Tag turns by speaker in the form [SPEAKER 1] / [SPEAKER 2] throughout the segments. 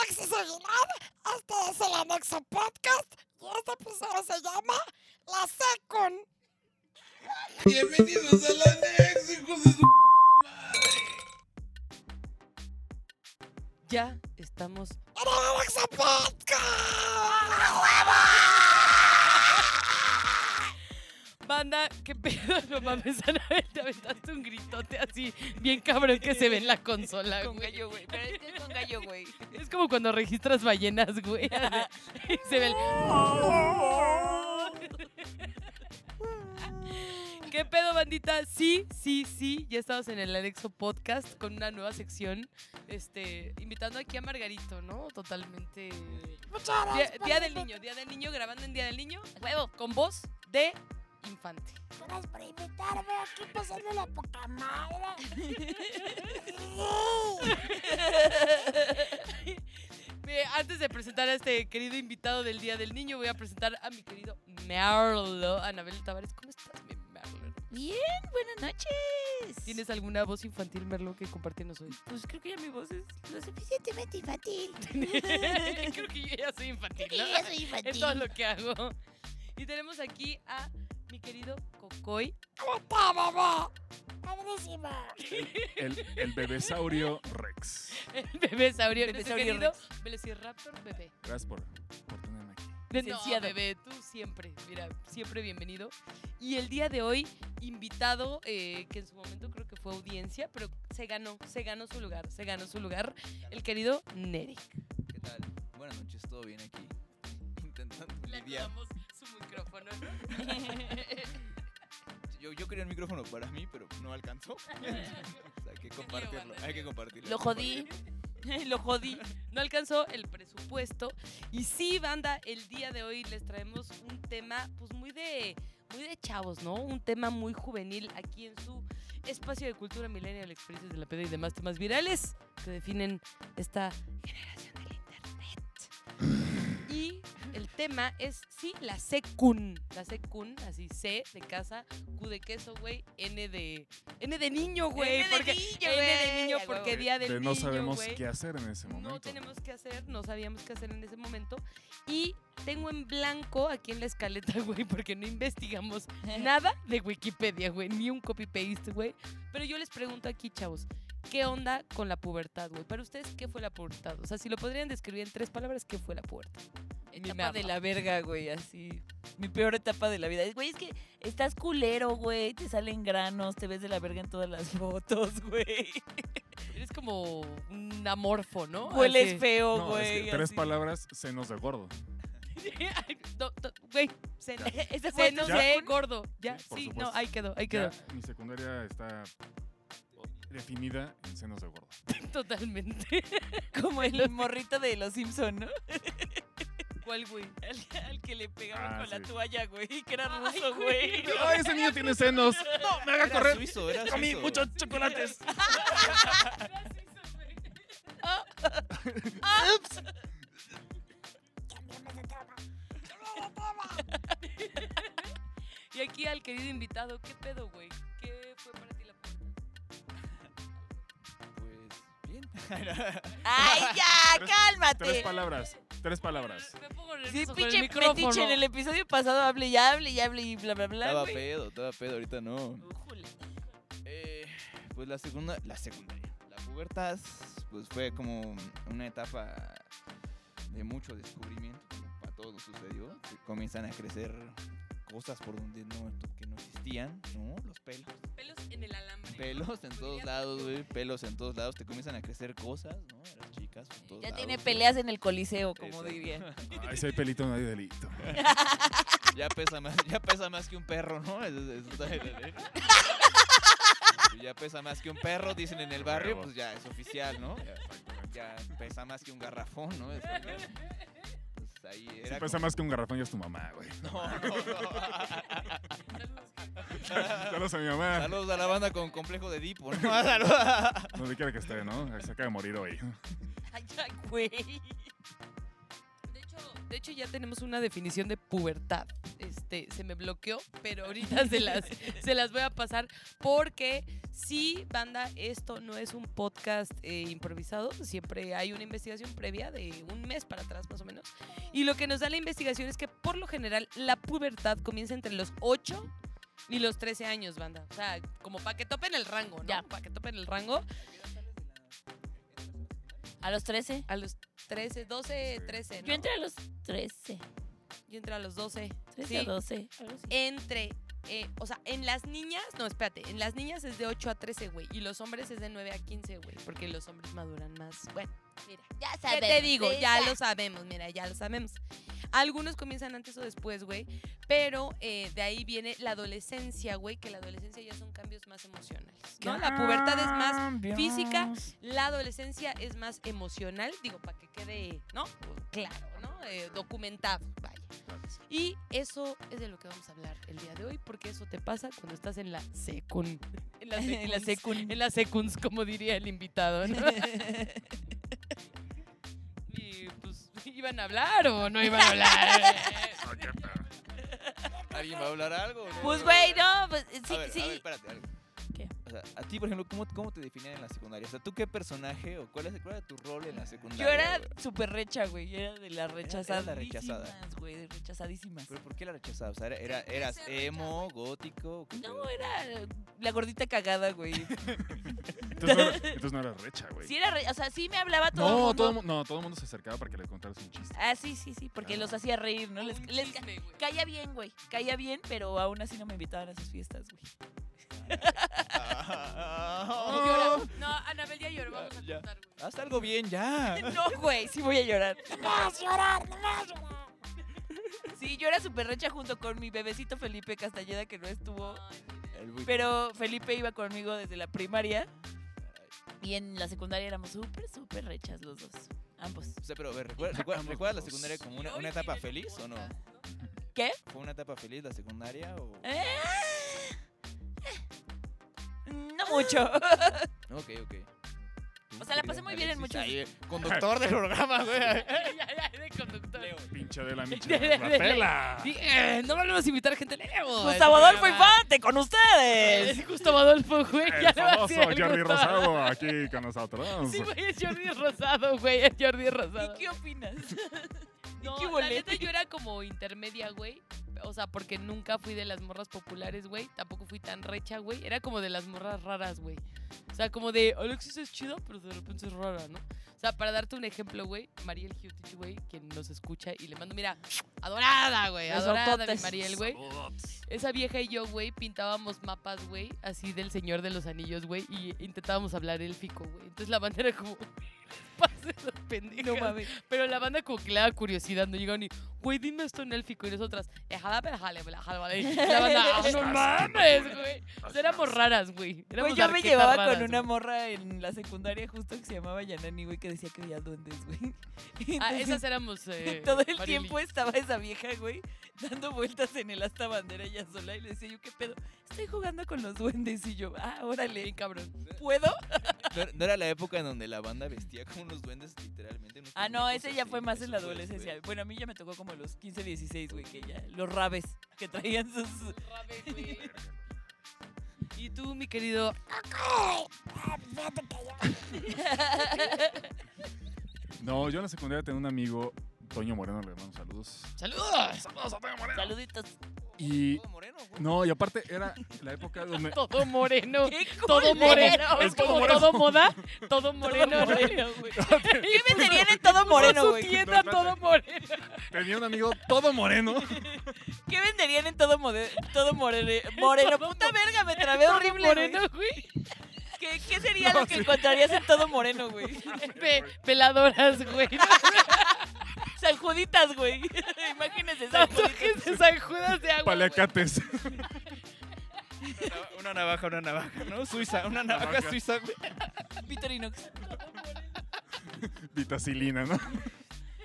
[SPEAKER 1] Aguilar, este es el Anexo Podcast y este episodio se llama La Secund.
[SPEAKER 2] Bienvenidos al anexo, hijos de su
[SPEAKER 3] Ya estamos.
[SPEAKER 1] ¡En el Anexo Podcast!
[SPEAKER 3] Banda, qué pedo, no mames, Anabel, te aventaste un gritote así, bien cabrón que se ve en la consola,
[SPEAKER 4] Con
[SPEAKER 3] güey.
[SPEAKER 4] gallo, güey. Pero este es con gallo, güey.
[SPEAKER 3] Es como cuando registras ballenas, güey. así, y se ve el... ¿Qué pedo, bandita? Sí, sí, sí, ya estamos en el Alexo Podcast con una nueva sección, este, invitando aquí a Margarito, ¿no? Totalmente...
[SPEAKER 1] Muchas
[SPEAKER 3] Día,
[SPEAKER 1] gracias. por
[SPEAKER 3] Día del
[SPEAKER 1] invit-
[SPEAKER 3] Niño, Día del Niño, grabando en Día del Niño, a huevo, con voz de infante.
[SPEAKER 1] Gracias por invitarme aquí
[SPEAKER 4] pues
[SPEAKER 1] pasando la poca madre. Sí.
[SPEAKER 3] Mire, antes de presentar a este querido invitado del Día del Niño, voy a presentar a mi querido Merlo. Anabel Tavares, ¿cómo estás, mi Merlo?
[SPEAKER 4] Bien, buenas noches.
[SPEAKER 3] ¿Tienes alguna voz infantil, Merlo, que compartirnos hoy?
[SPEAKER 4] Pues creo que ya mi voz es lo
[SPEAKER 1] Suficientemente infantil.
[SPEAKER 3] Creo que yo ya soy infantil,
[SPEAKER 1] Sí,
[SPEAKER 3] ¿no?
[SPEAKER 1] yo soy infantil.
[SPEAKER 3] Es todo lo que hago. Y tenemos aquí a mi querido Cocoy.
[SPEAKER 1] ¿Cómo está, bebé? Padrísimo.
[SPEAKER 2] El, el bebesaurio Rex.
[SPEAKER 3] El bebé saurio,
[SPEAKER 4] Bebé
[SPEAKER 3] nuestro
[SPEAKER 4] saurio
[SPEAKER 3] querido Velociraptor bebé.
[SPEAKER 2] Gracias por, por tenerme aquí.
[SPEAKER 3] Licenciado.
[SPEAKER 4] Licenciado.
[SPEAKER 3] bebé, tú siempre, mira, siempre bienvenido. Y el día de hoy, invitado, eh, que en su momento creo que fue audiencia, pero se ganó, se ganó su lugar, se ganó su lugar, el querido Neri.
[SPEAKER 5] ¿Qué tal? Buenas noches, ¿todo bien aquí? Intentando
[SPEAKER 3] Le
[SPEAKER 5] lidiar.
[SPEAKER 3] damos su micrófono.
[SPEAKER 5] Yo, yo quería el micrófono para mí, pero no alcanzó. O sea, hay que compartirlo, hay que compartirlo.
[SPEAKER 4] Lo
[SPEAKER 5] hay que
[SPEAKER 4] jodí.
[SPEAKER 5] compartirlo.
[SPEAKER 3] Lo jodí. No alcanzó el presupuesto. Y sí, banda, el día de hoy les traemos un tema, pues muy de, muy de chavos, ¿no? Un tema muy juvenil aquí en su espacio de cultura millennial, experiencias de la peda y demás temas virales que definen esta generación del internet. Y el tema es, sí, la secun. La secun, así C de casa, Q de queso, güey, N de, N de niño, güey.
[SPEAKER 4] N de
[SPEAKER 3] porque-
[SPEAKER 4] niño,
[SPEAKER 3] N de
[SPEAKER 4] güey,
[SPEAKER 3] niño,
[SPEAKER 4] a
[SPEAKER 3] porque
[SPEAKER 4] huevo.
[SPEAKER 3] día del
[SPEAKER 2] De
[SPEAKER 3] niño,
[SPEAKER 2] no sabemos
[SPEAKER 3] güey.
[SPEAKER 2] qué hacer en ese este momento.
[SPEAKER 3] No tenemos qué hacer, no sabíamos qué hacer en ese momento. Y tengo en blanco aquí en la escaleta, güey, porque no investigamos nada de Wikipedia, güey, ni un copy-paste, güey. Pero yo les pregunto aquí, chavos, ¿qué onda con la pubertad, güey? Para ustedes, ¿qué fue la pubertad? O sea, si lo podrían describir en tres palabras, ¿qué fue la pubertad? Mi
[SPEAKER 4] Etapa de
[SPEAKER 3] merma.
[SPEAKER 4] la verga, güey, así. Mi peor etapa de la vida. Es, Güey, es que estás culero, güey. Te salen granos, te ves de la verga en todas las fotos, güey.
[SPEAKER 3] Eres como un amorfo, ¿no?
[SPEAKER 4] Hueles
[SPEAKER 3] Así.
[SPEAKER 4] feo,
[SPEAKER 2] No,
[SPEAKER 4] güey.
[SPEAKER 2] es que tres
[SPEAKER 4] así.
[SPEAKER 2] palabras, senos de gordo.
[SPEAKER 3] Ay, no, no, Güey, se,
[SPEAKER 4] Ese fue
[SPEAKER 3] se
[SPEAKER 4] tu
[SPEAKER 3] nos
[SPEAKER 2] Ya.
[SPEAKER 3] ve gordo. Ya,
[SPEAKER 2] Sí, por
[SPEAKER 3] sí, no,
[SPEAKER 2] supuesto.
[SPEAKER 3] ahí quedó, ahí
[SPEAKER 2] Ya,
[SPEAKER 3] quedó.
[SPEAKER 2] mi secundaria está definida en senos de gordo.
[SPEAKER 3] Totalmente.
[SPEAKER 4] Como el morrito de los Simpson, ¿no?
[SPEAKER 3] ¿Cuál, güey?
[SPEAKER 4] Al, al que le pegaban
[SPEAKER 2] Ah,
[SPEAKER 4] con la
[SPEAKER 2] sí.
[SPEAKER 4] toalla, güey. Que era
[SPEAKER 3] Ay,
[SPEAKER 4] ruso,
[SPEAKER 3] güey.
[SPEAKER 4] güey.
[SPEAKER 2] ¡Ay, ese niño tiene senos! ¡No, me haga
[SPEAKER 5] Era
[SPEAKER 2] correr!
[SPEAKER 5] suizo, era
[SPEAKER 2] ¡Comí
[SPEAKER 5] suizo.
[SPEAKER 2] muchos chocolates!
[SPEAKER 1] Cambiamos de tema. Cambiamos de tema.
[SPEAKER 3] Y aquí al querido invitado, ¿qué pedo, güey? ¿Qué fue para ti la puerta?
[SPEAKER 5] Pues bien.
[SPEAKER 4] ¡Ay, ya!
[SPEAKER 2] Tres- Tres
[SPEAKER 4] ¡Cálmate!
[SPEAKER 2] palabras, tres palabras.
[SPEAKER 3] Me pongo
[SPEAKER 4] Sí,
[SPEAKER 3] nervioso con el
[SPEAKER 4] pinche
[SPEAKER 3] micrófono.
[SPEAKER 4] metiche en el em- episodio pasado hable y hable y hable y bla bla bla.
[SPEAKER 5] Estaba
[SPEAKER 4] güey.
[SPEAKER 5] pedo, estaba pedo, ahorita no.
[SPEAKER 4] Ujule.
[SPEAKER 5] Eh, pues la segunda, la secundaria. La pubertad, pues fue como una etapa de mucho descubrimiento, como para todos nos sucedió. que comienzan a crecer cosas por donde no, que no existían, ¿no? Los pelos.
[SPEAKER 3] Pelos en el alambre.
[SPEAKER 5] Pelos en todos lados, güey. Pelos en todos lados. Te comienzan a crecer cosas, ¿no? A Las chicas en todos
[SPEAKER 4] Ya
[SPEAKER 5] lados,
[SPEAKER 4] tiene
[SPEAKER 5] güey.
[SPEAKER 4] peleas en el coliseo, como
[SPEAKER 5] Exacto.
[SPEAKER 4] diría.
[SPEAKER 2] Ay, si hay pelito, no hay delito.
[SPEAKER 5] Ya pesa más, ya pesa más que un perro, ¿no? Eso- eso está de la ley. Ya pesa más que un perro, dicen en el barrio,
[SPEAKER 2] Huevo.
[SPEAKER 5] pues ya es oficial, ¿no? Ya, ya pesa más que un garrafón, ¿no? Es- Entonces ahí
[SPEAKER 2] Si
[SPEAKER 5] era
[SPEAKER 2] pesa más que un garrafón, ya es tu mamá, güey.
[SPEAKER 5] como- No, no, no.
[SPEAKER 2] Saludos a mi mamá,
[SPEAKER 5] Saludos a la banda con complejo de Edipo, ¿no? Saludos.
[SPEAKER 2] donde quiera que esté, ¿no? Se acaba de morir hoy.
[SPEAKER 4] Ay, ya, güey.
[SPEAKER 3] De hecho, De hecho, ya tenemos una definición de pubertad. Este, se me bloqueó, pero ahorita se las, se las voy a pasar porque sí, banda, esto no es un podcast eh, improvisado. Siempre hay una investigación previa de un mes para atrás, más o menos. Y lo que nos da la investigación es que, por lo general, la pubertad comienza entre los 8 y los 13 años, banda. O sea, como para que topen el rango, ¿no?
[SPEAKER 6] Ya.
[SPEAKER 3] Para que topen el rango.
[SPEAKER 6] A los 13.
[SPEAKER 3] A los 13, 12, 13, ¿no?
[SPEAKER 6] Yo entré a los 13.
[SPEAKER 3] Yo entré a los 12.
[SPEAKER 6] 13
[SPEAKER 3] Sí.
[SPEAKER 6] a 12. algo así.
[SPEAKER 3] entre. eh, o sea, en las niñas, no, espérate, en las niñas es de 8 a 13, güey, y los hombres es de 9 a 15, güey, porque los hombres maduran más. Bueno, mira,
[SPEAKER 7] Ya
[SPEAKER 3] ¿qué
[SPEAKER 7] sabes.
[SPEAKER 3] te digo? Ya lo sabemos, mira, ya lo sabemos. Algunos comienzan antes o después, güey, pero eh, de ahí viene la adolescencia, güey, que la adolescencia ya son cambios más emocionales, ¿no? La pubertad es más física. la adolescencia es más emocional, digo, para que quede, ¿no? Claro, ¿no? Eh, documentado, vaya. Y eso es de lo que vamos a hablar el día de hoy, porque eso te pasa cuando estás en la secund... En la
[SPEAKER 6] En la
[SPEAKER 3] secuns, en la secuns, como diría el invitado, ¿no? y pues, ¿iban a hablar o no iban a hablar?
[SPEAKER 5] ¿Alguien va a hablar algo? o no?
[SPEAKER 6] Pues, güey, no, pues
[SPEAKER 5] A
[SPEAKER 6] sí,
[SPEAKER 5] ver, a
[SPEAKER 6] sí.
[SPEAKER 5] ver, espérate, algo.
[SPEAKER 6] ¿Qué?
[SPEAKER 5] O sea, a ti, por ejemplo, ¿cómo, cómo te definían en la secundaria? O sea, ¿tú qué personaje o cuál, es, cuál era tu rol en la secundaria?
[SPEAKER 6] Yo era
[SPEAKER 5] güey?
[SPEAKER 6] súper recha, güey. Yo era de las
[SPEAKER 5] Era-
[SPEAKER 6] rechazadas.
[SPEAKER 5] era la rechazada.
[SPEAKER 6] güey, de rechazadísimas.
[SPEAKER 5] ¿Pero por qué la rechazabas? O sea, era- era-
[SPEAKER 7] Siempre
[SPEAKER 5] ¿Eras
[SPEAKER 7] se
[SPEAKER 5] emo, gótico? ¿Qué pedo?
[SPEAKER 6] No, era la gordita cagada, güey.
[SPEAKER 2] Entonces no, era- entonces no era recha, güey.
[SPEAKER 6] Sí era, re- o sea, sí me hablaba todo el
[SPEAKER 2] no,
[SPEAKER 6] mundo.
[SPEAKER 2] todo el mu- no, todo el mundo se acercaba para que le contaras un chiste.
[SPEAKER 6] Ah, sí, sí, sí, porque
[SPEAKER 2] Ah.
[SPEAKER 6] los hacía reír, ¿no? Les,
[SPEAKER 3] Un
[SPEAKER 6] les ca-
[SPEAKER 3] chisme, güey.
[SPEAKER 6] caía bien, güey. Caía bien, pero aún así no me invitaban a sus fiestas, güey.
[SPEAKER 5] Ah,
[SPEAKER 3] Y
[SPEAKER 2] ¡Oh!
[SPEAKER 3] lloraba. No, Anabel ya lloró,
[SPEAKER 5] Ya,
[SPEAKER 3] vamos a
[SPEAKER 5] ya.
[SPEAKER 3] contar, güey.
[SPEAKER 5] Haz algo bien ya.
[SPEAKER 6] No, güey, sí voy a llorar.
[SPEAKER 1] No más llorar, no más llorar.
[SPEAKER 6] Sí, yo era súper recha junto con mi bebecito Felipe Castañeda, que no estuvo.
[SPEAKER 3] Ay, mi vida.
[SPEAKER 5] El buitre.
[SPEAKER 6] Pero Felipe iba conmigo desde la primaria. Y en la secundaria éramos súper, súper rechas los dos. Ambos.
[SPEAKER 5] O sea, pero a ver, ¿recuerdas, recuerdas- recuerdas la
[SPEAKER 2] los-
[SPEAKER 5] secundaria como
[SPEAKER 3] Y
[SPEAKER 5] una,
[SPEAKER 3] hoy
[SPEAKER 5] una etapa
[SPEAKER 3] tienen un
[SPEAKER 5] feliz o no?
[SPEAKER 3] podcast,
[SPEAKER 5] ¿Fue una etapa feliz la secundaria o...?
[SPEAKER 6] Eh, No mucho.
[SPEAKER 5] Ok, ok.
[SPEAKER 6] O sea, la pasé muy bien en muchos-
[SPEAKER 5] conductor del programa, güey.
[SPEAKER 3] Ya, ya, ya, de conductor.
[SPEAKER 2] Pinche de la micha. la pela.
[SPEAKER 3] Sí, eh, no volvemos a invitar gente nueva.
[SPEAKER 6] Gustavo Adolfo Infante, con ustedes.
[SPEAKER 3] Es Gustavo Adolfo, güey.
[SPEAKER 2] El
[SPEAKER 3] ya le va a
[SPEAKER 2] famoso
[SPEAKER 3] decir el
[SPEAKER 2] Jordi
[SPEAKER 3] Gustavo.
[SPEAKER 2] Rosado aquí con nosotros.
[SPEAKER 3] Sí, güey, es Jordi Rosado, güey. Es Jordi Rosado.
[SPEAKER 6] ¿Y qué opinas?
[SPEAKER 3] No,
[SPEAKER 6] qué
[SPEAKER 3] la
[SPEAKER 6] bolete?
[SPEAKER 3] neta yo era como intermedia, güey. O sea, porque nunca fui de las morras populares, güey. Tampoco fui tan recha, güey. Era como de las morras raras, güey. O sea, como de Alexis es chida, pero de repente es rara, ¿no? O sea, para darte un ejemplo, güey, Mariel Hutich, güey, quien nos escucha y le mando, mira, adorada, güey,
[SPEAKER 6] Besototes.
[SPEAKER 3] adorada mi Mariel, güey. Esa vieja y yo, güey, pintábamos mapas, güey, así del Señor de los Anillos, güey, y intentábamos hablar élfico, güey. Entonces la banda era como, pase esas pendejas.
[SPEAKER 6] No mames.
[SPEAKER 3] Pero la banda como que le da curiosidad, no llegaron y, güey, dime esto en élfico. Y nosotras, "Ejala, pero jale, güey, jala, vale". Y La banda, "Ah, no mames, güey. O sea, éramos raras, güey.
[SPEAKER 6] Güey,
[SPEAKER 3] Éramos
[SPEAKER 6] yo me
[SPEAKER 3] arquetas
[SPEAKER 6] llevaba
[SPEAKER 3] raras,
[SPEAKER 6] con una
[SPEAKER 3] güey.
[SPEAKER 6] morra en la secundaria justo que se llamaba Yanani, güey, que decía que veía duendes, güey.
[SPEAKER 3] Ah,
[SPEAKER 6] Entonces,
[SPEAKER 3] esas éramos. eh,
[SPEAKER 6] todo el
[SPEAKER 3] Mariel y
[SPEAKER 6] tiempo
[SPEAKER 3] yo.
[SPEAKER 6] estaba esa vieja, güey, dando vueltas en el asta bandera ella sola y le decía yo, ¿qué pedo? Estoy jugando con los duendes y yo, ah, órale,
[SPEAKER 3] Bien cabrón.
[SPEAKER 6] ¿puedo?
[SPEAKER 5] No, era- no era la época en donde la banda vestía como unos duendes, literalmente. unos
[SPEAKER 6] Ah, no,
[SPEAKER 5] pendejos
[SPEAKER 6] ese ya
[SPEAKER 5] así,
[SPEAKER 6] fue más
[SPEAKER 5] eso
[SPEAKER 6] en la
[SPEAKER 5] fue después.
[SPEAKER 6] adolescencia. Bueno, a mí ya me tocó como a los 15, 16, güey, que ya, los rabes que traían sus...
[SPEAKER 3] Y tú, mi querido.
[SPEAKER 1] Ok. Ah, fíjate que yo-
[SPEAKER 2] No, yo en la secundaria tenía un amigo, Toño Moreno, le mando saludos.
[SPEAKER 3] ¡Saludos!
[SPEAKER 2] Saludos a Toño Moreno.
[SPEAKER 6] Saluditos.
[SPEAKER 2] Y
[SPEAKER 5] Todo moreno, güey.
[SPEAKER 2] no, y aparte era la época donde
[SPEAKER 3] Todo moreno.
[SPEAKER 6] ¡Qué
[SPEAKER 3] Todo moreno.
[SPEAKER 2] Es
[SPEAKER 3] Es como todo
[SPEAKER 2] todo moreno.
[SPEAKER 3] moda. Todo moreno.
[SPEAKER 6] moreno,
[SPEAKER 3] ¿no?
[SPEAKER 6] güey.
[SPEAKER 3] ¿Qué
[SPEAKER 6] ¿Qué venderían en todo moreno,
[SPEAKER 3] su
[SPEAKER 6] güey?
[SPEAKER 3] tienda todo moreno.
[SPEAKER 2] tenía un amigo todo moreno.
[SPEAKER 6] ¿Qué venderían en todo, mode- todo moreno? Moreno,
[SPEAKER 3] Todo
[SPEAKER 6] puta verga, me trabé horrible. güey.
[SPEAKER 3] Moreno, güey.
[SPEAKER 6] ¿Qué, qué sería lo que encontrarías en todo moreno, güey?
[SPEAKER 3] Pe- peladoras, güey.
[SPEAKER 6] Saljuditas, güey. Imagínense, saljuditas.
[SPEAKER 3] Tatuajes de San Judas de agua. güey.
[SPEAKER 2] Paliacates.
[SPEAKER 5] Una navaja, una navaja, ¿no? Suiza, una navaja,
[SPEAKER 2] Navaja.
[SPEAKER 5] suiza, güey.
[SPEAKER 6] Vitorinox.
[SPEAKER 2] Vitacilina, ¿no?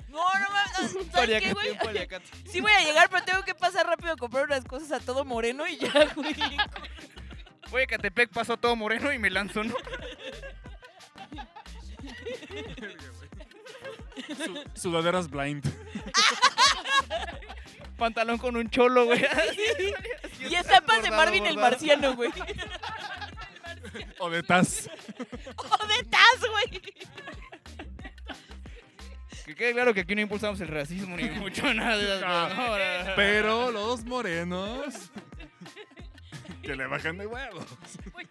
[SPEAKER 6] No, no mames. no, ¿Sabes qué,
[SPEAKER 5] Paliacate,
[SPEAKER 6] güey?
[SPEAKER 5] paliacate.
[SPEAKER 6] Sí voy a llegar, pero tengo que pasar rápido a comprar unas cosas a todo moreno y ya, güey.
[SPEAKER 5] Voy a Catepec, paso a todo moreno y me lanzo, ¿no?
[SPEAKER 2] Su- sudaderas blind.
[SPEAKER 5] pantalón con un cholo, güey.
[SPEAKER 6] Y etapas de
[SPEAKER 5] Bordado,
[SPEAKER 6] Marvin el
[SPEAKER 5] bordado.
[SPEAKER 6] marciano, güey.
[SPEAKER 2] O de Taz.
[SPEAKER 6] ¡Oh, de Taz, güey!
[SPEAKER 5] Que quede claro que aquí no impulsamos el racismo ni mucho nada. de esas
[SPEAKER 2] Ah.
[SPEAKER 5] cosas, no, no, no.
[SPEAKER 2] Pero los morenos. Que le bajan de huevo.
[SPEAKER 8] Oye,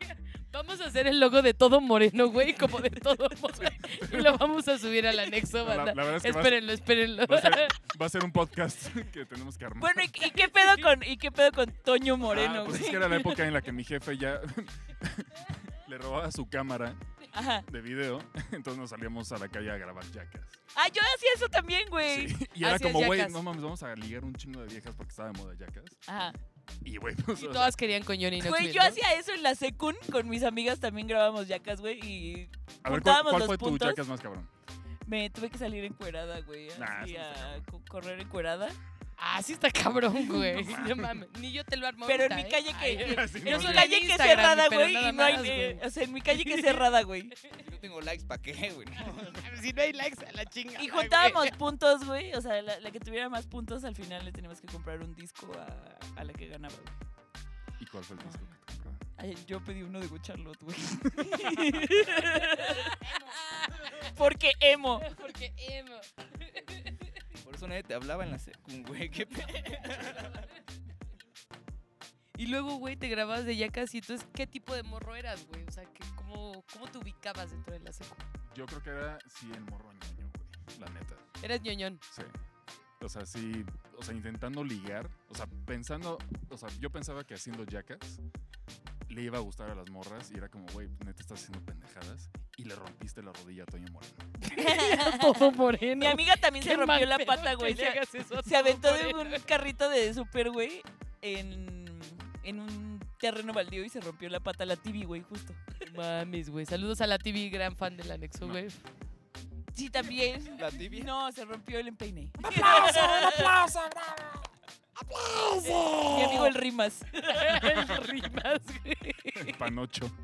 [SPEAKER 8] Vamos a hacer el logo de todo moreno, güey, como de todo moreno. Y lo vamos a subir al anexo,
[SPEAKER 2] La,
[SPEAKER 8] banda.
[SPEAKER 2] la verdad es que va, a-
[SPEAKER 8] espérenlo, espérenlo.
[SPEAKER 2] va a ser, va a ser un podcast que tenemos que armar.
[SPEAKER 6] Bueno, ¿y, y qué pedo con, ¿y qué pedo con Toño Moreno,
[SPEAKER 2] Ah, pues
[SPEAKER 6] güey?
[SPEAKER 2] es que era la época en la que mi jefe ya le robaba su cámara
[SPEAKER 6] Ajá.
[SPEAKER 2] de video, entonces nos salíamos a la calle a grabar jackas.
[SPEAKER 6] Ah, yo hacía eso también, güey.
[SPEAKER 2] Sí, Y era
[SPEAKER 8] Hacías
[SPEAKER 2] como, güey,
[SPEAKER 8] Jackass.
[SPEAKER 2] no mames, vamos a ligar un chingo de viejas porque estaba de moda jackas.
[SPEAKER 6] Ajá.
[SPEAKER 2] Y güey, pues,
[SPEAKER 8] Y
[SPEAKER 2] o sea,
[SPEAKER 8] todas querían con Johnny
[SPEAKER 6] Güey,
[SPEAKER 8] Knoxville,
[SPEAKER 6] yo
[SPEAKER 8] ¿no?
[SPEAKER 6] hacía eso en la secund con mis amigas también grabamos yacas, güey, y
[SPEAKER 2] a ver, ¿cuál,
[SPEAKER 6] juntábamos
[SPEAKER 2] cuál
[SPEAKER 6] los
[SPEAKER 2] fue tu
[SPEAKER 6] puntos.
[SPEAKER 2] jackas más cabrón?
[SPEAKER 6] me tuve que salir encuerada, güey,
[SPEAKER 2] Nah,
[SPEAKER 6] así
[SPEAKER 2] eso no está
[SPEAKER 6] a
[SPEAKER 2] cabrón.
[SPEAKER 6] co- correr encuerada.
[SPEAKER 8] Ah, sí está cabrón, güey. No mames. Ni yo te lo armo
[SPEAKER 6] Pero en
[SPEAKER 8] ahorita,
[SPEAKER 6] mi
[SPEAKER 8] ¿eh?
[SPEAKER 6] calle
[SPEAKER 8] Ay,
[SPEAKER 6] que,
[SPEAKER 2] sí,
[SPEAKER 6] en
[SPEAKER 2] no
[SPEAKER 6] mi
[SPEAKER 2] sé.
[SPEAKER 6] calle que es
[SPEAKER 8] Instagram,
[SPEAKER 6] cerrada,
[SPEAKER 8] pero
[SPEAKER 6] güey,
[SPEAKER 8] nada
[SPEAKER 6] y no hay,
[SPEAKER 8] más,
[SPEAKER 6] eh,
[SPEAKER 8] güey.
[SPEAKER 6] o sea, en mi calle que es cerrada, güey.
[SPEAKER 5] Yo tengo likes, ¿para qué, güey?
[SPEAKER 8] Si no hay likes, a la chinga.
[SPEAKER 6] Y juntábamos puntos, güey, o sea, la, la que tuviera más puntos al final le teníamos que comprar un disco a, a la que ganaba. güey.
[SPEAKER 2] ¿Y cuál fue el disco que te compraron?
[SPEAKER 6] Ay, yo pedí uno de Good Charlotte, güey. Porque emo.
[SPEAKER 8] Porque emo.
[SPEAKER 5] Por eso nadie te hablaba en la secund, güey. Qué pe-
[SPEAKER 8] Y luego, güey, te grababas de yacas y entonces, ¿qué tipo de morro eras, güey? O sea, que, ¿cómo, ¿cómo te ubicabas dentro de la secu?
[SPEAKER 2] Yo creo que era, sí, el morro ñoño, güey, la neta,
[SPEAKER 8] Eras ñoñón.
[SPEAKER 2] sí. O sea, sí, o sea, intentando ligar, o sea, pensando, o sea, yo pensaba que haciendo jackas le iba a gustar a las morras y era como, güey, neta estás haciendo pendejadas y le rompiste la rodilla a Toño Moreno.
[SPEAKER 8] Todo moreno.
[SPEAKER 6] Mi amiga también se
[SPEAKER 8] Qué mal
[SPEAKER 6] rompió la
[SPEAKER 8] pedo
[SPEAKER 6] pata,
[SPEAKER 8] que
[SPEAKER 6] güey.
[SPEAKER 8] le
[SPEAKER 6] Se,
[SPEAKER 8] hagas eso a
[SPEAKER 6] se
[SPEAKER 8] todo
[SPEAKER 6] aventó de
[SPEAKER 8] moreno.
[SPEAKER 6] un carrito de super, güey, en, en un terreno baldío y se rompió la pata la TV, güey, justo.
[SPEAKER 8] Mames, güey. Saludos a la TV, gran fan del anexo,
[SPEAKER 2] No.
[SPEAKER 8] güey.
[SPEAKER 6] Sí, también.
[SPEAKER 5] La tibia.
[SPEAKER 6] No, se rompió el empeine.
[SPEAKER 1] ¡Un aplauso, un aplauso, bravo!
[SPEAKER 5] Oh.
[SPEAKER 1] ¡Aplauso!
[SPEAKER 6] Mi amigo el Rimas.
[SPEAKER 8] El rimas, güey.
[SPEAKER 2] El panocho.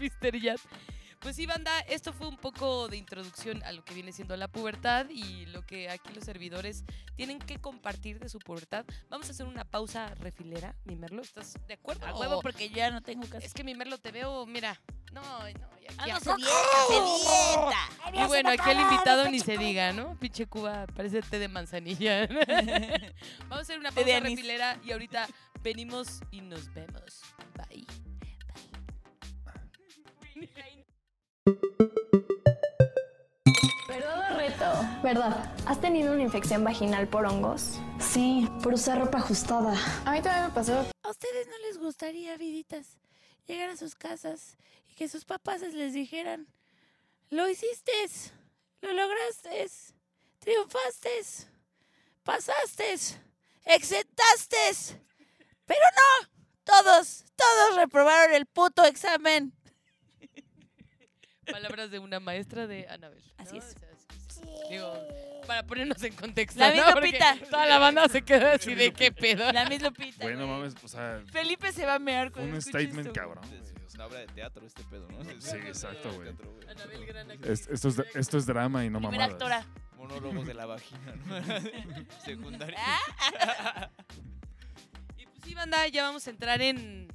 [SPEAKER 8] Mr. Yat. Pues sí, banda, esto fue un poco de introducción a lo que viene siendo la pubertad y lo que aquí los servidores tienen que compartir de su pubertad. Vamos a hacer una pausa refilera, mi Merlo. ¿Estás de acuerdo?
[SPEAKER 6] A
[SPEAKER 8] O-
[SPEAKER 6] huevo, porque ya no tengo
[SPEAKER 8] Es
[SPEAKER 6] casa.
[SPEAKER 8] que mi Merlo te veo, mira. No, no, ya aquí.
[SPEAKER 6] Ah, no,
[SPEAKER 8] acá-
[SPEAKER 1] Ahí
[SPEAKER 8] Y
[SPEAKER 1] viene
[SPEAKER 8] bueno,
[SPEAKER 1] ese
[SPEAKER 8] aquí el
[SPEAKER 1] botón,
[SPEAKER 8] invitado
[SPEAKER 1] ese
[SPEAKER 8] ni se
[SPEAKER 1] chico.
[SPEAKER 8] diga, ¿no? Pinche Cuba, parece té de manzanilla. Vamos a hacer una
[SPEAKER 6] Té de
[SPEAKER 8] pausa
[SPEAKER 6] anís.
[SPEAKER 8] refilera y ahorita venimos y nos vemos. Bye.
[SPEAKER 9] ¿Verdad o reto? ¿Verdad? ¿Has tenido una infección vaginal por hongos? Sí, por usar ropa ajustada. A mí también me pasó.
[SPEAKER 10] ¿A ustedes no les gustaría, viditas, llegar a sus casas y que sus papás les dijeran, lo hiciste, lo lograste, triunfaste, pasaste, exentaste? Pero no, todos, todos reprobaron el puto examen.
[SPEAKER 8] Palabras de una maestra de Anabel. ¿no?
[SPEAKER 10] Así es.
[SPEAKER 8] O sea, sí, sí, sí. Digo, para ponernos en contexto.
[SPEAKER 6] La Miss
[SPEAKER 8] ¿no? Porque
[SPEAKER 6] Lupita.
[SPEAKER 8] Toda la banda se quedó así de qué pedo.
[SPEAKER 6] La misma pita.
[SPEAKER 2] Bueno, mames, o sea,
[SPEAKER 6] Felipe se va a mear
[SPEAKER 2] fue
[SPEAKER 6] cuando
[SPEAKER 2] un
[SPEAKER 6] escuche
[SPEAKER 2] statement
[SPEAKER 6] esto, güey.
[SPEAKER 2] cabrón. güey, o
[SPEAKER 5] Es
[SPEAKER 2] sea,
[SPEAKER 5] una obra de teatro este pedo, ¿no?
[SPEAKER 2] Sí, exacto, güey.
[SPEAKER 5] Teatro, güey.
[SPEAKER 8] Anabel, gran actriz.
[SPEAKER 2] es- esto, es, esto es drama y no
[SPEAKER 6] Primera
[SPEAKER 2] mamadas.
[SPEAKER 6] actora.
[SPEAKER 5] Monólogos de la vagina, ¿no? Secundaria.
[SPEAKER 6] ¿Ah?
[SPEAKER 8] Y pues sí, banda, ya vamos a entrar en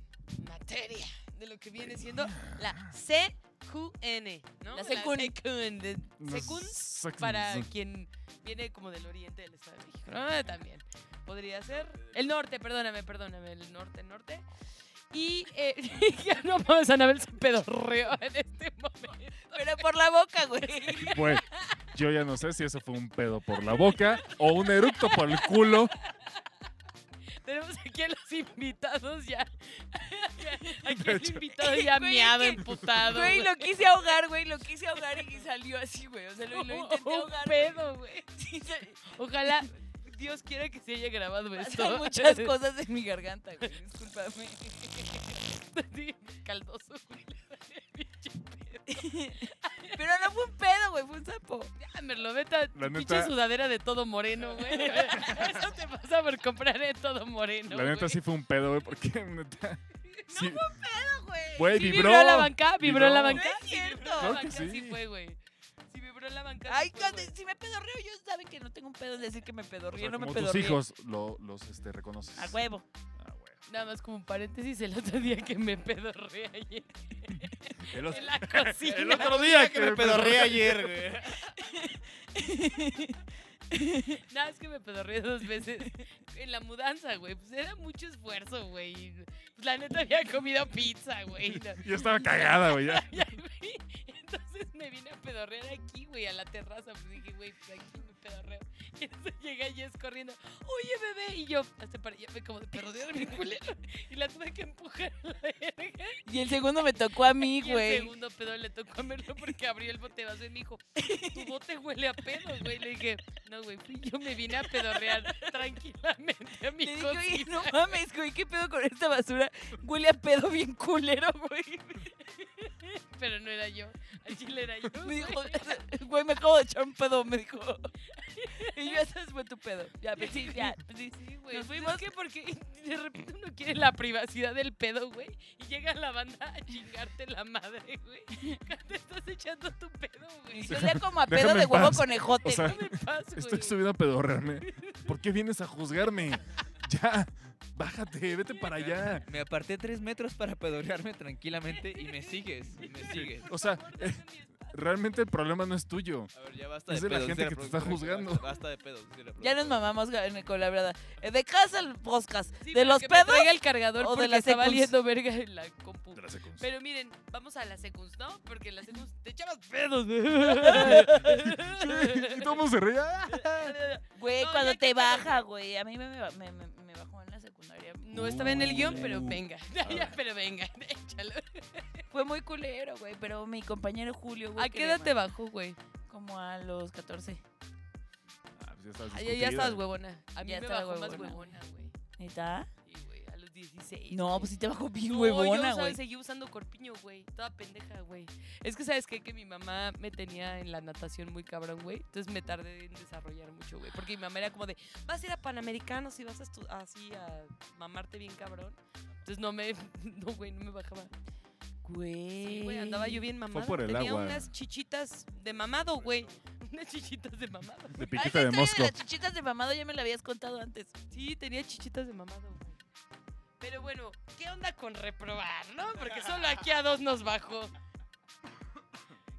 [SPEAKER 8] materia de lo que viene siendo la CQN, ¿no?
[SPEAKER 6] La secund.
[SPEAKER 8] secund.
[SPEAKER 2] No,
[SPEAKER 8] Secund
[SPEAKER 2] sex-
[SPEAKER 8] para
[SPEAKER 2] no.
[SPEAKER 8] quien viene como del oriente del Estado de México, ¿no? Ah, También podría ser. El norte, perdóname, perdóname, el norte, norte. Y eh, ya no mames, Anabel se pedorreó en este momento.
[SPEAKER 6] Pero por la boca, güey.
[SPEAKER 2] Güey, yo ya no sé si eso fue un pedo por la boca o un eructo por el culo.
[SPEAKER 8] Tenemos aquí a los invitados ya. Aquí
[SPEAKER 2] De
[SPEAKER 8] el
[SPEAKER 2] hecho.
[SPEAKER 8] invitado ya
[SPEAKER 6] Güey,
[SPEAKER 8] miado,
[SPEAKER 6] que-
[SPEAKER 8] emputado.
[SPEAKER 6] Güey, lo quise ahogar, güey, lo quise ahogar y salió así, güey. O sea, lo, lo intenté
[SPEAKER 8] Un
[SPEAKER 6] ahogar.
[SPEAKER 8] Oh, pedo, güey.
[SPEAKER 6] Sí, se-
[SPEAKER 8] Ojalá Dios quiera que se haya grabado esto.
[SPEAKER 6] Hay muchas cosas en mi garganta, güey. Discúlpame.
[SPEAKER 8] Sí, Caldoso, güey. Pinche pedo.
[SPEAKER 6] Pero no fue un pedo, güey, fue un sapo.
[SPEAKER 8] Ya, Merlo, neta, tu
[SPEAKER 2] La
[SPEAKER 8] pinche
[SPEAKER 2] neta-
[SPEAKER 8] sudadera de todo moreno, güey. Eso te pasa por comprar de todo moreno.
[SPEAKER 2] la neta
[SPEAKER 8] güey.
[SPEAKER 2] sí fue un pedo, güey, porque neta. sí-
[SPEAKER 6] Güey.
[SPEAKER 2] Güey,
[SPEAKER 8] Sí
[SPEAKER 2] vibró.
[SPEAKER 8] la banca, vibró, la banca.
[SPEAKER 6] No es
[SPEAKER 8] sí vibró
[SPEAKER 6] cierto.
[SPEAKER 8] la
[SPEAKER 2] Claro que
[SPEAKER 8] banca, sí
[SPEAKER 2] sí.
[SPEAKER 8] fue, güey. Sí vibró la banca.
[SPEAKER 6] Ay, cuando- si me pedorreo, ellos saben que no tengo un pedo en decir que me
[SPEAKER 2] O
[SPEAKER 6] pedorreo,
[SPEAKER 2] sea,
[SPEAKER 6] no me
[SPEAKER 2] como
[SPEAKER 6] pedorreo.
[SPEAKER 2] tus hijos lo- los este, reconoces.
[SPEAKER 6] A huevo.
[SPEAKER 2] Ah, güey.
[SPEAKER 8] Nada más como un paréntesis, el otro día que me pedorré ayer
[SPEAKER 2] El, otro-
[SPEAKER 8] en la
[SPEAKER 2] el
[SPEAKER 8] cocina.
[SPEAKER 2] otro día que me pedorré
[SPEAKER 5] ayer, güey.
[SPEAKER 8] Nada, es que me pedorré dos veces en la mudanza, güey. Pues era mucho esfuerzo, güey. Pues la neta había comido pizza, güey. No.
[SPEAKER 2] Yo estaba cagada, güey. ya.
[SPEAKER 8] Ya, güey. Entonces me vine a pedorrear aquí, güey, a la terraza. Pues dije, güey, pues aquí me pedorreo. Y entonces llega Jess corriendo, oye, bebé. Y yo, hasta para allá, me como de pedorrear mi culero. Y la tuve que empujar a la verga.
[SPEAKER 6] Y el segundo me tocó a mí,
[SPEAKER 8] Y el
[SPEAKER 6] güey.
[SPEAKER 8] segundo pedo le tocó a Merlo porque abrió el bote de vaso y me dijo, tu bote huele a pedos, güey. Le dije, no, güey, fui yo me vine a pedorrear tranquilamente a mi
[SPEAKER 6] Le dije, oye,
[SPEAKER 8] cocina".
[SPEAKER 6] no mames, güey, ¿qué pedo con esta basura? Huele a pedo bien culero, güey.
[SPEAKER 8] Pero no era yo, al chile era yo.
[SPEAKER 6] Me dijo,
[SPEAKER 8] güey.
[SPEAKER 6] güey, me acabo de echar un pedo, me dijo. Y yo, ese fue tu pedo. Ya, pues sí, ya, pues sí.
[SPEAKER 8] Sí, güey.
[SPEAKER 6] Nos
[SPEAKER 8] Nos
[SPEAKER 6] fuimos.
[SPEAKER 8] fuimos. que porque de repente uno quiere la privacidad del pedo, güey. Y llega la banda a chingarte la madre, güey. Te estás echando tu pedo, güey.
[SPEAKER 6] Y Olía como a pedo
[SPEAKER 2] déjame
[SPEAKER 6] de
[SPEAKER 2] en
[SPEAKER 6] huevo
[SPEAKER 2] paz.
[SPEAKER 6] con ejote.
[SPEAKER 2] O sea,
[SPEAKER 8] No me paso, güey.
[SPEAKER 2] Estoy subido a pedorrearme. ¿Por qué vienes a juzgarme? Ya, bájate, vete para allá.
[SPEAKER 5] Me aparté tres metros para pedorearme tranquilamente y me sigues, y me sigues.
[SPEAKER 2] O sea,
[SPEAKER 8] Por favor,
[SPEAKER 2] eh,
[SPEAKER 8] dame mi espacio.
[SPEAKER 2] realmente el problema no es tuyo.
[SPEAKER 5] A ver, ya basta
[SPEAKER 2] Es
[SPEAKER 5] de
[SPEAKER 2] de la
[SPEAKER 5] pedos,
[SPEAKER 2] gente
[SPEAKER 5] dice
[SPEAKER 2] que te está
[SPEAKER 5] productora,
[SPEAKER 2] juzgando.
[SPEAKER 5] basta- Basta de pedos, dice la
[SPEAKER 6] ya nos
[SPEAKER 5] productora.
[SPEAKER 6] mamamos ga- con la verdad. Eh, De casa al podcast,
[SPEAKER 8] Sí,
[SPEAKER 6] de
[SPEAKER 8] pero
[SPEAKER 6] los
[SPEAKER 8] que me
[SPEAKER 6] pedos.
[SPEAKER 8] traiga el cargador
[SPEAKER 6] o de
[SPEAKER 8] porque
[SPEAKER 6] las
[SPEAKER 8] está
[SPEAKER 6] secunds.
[SPEAKER 8] valiendo verga en la compu.
[SPEAKER 2] De la secundaria.
[SPEAKER 8] Pero miren, vamos a las secuns, ¿no? Porque en las secuns te echabas pedos.
[SPEAKER 2] Y todo el mundo se ríe. ¡ah!
[SPEAKER 6] Güey,
[SPEAKER 8] No,
[SPEAKER 6] cuando
[SPEAKER 8] ya que
[SPEAKER 6] te
[SPEAKER 8] te-
[SPEAKER 6] baja, güey. A mí me, me, me- me bajó en la secundaria.
[SPEAKER 8] No estaba en el guión, pero
[SPEAKER 2] Uh.
[SPEAKER 8] venga.
[SPEAKER 2] ver.
[SPEAKER 8] pero venga, échalo.
[SPEAKER 6] Fue muy culero, güey. Pero mi compañero Julio, güey.
[SPEAKER 8] ¿A
[SPEAKER 6] que
[SPEAKER 8] qué
[SPEAKER 6] le
[SPEAKER 8] edad te
[SPEAKER 6] ma-
[SPEAKER 8] bajó, güey?
[SPEAKER 6] Como a los 14.
[SPEAKER 2] Ah, pues ya estabas
[SPEAKER 8] Ay, ya- ya
[SPEAKER 2] discutida.
[SPEAKER 8] estabas huevona. A mí
[SPEAKER 6] Ya
[SPEAKER 8] me
[SPEAKER 6] estaba
[SPEAKER 8] bajó más
[SPEAKER 6] huevona.
[SPEAKER 8] huevona, güey.
[SPEAKER 6] ¿Neta?
[SPEAKER 8] Sí, güey, a los 16.
[SPEAKER 6] No,
[SPEAKER 8] güey.
[SPEAKER 6] pues sí te bajó bien
[SPEAKER 8] No,
[SPEAKER 6] huevona,
[SPEAKER 8] yo, ¿sabes?
[SPEAKER 6] güey.
[SPEAKER 8] Seguí usando corpiño, güey. Toda pendeja, güey. Es que, ¿sabes qué? Que mi mamá me tenía en la natación muy cabrón, güey. Entonces me tardé en desarrollar mucho, güey. Porque mi mamá era como de, vas a ir a Panamericanos y vas a estu- así a mamarte bien cabrón. Entonces no me, no, güey, no me bajaba.
[SPEAKER 6] Güey.
[SPEAKER 8] Sí, güey, andaba yo bien mamada.
[SPEAKER 2] por el
[SPEAKER 8] Tenía
[SPEAKER 2] agua.
[SPEAKER 8] unas chichitas de mamado, güey. Unas chichitas de mamado.
[SPEAKER 2] De
[SPEAKER 6] Ay,
[SPEAKER 2] piquita
[SPEAKER 6] esa
[SPEAKER 2] de
[SPEAKER 6] historia
[SPEAKER 2] mosco.
[SPEAKER 6] de las chichitas de mamado ya me la habías contado antes.
[SPEAKER 8] Sí, tenía chichitas de mamado, güey. Pero bueno, ¿qué onda con reprobar, no? Porque solo aquí a dos nos bajó.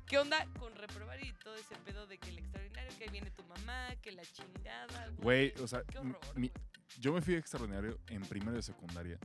[SPEAKER 8] ¿Qué onda con reprobar y todo ese pedo de que el extraordinario, que ahí viene tu mamá, que la chingada,
[SPEAKER 2] Güey, o sea,
[SPEAKER 8] Qué horror,
[SPEAKER 2] mi-
[SPEAKER 8] güey.
[SPEAKER 2] yo me fui a extraordinario en primero de secundaria.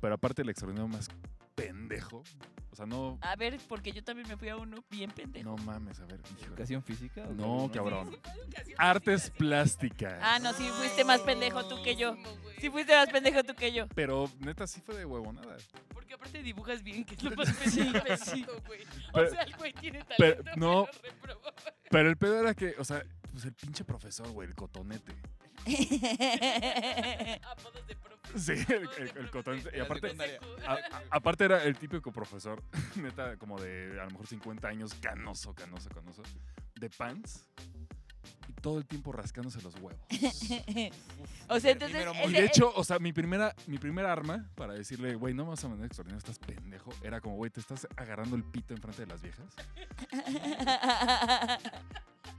[SPEAKER 2] Pero aparte el extraordinario más pendejo. O sea, no.
[SPEAKER 6] A ver, porque yo también me fui a uno bien Ah, pendejo.
[SPEAKER 2] No mames, a ver. híjole.
[SPEAKER 5] ¿Educación física? o
[SPEAKER 2] No,
[SPEAKER 5] qué?
[SPEAKER 2] cabrón.
[SPEAKER 8] Fue educación
[SPEAKER 2] Artes
[SPEAKER 8] física,
[SPEAKER 2] plásticas.
[SPEAKER 6] Ah, no, sí fuiste más pendejo tú que yo.
[SPEAKER 8] güey.
[SPEAKER 6] Sí pues, fuiste más pendejo tú que yo.
[SPEAKER 2] Pero neta sí fue de huevonada.
[SPEAKER 8] Porque aparte dibujas bien, que es lo más pendejo
[SPEAKER 6] pues,
[SPEAKER 8] de todo, güey. O
[SPEAKER 2] Pero-
[SPEAKER 8] sea, el güey tiene talento,
[SPEAKER 2] pero-
[SPEAKER 8] pero
[SPEAKER 2] no.
[SPEAKER 8] reprobó.
[SPEAKER 2] Pero el pedo era que, o sea, pues el pinche profesor, güey, el cotonete.
[SPEAKER 8] Apodos de profe.
[SPEAKER 2] Sí, el,
[SPEAKER 8] Apodos de
[SPEAKER 2] el- el
[SPEAKER 8] profe
[SPEAKER 2] cotonete.
[SPEAKER 8] de-
[SPEAKER 2] Y
[SPEAKER 5] La
[SPEAKER 2] aparte, ah,
[SPEAKER 5] secundaria.
[SPEAKER 2] a- a- aparte era el típico profesor, neta, como de a lo mejor 50 años, canoso, canoso, canoso, de pants y todo el tiempo rascándose los huevos.
[SPEAKER 6] o sea, entonces.
[SPEAKER 5] Primero
[SPEAKER 2] Y
[SPEAKER 6] ese-
[SPEAKER 2] de hecho, o sea, mi primera, mi primera arma para decirle, güey, no me vas a mandar extraordinario, estás pendejo, era como, güey, te estás agarrando el pito enfrente de las viejas.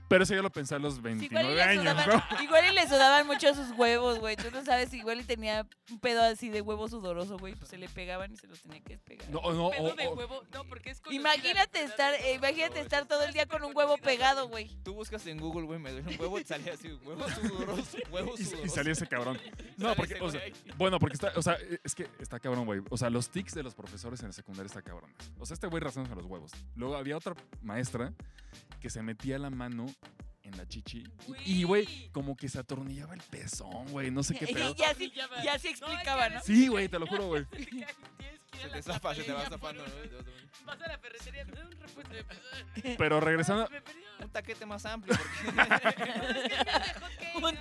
[SPEAKER 2] Pero eso yo lo pensé a los
[SPEAKER 6] Sí, igual, y
[SPEAKER 2] 29
[SPEAKER 6] le
[SPEAKER 2] años,
[SPEAKER 6] sudaban,
[SPEAKER 2] ¿no?
[SPEAKER 6] igual y le sudaban mucho sus huevos, güey. Tú no sabes, igual y tenía un pedo así de huevo sudoroso, güey. Pues se le pegaban y se los tenía que despegar.
[SPEAKER 2] No, no,
[SPEAKER 8] pedo
[SPEAKER 2] o-
[SPEAKER 8] de
[SPEAKER 2] o-
[SPEAKER 8] huevo. No, porque es conocida la
[SPEAKER 6] Imagínate estar,
[SPEAKER 8] enfermedad del
[SPEAKER 6] eh,
[SPEAKER 8] huevo.
[SPEAKER 6] imagínate estar todo el día con un huevo pegado, güey.
[SPEAKER 5] Tú buscas en Google, güey, me duele un huevo y sale así, huevo sudoroso, huevo
[SPEAKER 2] y,
[SPEAKER 5] sudoroso.
[SPEAKER 2] y salió ese cabrón. No,
[SPEAKER 5] Sale
[SPEAKER 2] porque,
[SPEAKER 5] ese
[SPEAKER 2] o sea,
[SPEAKER 5] güey.
[SPEAKER 2] bueno, porque está, o sea, es que está cabrón, güey. O sea, los tics de los profesores en el secundario está cabrones. O sea, este güey razándose los huevos. Luego había otra maestra que se metía la mano en la chichi y, y, güey,
[SPEAKER 8] Güey.
[SPEAKER 2] como que se atornillaba el pezón, güey. No sé qué pedo.
[SPEAKER 6] Y así-
[SPEAKER 8] Tornillaba.
[SPEAKER 6] y así
[SPEAKER 8] No, es que a
[SPEAKER 6] explicaba, ¿no?
[SPEAKER 8] veces
[SPEAKER 2] Sí, güey, te lo juro, güey.
[SPEAKER 8] te cae, tienes que ir a
[SPEAKER 5] Se
[SPEAKER 8] la
[SPEAKER 5] te zafa, se te va
[SPEAKER 8] papelería
[SPEAKER 5] zafando,
[SPEAKER 8] por uno.
[SPEAKER 5] ¿no?
[SPEAKER 8] Vas a la ferretería, me da un repuesto de pedo.
[SPEAKER 2] Pero regresando,
[SPEAKER 8] Me perdió.
[SPEAKER 5] Un taquete más amplio. porque-
[SPEAKER 6] Un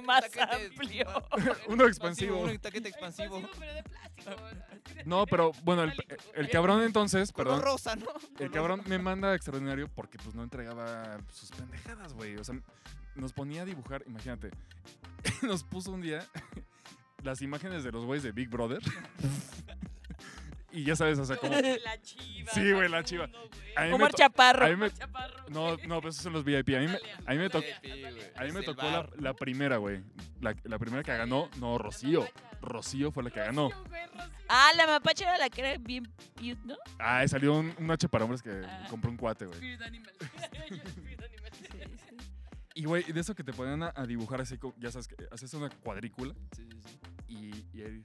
[SPEAKER 6] más
[SPEAKER 5] taquete
[SPEAKER 6] amplio.
[SPEAKER 2] Uno expansivo.
[SPEAKER 5] Un taquete
[SPEAKER 8] Expansivo,
[SPEAKER 5] expansivo.
[SPEAKER 8] pero de plástico. o sea.
[SPEAKER 2] no, pero bueno, el, el cabrón entonces,
[SPEAKER 5] Color
[SPEAKER 2] perdón.
[SPEAKER 5] rosa, ¿no?
[SPEAKER 2] El cabrón me manda a extraordinario porque pues no entregaba sus pendejadas, güey. O sea, nos ponía a dibujar, imagínate. nos puso un día las imágenes de los güeyes de Big Brother. y ya sabes, o sea, como...
[SPEAKER 8] La chiva.
[SPEAKER 2] Sí, güey, la chiva.
[SPEAKER 8] Facundo, güey.
[SPEAKER 2] A mí me
[SPEAKER 6] Omar
[SPEAKER 2] to-
[SPEAKER 6] Chaparro.
[SPEAKER 2] a mí me-
[SPEAKER 8] Omar Chaparro,
[SPEAKER 2] No,
[SPEAKER 8] güey.
[SPEAKER 2] no, pues esos son los VIP. A mí me, a mí me, tocó- a mí me tocó la, la primera, güey. La, la primera que ganó, no, Rocío. Rocío fue la que ganó.
[SPEAKER 8] Rocío, güey, Rocío.
[SPEAKER 6] Ah, la mapacha era la que era bien cute, ¿no?
[SPEAKER 2] Ah, salió un, un H para hombres que
[SPEAKER 6] Ah.
[SPEAKER 2] compró un cuate, güey.
[SPEAKER 8] Spirit Animal. Spirit Animal.
[SPEAKER 2] Y, güey, de eso que te ponían a, a dibujar así, co- ya sabes, que eh, haces una cuadrícula
[SPEAKER 5] Sí, sí, sí.
[SPEAKER 2] y, y ahí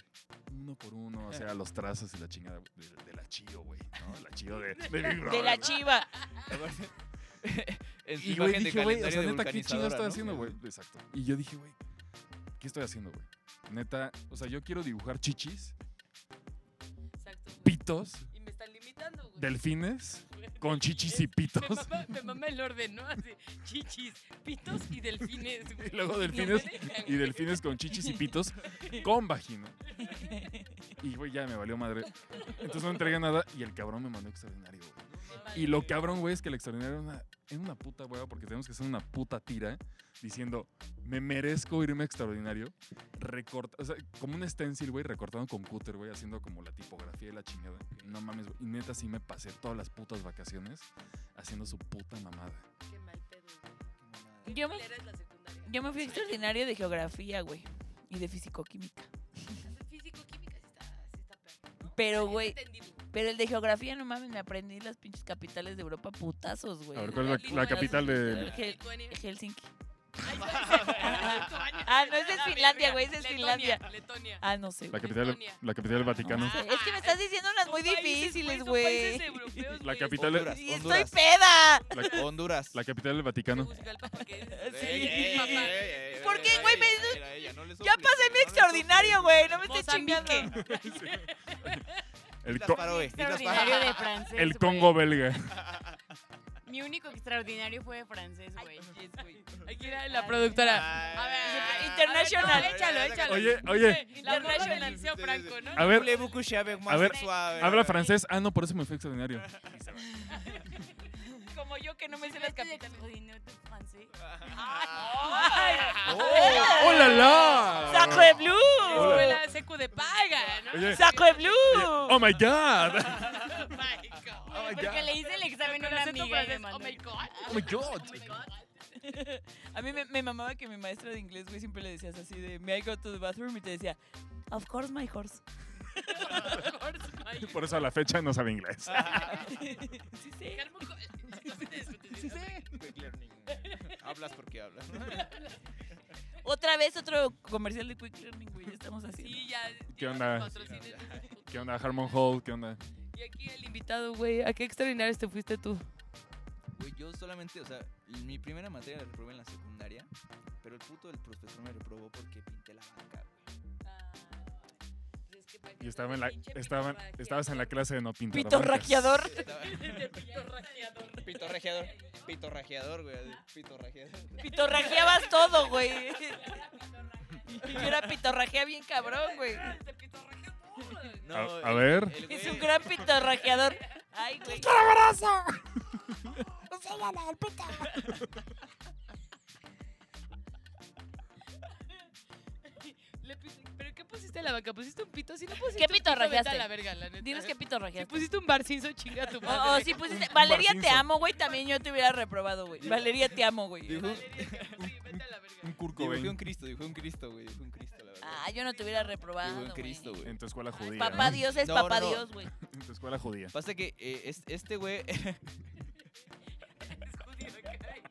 [SPEAKER 2] uno por uno, o sea, los trazos y la chingada güey, de, de la chío, güey. No, la chío de, de Big
[SPEAKER 6] De la
[SPEAKER 2] Brother.
[SPEAKER 6] chiva.
[SPEAKER 5] En su
[SPEAKER 2] Y, güey,
[SPEAKER 5] imagen de
[SPEAKER 2] dije, güey, o
[SPEAKER 5] calendario
[SPEAKER 2] sea,
[SPEAKER 5] de
[SPEAKER 2] neta, qué chido
[SPEAKER 5] vulcanizadora,
[SPEAKER 2] estoy
[SPEAKER 5] ¿no?
[SPEAKER 2] haciendo, güey. Exacto. Y yo dije, güey, ¿qué estoy haciendo, güey? Neta, o sea, yo quiero dibujar chichis,
[SPEAKER 8] Exacto, güey.
[SPEAKER 2] pitos,
[SPEAKER 8] Y me están limitando, güey.
[SPEAKER 2] delfines, con chichis y
[SPEAKER 8] Delfines. Me
[SPEAKER 2] pitos.
[SPEAKER 8] mama, me mama el orden, ¿no? Así, chichis, pitos y delfines. güey.
[SPEAKER 2] Y luego
[SPEAKER 8] No me
[SPEAKER 2] delfines
[SPEAKER 8] dejan,
[SPEAKER 2] y
[SPEAKER 8] güey.
[SPEAKER 2] delfines con chichis y pitos con vagina. Y güey, ya me valió madre. Entonces no entregué nada y el cabrón me mandó extraordinario, güey. Y lo cabrón, güey, es que el extraordinario era una, era una puta hueva porque tenemos que hacer una puta tira diciendo, me merezco irme a extraordinario. Recorta, o sea, como un stencil, güey, recortado con cúter, güey, haciendo como la tipografía y la chingada. No mames, güey. Y neta, sí me pasé todas las putas vacaciones haciendo su puta mamada.
[SPEAKER 8] Qué mal pedo, güey.
[SPEAKER 6] Yo me-
[SPEAKER 8] Culera es la secundaria.
[SPEAKER 6] Yo me fui a
[SPEAKER 8] Sí.
[SPEAKER 6] extraordinario de geografía, güey. Y de fisicoquímica.
[SPEAKER 8] Físico-química sí está, sí está perro, ¿no?
[SPEAKER 6] Pero,
[SPEAKER 8] O sea, es
[SPEAKER 6] güey,
[SPEAKER 8] entendible.
[SPEAKER 6] Pero el de geografía, no mames, me aprendí las pinches capitales de Europa putazos, güey.
[SPEAKER 2] A ver, ¿cuál es la, la capital de...
[SPEAKER 6] Gel-
[SPEAKER 8] Lituania.
[SPEAKER 6] Helsinki.
[SPEAKER 8] Ay, Lituania.
[SPEAKER 6] Ah, no, ese es
[SPEAKER 8] La
[SPEAKER 6] Finlandia,
[SPEAKER 8] verga.
[SPEAKER 6] güey, ese es
[SPEAKER 8] Letonia,
[SPEAKER 6] Finlandia.
[SPEAKER 8] Letonia.
[SPEAKER 6] Ah, no sé.
[SPEAKER 2] La
[SPEAKER 6] güey.
[SPEAKER 2] capital,
[SPEAKER 8] Letonia.
[SPEAKER 2] la capital del Vaticano.
[SPEAKER 6] No sé. Es que me estás diciendo unas
[SPEAKER 8] Ah, Son
[SPEAKER 6] muy
[SPEAKER 8] países,
[SPEAKER 6] difíciles,
[SPEAKER 8] son
[SPEAKER 6] güey.
[SPEAKER 8] países europeos,
[SPEAKER 2] La
[SPEAKER 8] güey.
[SPEAKER 2] capital,
[SPEAKER 5] Honduras.
[SPEAKER 6] Y estoy
[SPEAKER 5] Honduras.
[SPEAKER 6] peda.
[SPEAKER 2] la,
[SPEAKER 5] Honduras.
[SPEAKER 2] la capital del Vaticano.
[SPEAKER 8] Tegucigalpa, porque es-
[SPEAKER 6] Sí.
[SPEAKER 5] Ey, ey, ey,
[SPEAKER 8] Papá.
[SPEAKER 5] ey, ey, ey,
[SPEAKER 6] ¿Por
[SPEAKER 5] ey,
[SPEAKER 6] qué,
[SPEAKER 5] ey,
[SPEAKER 6] güey?
[SPEAKER 5] ey,
[SPEAKER 6] Me-
[SPEAKER 5] ey, ey, ey, no le
[SPEAKER 6] Ya
[SPEAKER 5] soples,
[SPEAKER 6] pasé mi
[SPEAKER 5] no le
[SPEAKER 6] extraordinario,
[SPEAKER 5] soples.
[SPEAKER 6] güey. No me estés chingando.
[SPEAKER 8] Mozambique.
[SPEAKER 2] El,
[SPEAKER 5] Islas
[SPEAKER 2] co-
[SPEAKER 5] Faroe, Islas Faroe.
[SPEAKER 11] Extraordinario de francés.
[SPEAKER 2] el
[SPEAKER 11] güey.
[SPEAKER 2] Congo belga.
[SPEAKER 11] Mi único extraordinario fue de francés, güey.
[SPEAKER 8] Yes, güey. Aquí era la productora. A ver,
[SPEAKER 5] Ay,
[SPEAKER 6] International.
[SPEAKER 8] no, échalo, échalo.
[SPEAKER 2] Oye, oye,
[SPEAKER 8] La
[SPEAKER 6] International.
[SPEAKER 8] International Liceo Franco, ¿no?
[SPEAKER 2] a ver,
[SPEAKER 5] Voulez-vous coucher avec moi
[SPEAKER 2] a ver,
[SPEAKER 5] ce soir?
[SPEAKER 2] habla francés. Ah, no, por eso me fue extraordinario.
[SPEAKER 6] Como yo que no me sé las
[SPEAKER 11] Extraordinario de
[SPEAKER 6] capitales.
[SPEAKER 11] francés.
[SPEAKER 6] Ah.
[SPEAKER 5] Oh,
[SPEAKER 2] ¡Hola, la!
[SPEAKER 6] ¡Sacre blue!
[SPEAKER 8] Fue
[SPEAKER 2] Hola.
[SPEAKER 8] la secu de paga, ¿no?
[SPEAKER 2] Oye,
[SPEAKER 6] ¡Sacre blue!
[SPEAKER 2] ¡Oh, my God!
[SPEAKER 8] my God.
[SPEAKER 11] Güey, Porque le hice el examen a
[SPEAKER 8] Con
[SPEAKER 11] una
[SPEAKER 8] acento
[SPEAKER 11] amiga y me
[SPEAKER 8] francés.
[SPEAKER 11] mandó.
[SPEAKER 8] Oh my God.
[SPEAKER 2] ¡Oh, my God!
[SPEAKER 6] A mí me, me mamaba que mi maestra de inglés, güey, siempre le decías así de, me I go to the bathroom y te decía, of course my horse.
[SPEAKER 8] Of course, my
[SPEAKER 2] Por eso a la fecha no sabe inglés.
[SPEAKER 6] sí, sí.
[SPEAKER 8] Carmo-
[SPEAKER 5] Sí, sí. Quick learning. Hablas porque hablas.
[SPEAKER 6] Otra vez otro comercial de Quick Learning, güey, ya estamos haciendo.
[SPEAKER 8] Sí, ya.
[SPEAKER 2] ¿Qué onda?
[SPEAKER 8] Patrocinen.
[SPEAKER 2] ¿Qué onda, Harmon Hall? ¿Qué onda?
[SPEAKER 8] Y aquí el invitado, güey. ¿A qué extraordinarios te fuiste tú?
[SPEAKER 5] Güey, yo solamente, o sea, mi primera materia la reprobé en la secundaria, pero el puto del profesor me reprobó porque pinté la banca, güey.
[SPEAKER 2] Y estaba en la, estaba, estabas en la clase de no pintar.
[SPEAKER 6] Pito
[SPEAKER 2] bancas.
[SPEAKER 6] raqueador.
[SPEAKER 5] Estaba- Pito rajeador, pito rajeador, güey, así, pito rajeador.
[SPEAKER 6] Pitorrajeabas todo, güey. Y yo era pitorrajea bien cabrón, güey.
[SPEAKER 5] No,
[SPEAKER 2] A- a
[SPEAKER 5] el-
[SPEAKER 2] ver.
[SPEAKER 5] el
[SPEAKER 6] Es
[SPEAKER 5] güey-
[SPEAKER 6] un gran pitorrajeador. Ay, güey.
[SPEAKER 1] Enséñale al pito.
[SPEAKER 8] Le puse- ¿Pero qué pusiste en la banca? ¿Pusiste un pito? Si no pusiste
[SPEAKER 6] ¿Qué
[SPEAKER 8] un
[SPEAKER 6] pito
[SPEAKER 8] pito, vete
[SPEAKER 6] rayaste?
[SPEAKER 8] a la verga, la neta.
[SPEAKER 6] Dinos qué
[SPEAKER 8] Si
[SPEAKER 6] pitorrajeaste.
[SPEAKER 8] pusiste un barcinzo, chinga tu
[SPEAKER 6] O oh,
[SPEAKER 8] madre.
[SPEAKER 6] sí pusiste. Valeria, te
[SPEAKER 2] barcinzo.
[SPEAKER 6] amo, güey. También yo te hubiera reprobado, güey. Valeria, te amo, güey.
[SPEAKER 5] Dijo,
[SPEAKER 8] Sí, vete a la verga.
[SPEAKER 2] Un Kurt
[SPEAKER 5] dibujé
[SPEAKER 2] Cobain
[SPEAKER 5] un Cristo, dibujé un Cristo, güey, dibujé un Cristo, la verdad.
[SPEAKER 6] Ah, yo no te hubiera reprobado.
[SPEAKER 5] Dibujé un
[SPEAKER 6] güey.
[SPEAKER 5] Cristo, güey.
[SPEAKER 2] en tu escuela judía.
[SPEAKER 6] Papá
[SPEAKER 2] ¿no?
[SPEAKER 6] Dios es
[SPEAKER 5] No, no,
[SPEAKER 6] papá
[SPEAKER 5] no.
[SPEAKER 6] Dios, güey.
[SPEAKER 2] En tu escuela judía.
[SPEAKER 5] Pasa que eh, es- este güey,
[SPEAKER 8] Es judío, caray.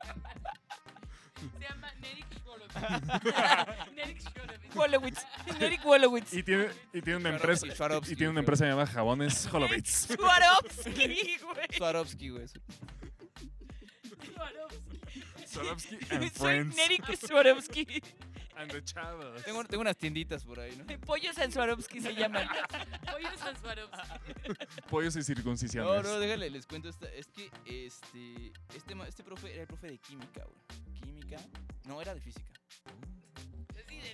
[SPEAKER 8] Se llama Nerik Shorov. Nerik Shorov.
[SPEAKER 6] Wolowitz. Eric Wolowitz.
[SPEAKER 2] Y tiene, y tiene una empresa.
[SPEAKER 5] Swarovski,
[SPEAKER 2] Y,
[SPEAKER 5] Swarovski,
[SPEAKER 2] tiene una empresa llamada Jabones Holovitz.
[SPEAKER 6] Swarovski, güey.
[SPEAKER 5] Swarovski, güey. su-
[SPEAKER 2] Swarovski and
[SPEAKER 6] Soy
[SPEAKER 2] Friends.
[SPEAKER 6] Eric Swarovski.
[SPEAKER 2] And the Chavos.
[SPEAKER 5] Tengo, tengo unas tienditas por ahí, ¿no?
[SPEAKER 6] Pollos en Swarovski se llaman.
[SPEAKER 8] Oye, San Swarovski.
[SPEAKER 2] Pollos y circuncisiones.
[SPEAKER 5] No, no, déjale, les cuento esta. Es que este, este, ma- este profe era el profe de química, güey. Química. No, era de física.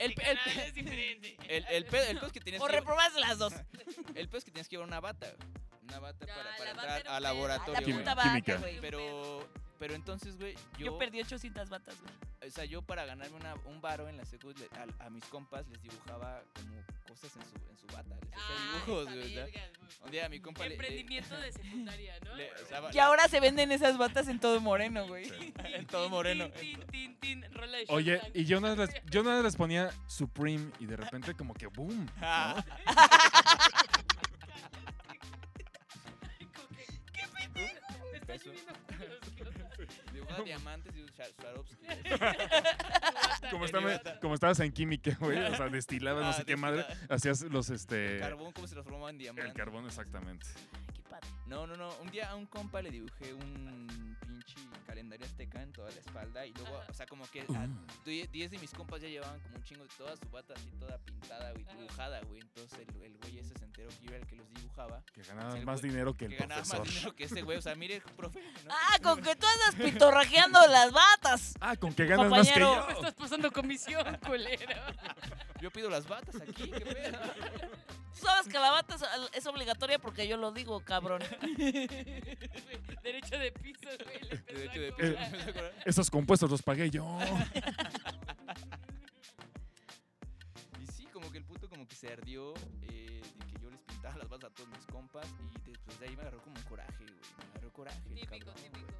[SPEAKER 6] El-
[SPEAKER 8] El,
[SPEAKER 6] el-
[SPEAKER 8] es diferente.
[SPEAKER 5] El, el, pe- el pedo es que tenías
[SPEAKER 6] O
[SPEAKER 5] que llevar,
[SPEAKER 6] reprobas las dos.
[SPEAKER 5] el pedo es que tenías que llevar una bata, güey. Una bata
[SPEAKER 8] Ya,
[SPEAKER 5] para,
[SPEAKER 8] la
[SPEAKER 5] para
[SPEAKER 8] bata
[SPEAKER 5] entrar
[SPEAKER 8] era un
[SPEAKER 5] al
[SPEAKER 8] pedo. Ah, la
[SPEAKER 5] laboratorio.
[SPEAKER 6] La
[SPEAKER 5] güey.
[SPEAKER 6] puta
[SPEAKER 2] Química.
[SPEAKER 6] bata, güey.
[SPEAKER 5] Pero, pero entonces, güey, yo,
[SPEAKER 6] Yo perdí 800 batas, güey.
[SPEAKER 5] o sea, yo para ganarme una- un varo en la secu, le- al- a, mis compas les dibujaba como cosas en su, en su bata. Les hacía
[SPEAKER 8] Ah,
[SPEAKER 5] dibujos,
[SPEAKER 8] está
[SPEAKER 5] güey. o sea,
[SPEAKER 8] vergas, güey.
[SPEAKER 5] Un día mi compa le- le,
[SPEAKER 8] Emprendimiento de secundaria, ¿no?
[SPEAKER 5] le- o sea, va-
[SPEAKER 6] Y ahora se venden esas batas en todo moreno, güey.
[SPEAKER 5] en todo moreno.
[SPEAKER 8] Tin, tin, tin, tin, rola de
[SPEAKER 2] Oye,
[SPEAKER 8] Shazam.
[SPEAKER 2] y yo nada, les, yo nada les ponía Supreme y de repente como que boom.
[SPEAKER 5] Ah.
[SPEAKER 2] ¿no?
[SPEAKER 8] Como que, ¿Qué pendejo? Me está
[SPEAKER 5] Eso.
[SPEAKER 8] lloviendo culos, qué oso.
[SPEAKER 5] Dibujaba diamantes y un Shar- Swarovski.
[SPEAKER 2] Como, estaba, como estabas en química, güey. O sea, destilabas no
[SPEAKER 5] Ah,
[SPEAKER 2] sé qué madre.
[SPEAKER 5] destilaba.
[SPEAKER 2] Hacías los, este...
[SPEAKER 5] Carbón, ¿cómo se transformaba en diamante?
[SPEAKER 2] El carbón, exactamente.
[SPEAKER 6] Qué padre.
[SPEAKER 5] No, no, no. Un día a un compa le dibujé un pinche calendario azteca en toda la espalda y luego,
[SPEAKER 8] Ajá.
[SPEAKER 5] o sea, como que
[SPEAKER 2] Uh,
[SPEAKER 5] a 10 de mis compas ya llevaban como un chingo de toda su bata así toda pintada, güey,
[SPEAKER 8] Ajá.
[SPEAKER 5] dibujada, güey. Entonces el, el güey ese se enteró que yo era el que los dibujaba.
[SPEAKER 2] que ganabas
[SPEAKER 5] el
[SPEAKER 2] más
[SPEAKER 5] güey-
[SPEAKER 2] dinero que el
[SPEAKER 5] que ganaba
[SPEAKER 2] profesor.
[SPEAKER 5] más dinero que ese güey. O sea, mire, profe, ¿no?
[SPEAKER 6] Ah, con que tú andas pitorrajeando las batas.
[SPEAKER 2] Ah, con que ganas
[SPEAKER 6] Compañero.
[SPEAKER 2] más
[SPEAKER 8] Me
[SPEAKER 2] que yo.
[SPEAKER 8] estás pasando comisión, culero.
[SPEAKER 5] yo pido las batas aquí, qué pedo.
[SPEAKER 6] Tú sabes que la bata es, es obligatoria porque yo lo digo, cabrón.
[SPEAKER 8] Derecho de piso, güey. le empezó
[SPEAKER 5] De hecho,
[SPEAKER 8] a
[SPEAKER 5] de
[SPEAKER 8] cobrar.
[SPEAKER 5] pedo.
[SPEAKER 2] Esos compuestos los pagué yo.
[SPEAKER 5] Y sí, como que el puto como que se ardió eh, de que yo les pintaba las balas a todos mis compas y después de ahí me agarró como un coraje, güey. Me agarró coraje. el
[SPEAKER 8] Típico,
[SPEAKER 5] cabrón,
[SPEAKER 8] típico. ¿eh?
[SPEAKER 5] güey.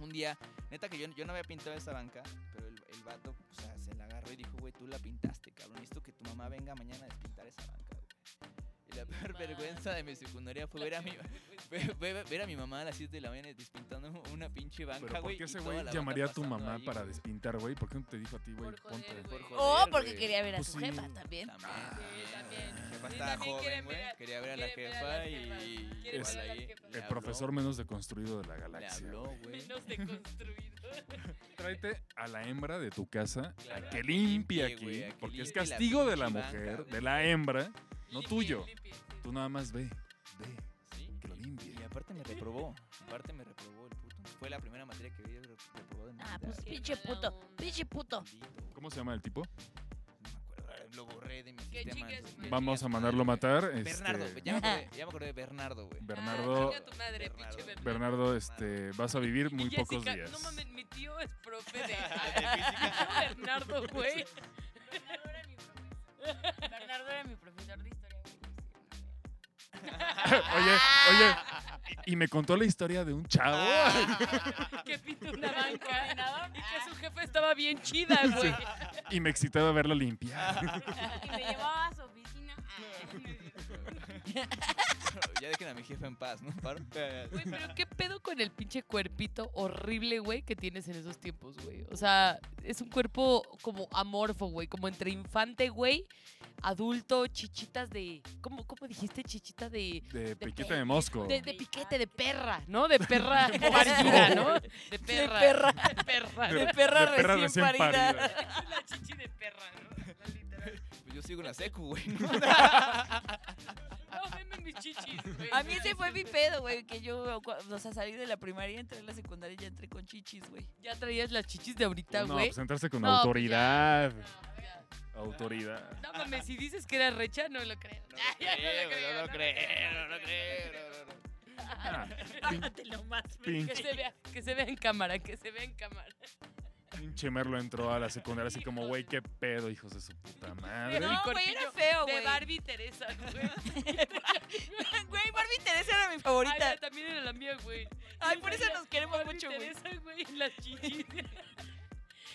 [SPEAKER 5] Un día, neta que yo, yo no había pintado esa banca, pero el, el vato, o sea, se la agarró y dijo, güey, tú la pintaste, cabrón. Necesito que tu mamá venga mañana a despintar esa banca, güey. Y la peor vergüenza de mi secundaria fue ver a mi, ver, ver- ver a mi mamá a las 7 de la mañana despintando una pinche banca,
[SPEAKER 2] Pero ¿por
[SPEAKER 5] güey.
[SPEAKER 2] qué
[SPEAKER 5] y
[SPEAKER 2] ese
[SPEAKER 5] toda
[SPEAKER 2] güey
[SPEAKER 5] la banda
[SPEAKER 2] llamaría a tu
[SPEAKER 5] pasando
[SPEAKER 2] mamá
[SPEAKER 5] ahí,
[SPEAKER 2] para
[SPEAKER 5] güey.
[SPEAKER 2] despistar, güey? ¿Por qué no te dijo a ti, güey?
[SPEAKER 8] Por joder,
[SPEAKER 2] Ponte.
[SPEAKER 8] güey.
[SPEAKER 5] Por joder,
[SPEAKER 6] O Oh, porque
[SPEAKER 5] güey.
[SPEAKER 6] quería ver a
[SPEAKER 2] Pues
[SPEAKER 6] su
[SPEAKER 2] sí.
[SPEAKER 6] jefa también.
[SPEAKER 5] También.
[SPEAKER 8] Sí, también.
[SPEAKER 5] Mi Ah, jefa
[SPEAKER 8] Sí,
[SPEAKER 5] estaba
[SPEAKER 8] también quieren
[SPEAKER 5] joven, güey.
[SPEAKER 8] ver a-
[SPEAKER 5] Quería ver a la
[SPEAKER 8] quieren ver a
[SPEAKER 5] jefa
[SPEAKER 8] las jefas,
[SPEAKER 5] y.
[SPEAKER 8] ¿no? Quieren
[SPEAKER 5] igual
[SPEAKER 8] ver a las
[SPEAKER 5] ahí le
[SPEAKER 8] jefas.
[SPEAKER 2] El
[SPEAKER 5] habló,
[SPEAKER 2] profesor menos deconstruido de la
[SPEAKER 5] Le
[SPEAKER 2] galaxia.
[SPEAKER 5] habló,
[SPEAKER 2] güey.
[SPEAKER 5] güey.
[SPEAKER 8] Menos deconstruido.
[SPEAKER 2] Tráete a la hembra de tu casa,
[SPEAKER 5] Claro,
[SPEAKER 2] a
[SPEAKER 5] a
[SPEAKER 2] que
[SPEAKER 5] que
[SPEAKER 2] limpie
[SPEAKER 5] limpie,
[SPEAKER 2] aquí,
[SPEAKER 5] güey, a que
[SPEAKER 2] porque es
[SPEAKER 5] limpie la
[SPEAKER 2] castigo de la
[SPEAKER 5] pinche
[SPEAKER 2] mujer,
[SPEAKER 5] banca,
[SPEAKER 2] de la hembra, no
[SPEAKER 8] Limpien,
[SPEAKER 2] tuyo.
[SPEAKER 8] limpien, sí.
[SPEAKER 2] Tú nada más ve, ve,
[SPEAKER 5] Sí.
[SPEAKER 2] que lo limpie.
[SPEAKER 5] Y aparte me reprobó. Aparte me reprobó el puto. Fue la primera materia que había re- reprobado en mi
[SPEAKER 6] Ah,
[SPEAKER 5] vida,
[SPEAKER 6] pues
[SPEAKER 5] güey.
[SPEAKER 6] pinche
[SPEAKER 8] mala
[SPEAKER 6] puto,
[SPEAKER 8] onda.
[SPEAKER 6] pinche puto.
[SPEAKER 5] Maldito, güey.
[SPEAKER 2] ¿Cómo se llama el tipo?
[SPEAKER 5] No me acuerdo. Lo borré de mi
[SPEAKER 8] Que
[SPEAKER 5] sistema.
[SPEAKER 8] chingue
[SPEAKER 5] güey.
[SPEAKER 8] su madre.
[SPEAKER 2] Vamos a mandarlo a matar. este,
[SPEAKER 5] Bernardo. güey, Ya, me acordé, ya me acordé de Bernardo, güey.
[SPEAKER 2] Bernardo,
[SPEAKER 8] Ah, chinga tu madre,
[SPEAKER 5] Bernardo.
[SPEAKER 8] pinche Bernardo.
[SPEAKER 2] Bernardo, este, vas a vivir muy
[SPEAKER 8] Y Jessica,
[SPEAKER 2] pocos días.
[SPEAKER 8] No mames, mi tío es profe de.
[SPEAKER 5] física.
[SPEAKER 8] Bernardo, güey.
[SPEAKER 11] Bernardo era mi profesor. Bernardo era mi profesor de historia, güey.
[SPEAKER 2] oye, oye, y y me contó la historia de un chavo.
[SPEAKER 5] Ah.
[SPEAKER 8] Que pintó una
[SPEAKER 11] Una
[SPEAKER 8] banca.
[SPEAKER 11] banca.
[SPEAKER 8] Y que su jefe estaba bien chida, güey.
[SPEAKER 2] Y me excitaba verla
[SPEAKER 8] Ah.
[SPEAKER 2] limpiar.
[SPEAKER 11] Y me llevaba a su oficina. Ah,
[SPEAKER 5] ya dejen a mi jefa en paz, ¿no? Paro.
[SPEAKER 8] Güey, pero qué pedo con el pinche cuerpito horrible, güey, que tienes en esos tiempos, güey. O sea, es un cuerpo como amorfo, güey, como entre infante, güey, adulto, chichitas de. ¿Cómo, cómo dijiste? Chichita de.
[SPEAKER 2] De Pequita de Mosco.
[SPEAKER 8] De, de piquete, de perra, ¿no? De perra parida, ¿no? De perra.
[SPEAKER 6] perra.
[SPEAKER 8] De perra.
[SPEAKER 6] De perra,
[SPEAKER 2] perra recién
[SPEAKER 6] recién, parida.
[SPEAKER 2] parida.
[SPEAKER 8] La chichi de perra, ¿no? La literal.
[SPEAKER 5] Pues yo sigo en la secu, güey. ¿no?
[SPEAKER 8] No, veme mis chichis, güey.
[SPEAKER 6] A mí ese fue mi pedo, güey, que yo, cu- o sea, salí de la primaria, entré a la secundaria y ya entré con chichis, güey.
[SPEAKER 8] Ya traías las chichis de ahorita,
[SPEAKER 2] No,
[SPEAKER 8] güey.
[SPEAKER 2] pues entrarse con
[SPEAKER 8] No, pues
[SPEAKER 2] autoridad.
[SPEAKER 8] No, ya.
[SPEAKER 2] Autoridad.
[SPEAKER 8] No mames, si dices que era recha, no lo creo.
[SPEAKER 5] No lo creo, no lo creo, no lo creo, no lo creo.
[SPEAKER 2] Ah, pin-
[SPEAKER 6] lo más,
[SPEAKER 8] Que se, vea, que se vea en cámara, que se vea en cámara.
[SPEAKER 2] pinche Merlo entró a la secundaria así como, güey, qué pedo, hijos de su puta madre.
[SPEAKER 6] No, güey,
[SPEAKER 8] corpillo
[SPEAKER 6] era feo,
[SPEAKER 8] De
[SPEAKER 6] güey.
[SPEAKER 8] Barbie Teresa, güey.
[SPEAKER 6] Güey, Barbie Teresa era mi
[SPEAKER 8] Ay,
[SPEAKER 6] favorita.
[SPEAKER 8] la- también era la mía, güey.
[SPEAKER 6] Ay, por eso nos queremos
[SPEAKER 8] Barbie
[SPEAKER 6] mucho, güey.
[SPEAKER 8] Teresa, güey, las chichis.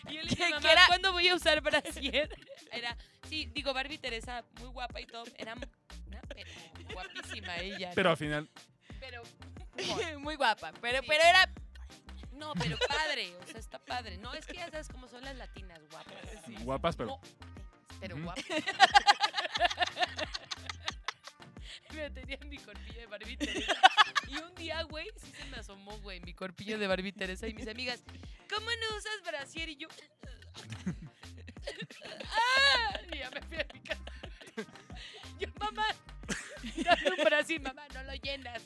[SPEAKER 8] Y yo le
[SPEAKER 6] Que-
[SPEAKER 8] dije,
[SPEAKER 6] que
[SPEAKER 8] mamá,
[SPEAKER 6] era-
[SPEAKER 8] ¿cuándo voy a usar brasier? Era, sí, digo, Barbie Teresa, muy guapa y todo. Era una pe- guapísima ella. ¿no?
[SPEAKER 2] Pero al final,
[SPEAKER 8] Pero,
[SPEAKER 6] Muy guapa, pero,
[SPEAKER 8] Sí.
[SPEAKER 6] pero era...
[SPEAKER 8] no, pero padre, o sea, está padre. No, es que ya sabes cómo son las latinas, guapas.
[SPEAKER 2] guapas, pero.
[SPEAKER 8] No, pero
[SPEAKER 2] Ujú.
[SPEAKER 8] guapo. me tenía mi corpillo de Barbie Teresa. Y un día, güey, sí se me asomó, güey, mi corpillo de Barbie Teresa. Y mis amigas, ¿cómo no usas brasier? Y yo... "Ah", y ya me fui a mi casa. Yo, mamá, dame un brasier. Mamá, no lo llenas.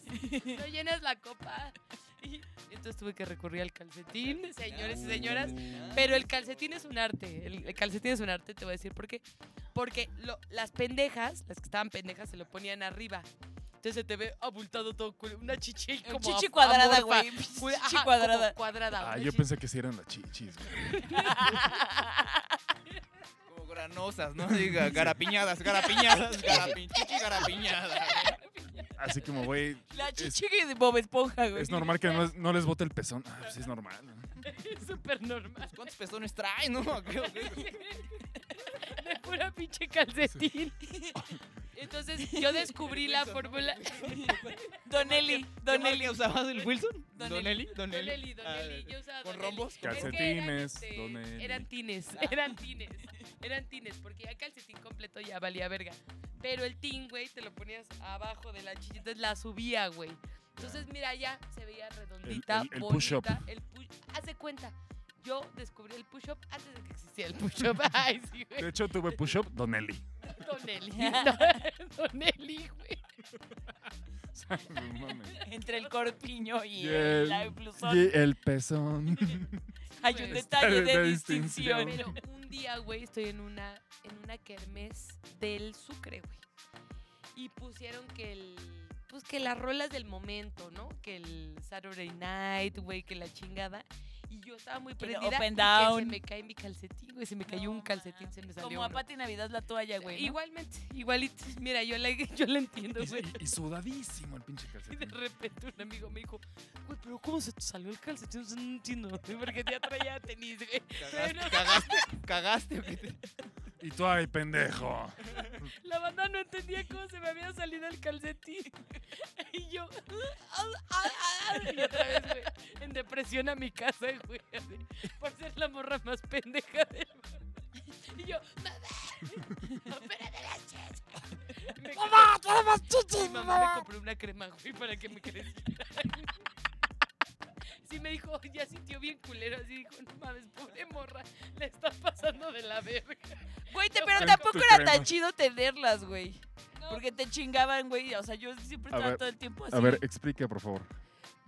[SPEAKER 8] No llenas la copa. Y entonces tuve que recurrir al calcetín, señores y
[SPEAKER 6] Ah,
[SPEAKER 8] señoras. Pero el calcetín es un arte. El, el calcetín es un arte, te voy a decir por qué. Porque lo- las pendejas, las que estaban pendejas, se lo ponían arriba. Entonces se te ve abultado todo, cul- una chichi ahí como
[SPEAKER 6] Chichi
[SPEAKER 8] af-
[SPEAKER 6] cuadrada,
[SPEAKER 8] amorfa.
[SPEAKER 6] güey.
[SPEAKER 8] Cul- ajá,
[SPEAKER 6] Chichi
[SPEAKER 8] como
[SPEAKER 6] cuadrada.
[SPEAKER 8] cuadrada.
[SPEAKER 2] Ah,
[SPEAKER 8] una
[SPEAKER 2] yo
[SPEAKER 8] chichi.
[SPEAKER 2] pensé que sí eran las chichis, güey.
[SPEAKER 5] Como con la granosas, ¿no? Diga, garapiñadas, garapiñadas, garapi- chichi garapiñada.
[SPEAKER 2] Así como, güey,
[SPEAKER 6] La
[SPEAKER 2] es-
[SPEAKER 6] chichique de Bob Esponja, güey.
[SPEAKER 2] es normal que no, es- no les bote el pezón. Ah, pues sí, es normal. ¿no?
[SPEAKER 8] Es súper normal.
[SPEAKER 5] Pues, ¿Cuántos pezones trae, no? Creo que-
[SPEAKER 8] De pura pinche calcetín. Entonces yo descubrí la fórmula.
[SPEAKER 6] Donelli,
[SPEAKER 5] ¿Qué marca
[SPEAKER 6] Donelli.
[SPEAKER 5] usabas el Wilson?
[SPEAKER 6] Donelli.
[SPEAKER 5] Donelli.
[SPEAKER 8] Donelli, Donelli. Yo usaba
[SPEAKER 5] Ah, ¿Con
[SPEAKER 8] Donelli.
[SPEAKER 5] rombos?
[SPEAKER 8] Es que
[SPEAKER 2] Calcetines,
[SPEAKER 6] este,
[SPEAKER 8] eran,
[SPEAKER 2] Donelli.
[SPEAKER 8] eran tines, eran tines, eran tines, porque ya calcetín completo ya valía verga. Pero el tin, güey, te lo ponías abajo de la chichita, entonces la subía, güey. Entonces, mira, ya se veía redondita,
[SPEAKER 2] El- el- el push-up.
[SPEAKER 8] bonita. El push Haz de cuenta, yo descubrí el push-up antes de que existía el push-up. Ay, sí, güey.
[SPEAKER 2] De hecho, tuve push-up Donelli.
[SPEAKER 8] Donelli. no, Donelli, güey.
[SPEAKER 2] O sea, no mames.
[SPEAKER 6] Entre el corpiño y
[SPEAKER 2] Y
[SPEAKER 6] el,
[SPEAKER 2] el-
[SPEAKER 6] la blusón
[SPEAKER 2] Y el pezón.
[SPEAKER 6] hay un
[SPEAKER 8] Pues,
[SPEAKER 6] detalle de
[SPEAKER 2] de
[SPEAKER 6] distinción.
[SPEAKER 8] Pero un día, güey, estoy en una, en una kermés del Sucre, güey. Y pusieron que el. Pues que las rolas del momento, ¿no? Que el Saturday night, güey, que la chingada. Y yo estaba muy
[SPEAKER 6] Que el
[SPEAKER 8] prendida.
[SPEAKER 6] up and down.
[SPEAKER 8] y Que se me cae mi calcetín, güey. Se me cayó un
[SPEAKER 6] No
[SPEAKER 8] calcetín,
[SPEAKER 6] mames.
[SPEAKER 8] se me salió.
[SPEAKER 6] Como a
[SPEAKER 8] uno.
[SPEAKER 6] Pati Navidad la toalla, güey. ¿no?
[SPEAKER 8] Igualmente, igualito. Mira, yo la, yo la entiendo, güey.
[SPEAKER 2] Y, y sudadísimo el pinche
[SPEAKER 8] Y de
[SPEAKER 2] calcetín.
[SPEAKER 8] repente un amigo me dijo, güey, pero ¿cómo se te salió el calcetín? O sea, No entiendo, güey, porque ya traía tenis, güey. Pero
[SPEAKER 5] Cagaste,
[SPEAKER 8] no-
[SPEAKER 5] cagaste, cagaste. Peter.
[SPEAKER 2] Y tú, ay, pendejo.
[SPEAKER 8] La banda no entendía cómo se me había salido el calcetín. Y yo. "Ah, ah, ah, ah", Y otra vez, güey. En depresión a mi casa, güey. así, por ser la morra más pendeja del mundo. Y yo. ¡Mamá! ¡Opera de las chichis". Me
[SPEAKER 1] ¡Mamá, queremos
[SPEAKER 8] compré-
[SPEAKER 1] chichis,
[SPEAKER 8] Mi mamá me
[SPEAKER 1] mamá!
[SPEAKER 8] compró una crema, güey, para que me creciera. Sí, me dijo, ya sintió bien culero. Así dijo, no mames, pobre morra, la está pasando de la verga.
[SPEAKER 6] Güey, te- pero
[SPEAKER 2] Tu
[SPEAKER 6] tampoco era
[SPEAKER 2] crema.
[SPEAKER 6] tan chido tenerlas, güey.
[SPEAKER 8] No,
[SPEAKER 6] Porque te chingaban, güey. O sea, yo siempre
[SPEAKER 2] A
[SPEAKER 6] estaba
[SPEAKER 2] ver,
[SPEAKER 6] todo el tiempo así.
[SPEAKER 2] A ver, explica, por favor.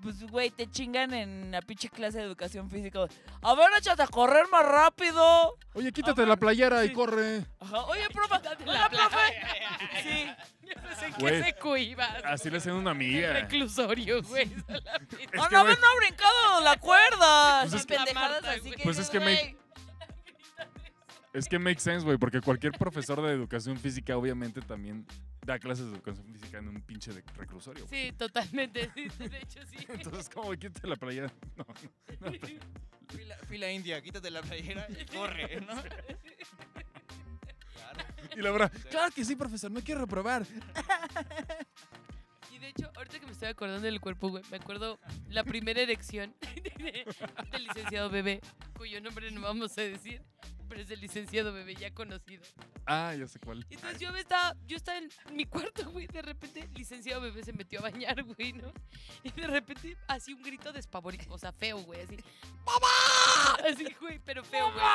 [SPEAKER 6] Pues, güey, te chingan en la pinche clase de educación física. A ver, échate a correr más rápido.
[SPEAKER 2] Oye, quítate la playera y corre.
[SPEAKER 6] Ajá. Oye, profe.
[SPEAKER 8] Quítate la
[SPEAKER 6] Hola, profe.
[SPEAKER 8] playa.
[SPEAKER 6] Sí.
[SPEAKER 8] Yo pensé en
[SPEAKER 2] Güey,
[SPEAKER 8] que se cohibas.
[SPEAKER 2] Así le hacen una
[SPEAKER 8] El
[SPEAKER 2] amiga.
[SPEAKER 8] reclusorio, güey. solamente.
[SPEAKER 2] Es
[SPEAKER 6] Ah,
[SPEAKER 2] que,
[SPEAKER 6] no,
[SPEAKER 2] güey,
[SPEAKER 6] no ha brincado la cuerda.
[SPEAKER 2] Pues es
[SPEAKER 6] Esas
[SPEAKER 8] que-
[SPEAKER 6] pendejadas
[SPEAKER 8] Marta,
[SPEAKER 6] así
[SPEAKER 8] güey.
[SPEAKER 6] que.
[SPEAKER 2] Pues
[SPEAKER 6] dices,
[SPEAKER 2] es que me-
[SPEAKER 6] güey,
[SPEAKER 2] es que make sense, güey, porque cualquier profesor de educación física obviamente también da clases de educación física en un pinche de reclusorio. güey.
[SPEAKER 8] Sí, totalmente. sí, De hecho, sí.
[SPEAKER 2] Entonces, como quítate la playera. No, no, no,
[SPEAKER 5] Fila, fila india, quítate la playera y corre, ¿no? Claro.
[SPEAKER 2] Y la verdad, claro que sí, profesor, no quiero reprobar.
[SPEAKER 8] Y de hecho, ahorita que me estoy acordando del cuerpo, güey, me acuerdo la primera erección del licenciado bebé, cuyo nombre no vamos a decir, pero es el licenciado bebé ya conocido.
[SPEAKER 2] Ah, ya sé cuál.
[SPEAKER 8] Y Entonces yo me estaba, yo estaba en mi cuarto, güey, de repente el licenciado bebé se metió a bañar, güey, ¿no? Y de repente así un grito despavorido, o sea, feo, güey, así. ¡Mamá! Así, güey, pero feo, güey.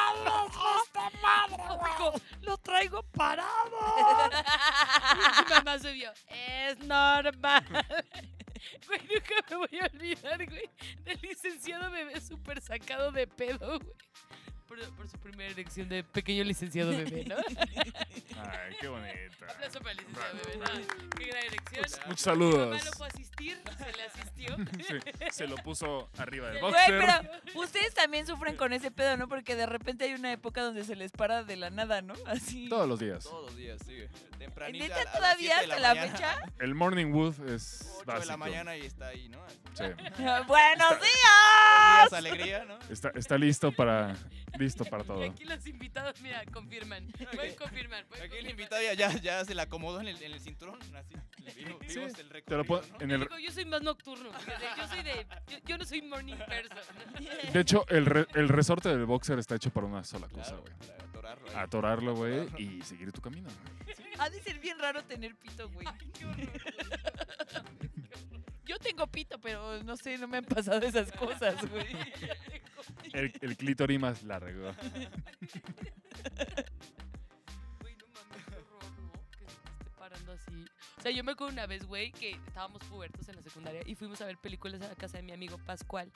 [SPEAKER 1] esta madre, güey!
[SPEAKER 8] Dijo, lo traigo parado. Y mi mamá se vio, es normal. Güey, nunca me voy a olvidar, güey, del licenciado bebé súper sacado de pedo, güey. Por, por su primera elección de pequeño licenciado bebé, ¿no?
[SPEAKER 2] Ay, qué bonita.
[SPEAKER 8] Aplauso para el licenciado bebé, ¿no? Qué gran elección.
[SPEAKER 2] Muchos
[SPEAKER 5] Pues,
[SPEAKER 8] Mi mamá
[SPEAKER 2] saludos.
[SPEAKER 8] no pudo asistir, se le asistió.
[SPEAKER 2] Sí, se lo puso arriba del
[SPEAKER 8] Güey,
[SPEAKER 6] Güey,
[SPEAKER 2] boxer.
[SPEAKER 6] pero ustedes también sufren con ese pedo, ¿no? Porque de repente hay una época donde se les para de la nada, ¿no? Así.
[SPEAKER 2] Todos los días.
[SPEAKER 5] Todos los días, sí. Tempranito.
[SPEAKER 6] Neta, todavía hasta la, fecha.
[SPEAKER 2] El morning wood es
[SPEAKER 5] 8
[SPEAKER 2] básico.
[SPEAKER 5] de la mañana y está ahí, ¿no?
[SPEAKER 2] Sí.
[SPEAKER 6] Buenos
[SPEAKER 5] Días,
[SPEAKER 6] días.
[SPEAKER 5] alegría, ¿no?
[SPEAKER 2] Está, está listo para listo para
[SPEAKER 8] Y
[SPEAKER 2] todo.
[SPEAKER 8] aquí los invitados, mira, confirman. Pueden confirmar. pueden
[SPEAKER 5] Aquí el
[SPEAKER 8] confirmar.
[SPEAKER 5] invitado ya, ya, ya se la acomodó en el, en el cinturón, así. Le digo,
[SPEAKER 2] Sí,
[SPEAKER 5] vimos el
[SPEAKER 2] Te lo pon-
[SPEAKER 5] recorrido, ¿no?
[SPEAKER 2] en el,
[SPEAKER 8] Digo, yo soy más nocturno. fíjate, Yo soy de. Yo, yo no soy morning person.
[SPEAKER 2] de hecho, el, re- el resorte del boxer está hecho para una sola cosa,
[SPEAKER 5] Claro,
[SPEAKER 2] güey. Ah,
[SPEAKER 5] para atorarlo ahí.
[SPEAKER 2] Atorarlo, güey, y seguir tu camino. güey.
[SPEAKER 6] Ha de ser bien raro tener pito, güey. Yo tengo pito, pero no sé, no me han pasado esas cosas, güey.
[SPEAKER 2] El, el clítoris más largo.
[SPEAKER 8] Güey, no mames, qué horror, ¿no? Que se te esté parando así. O sea, yo me acuerdo una vez, güey, que estábamos pubertos en la secundaria y fuimos a ver películas a la casa de mi amigo Pascual.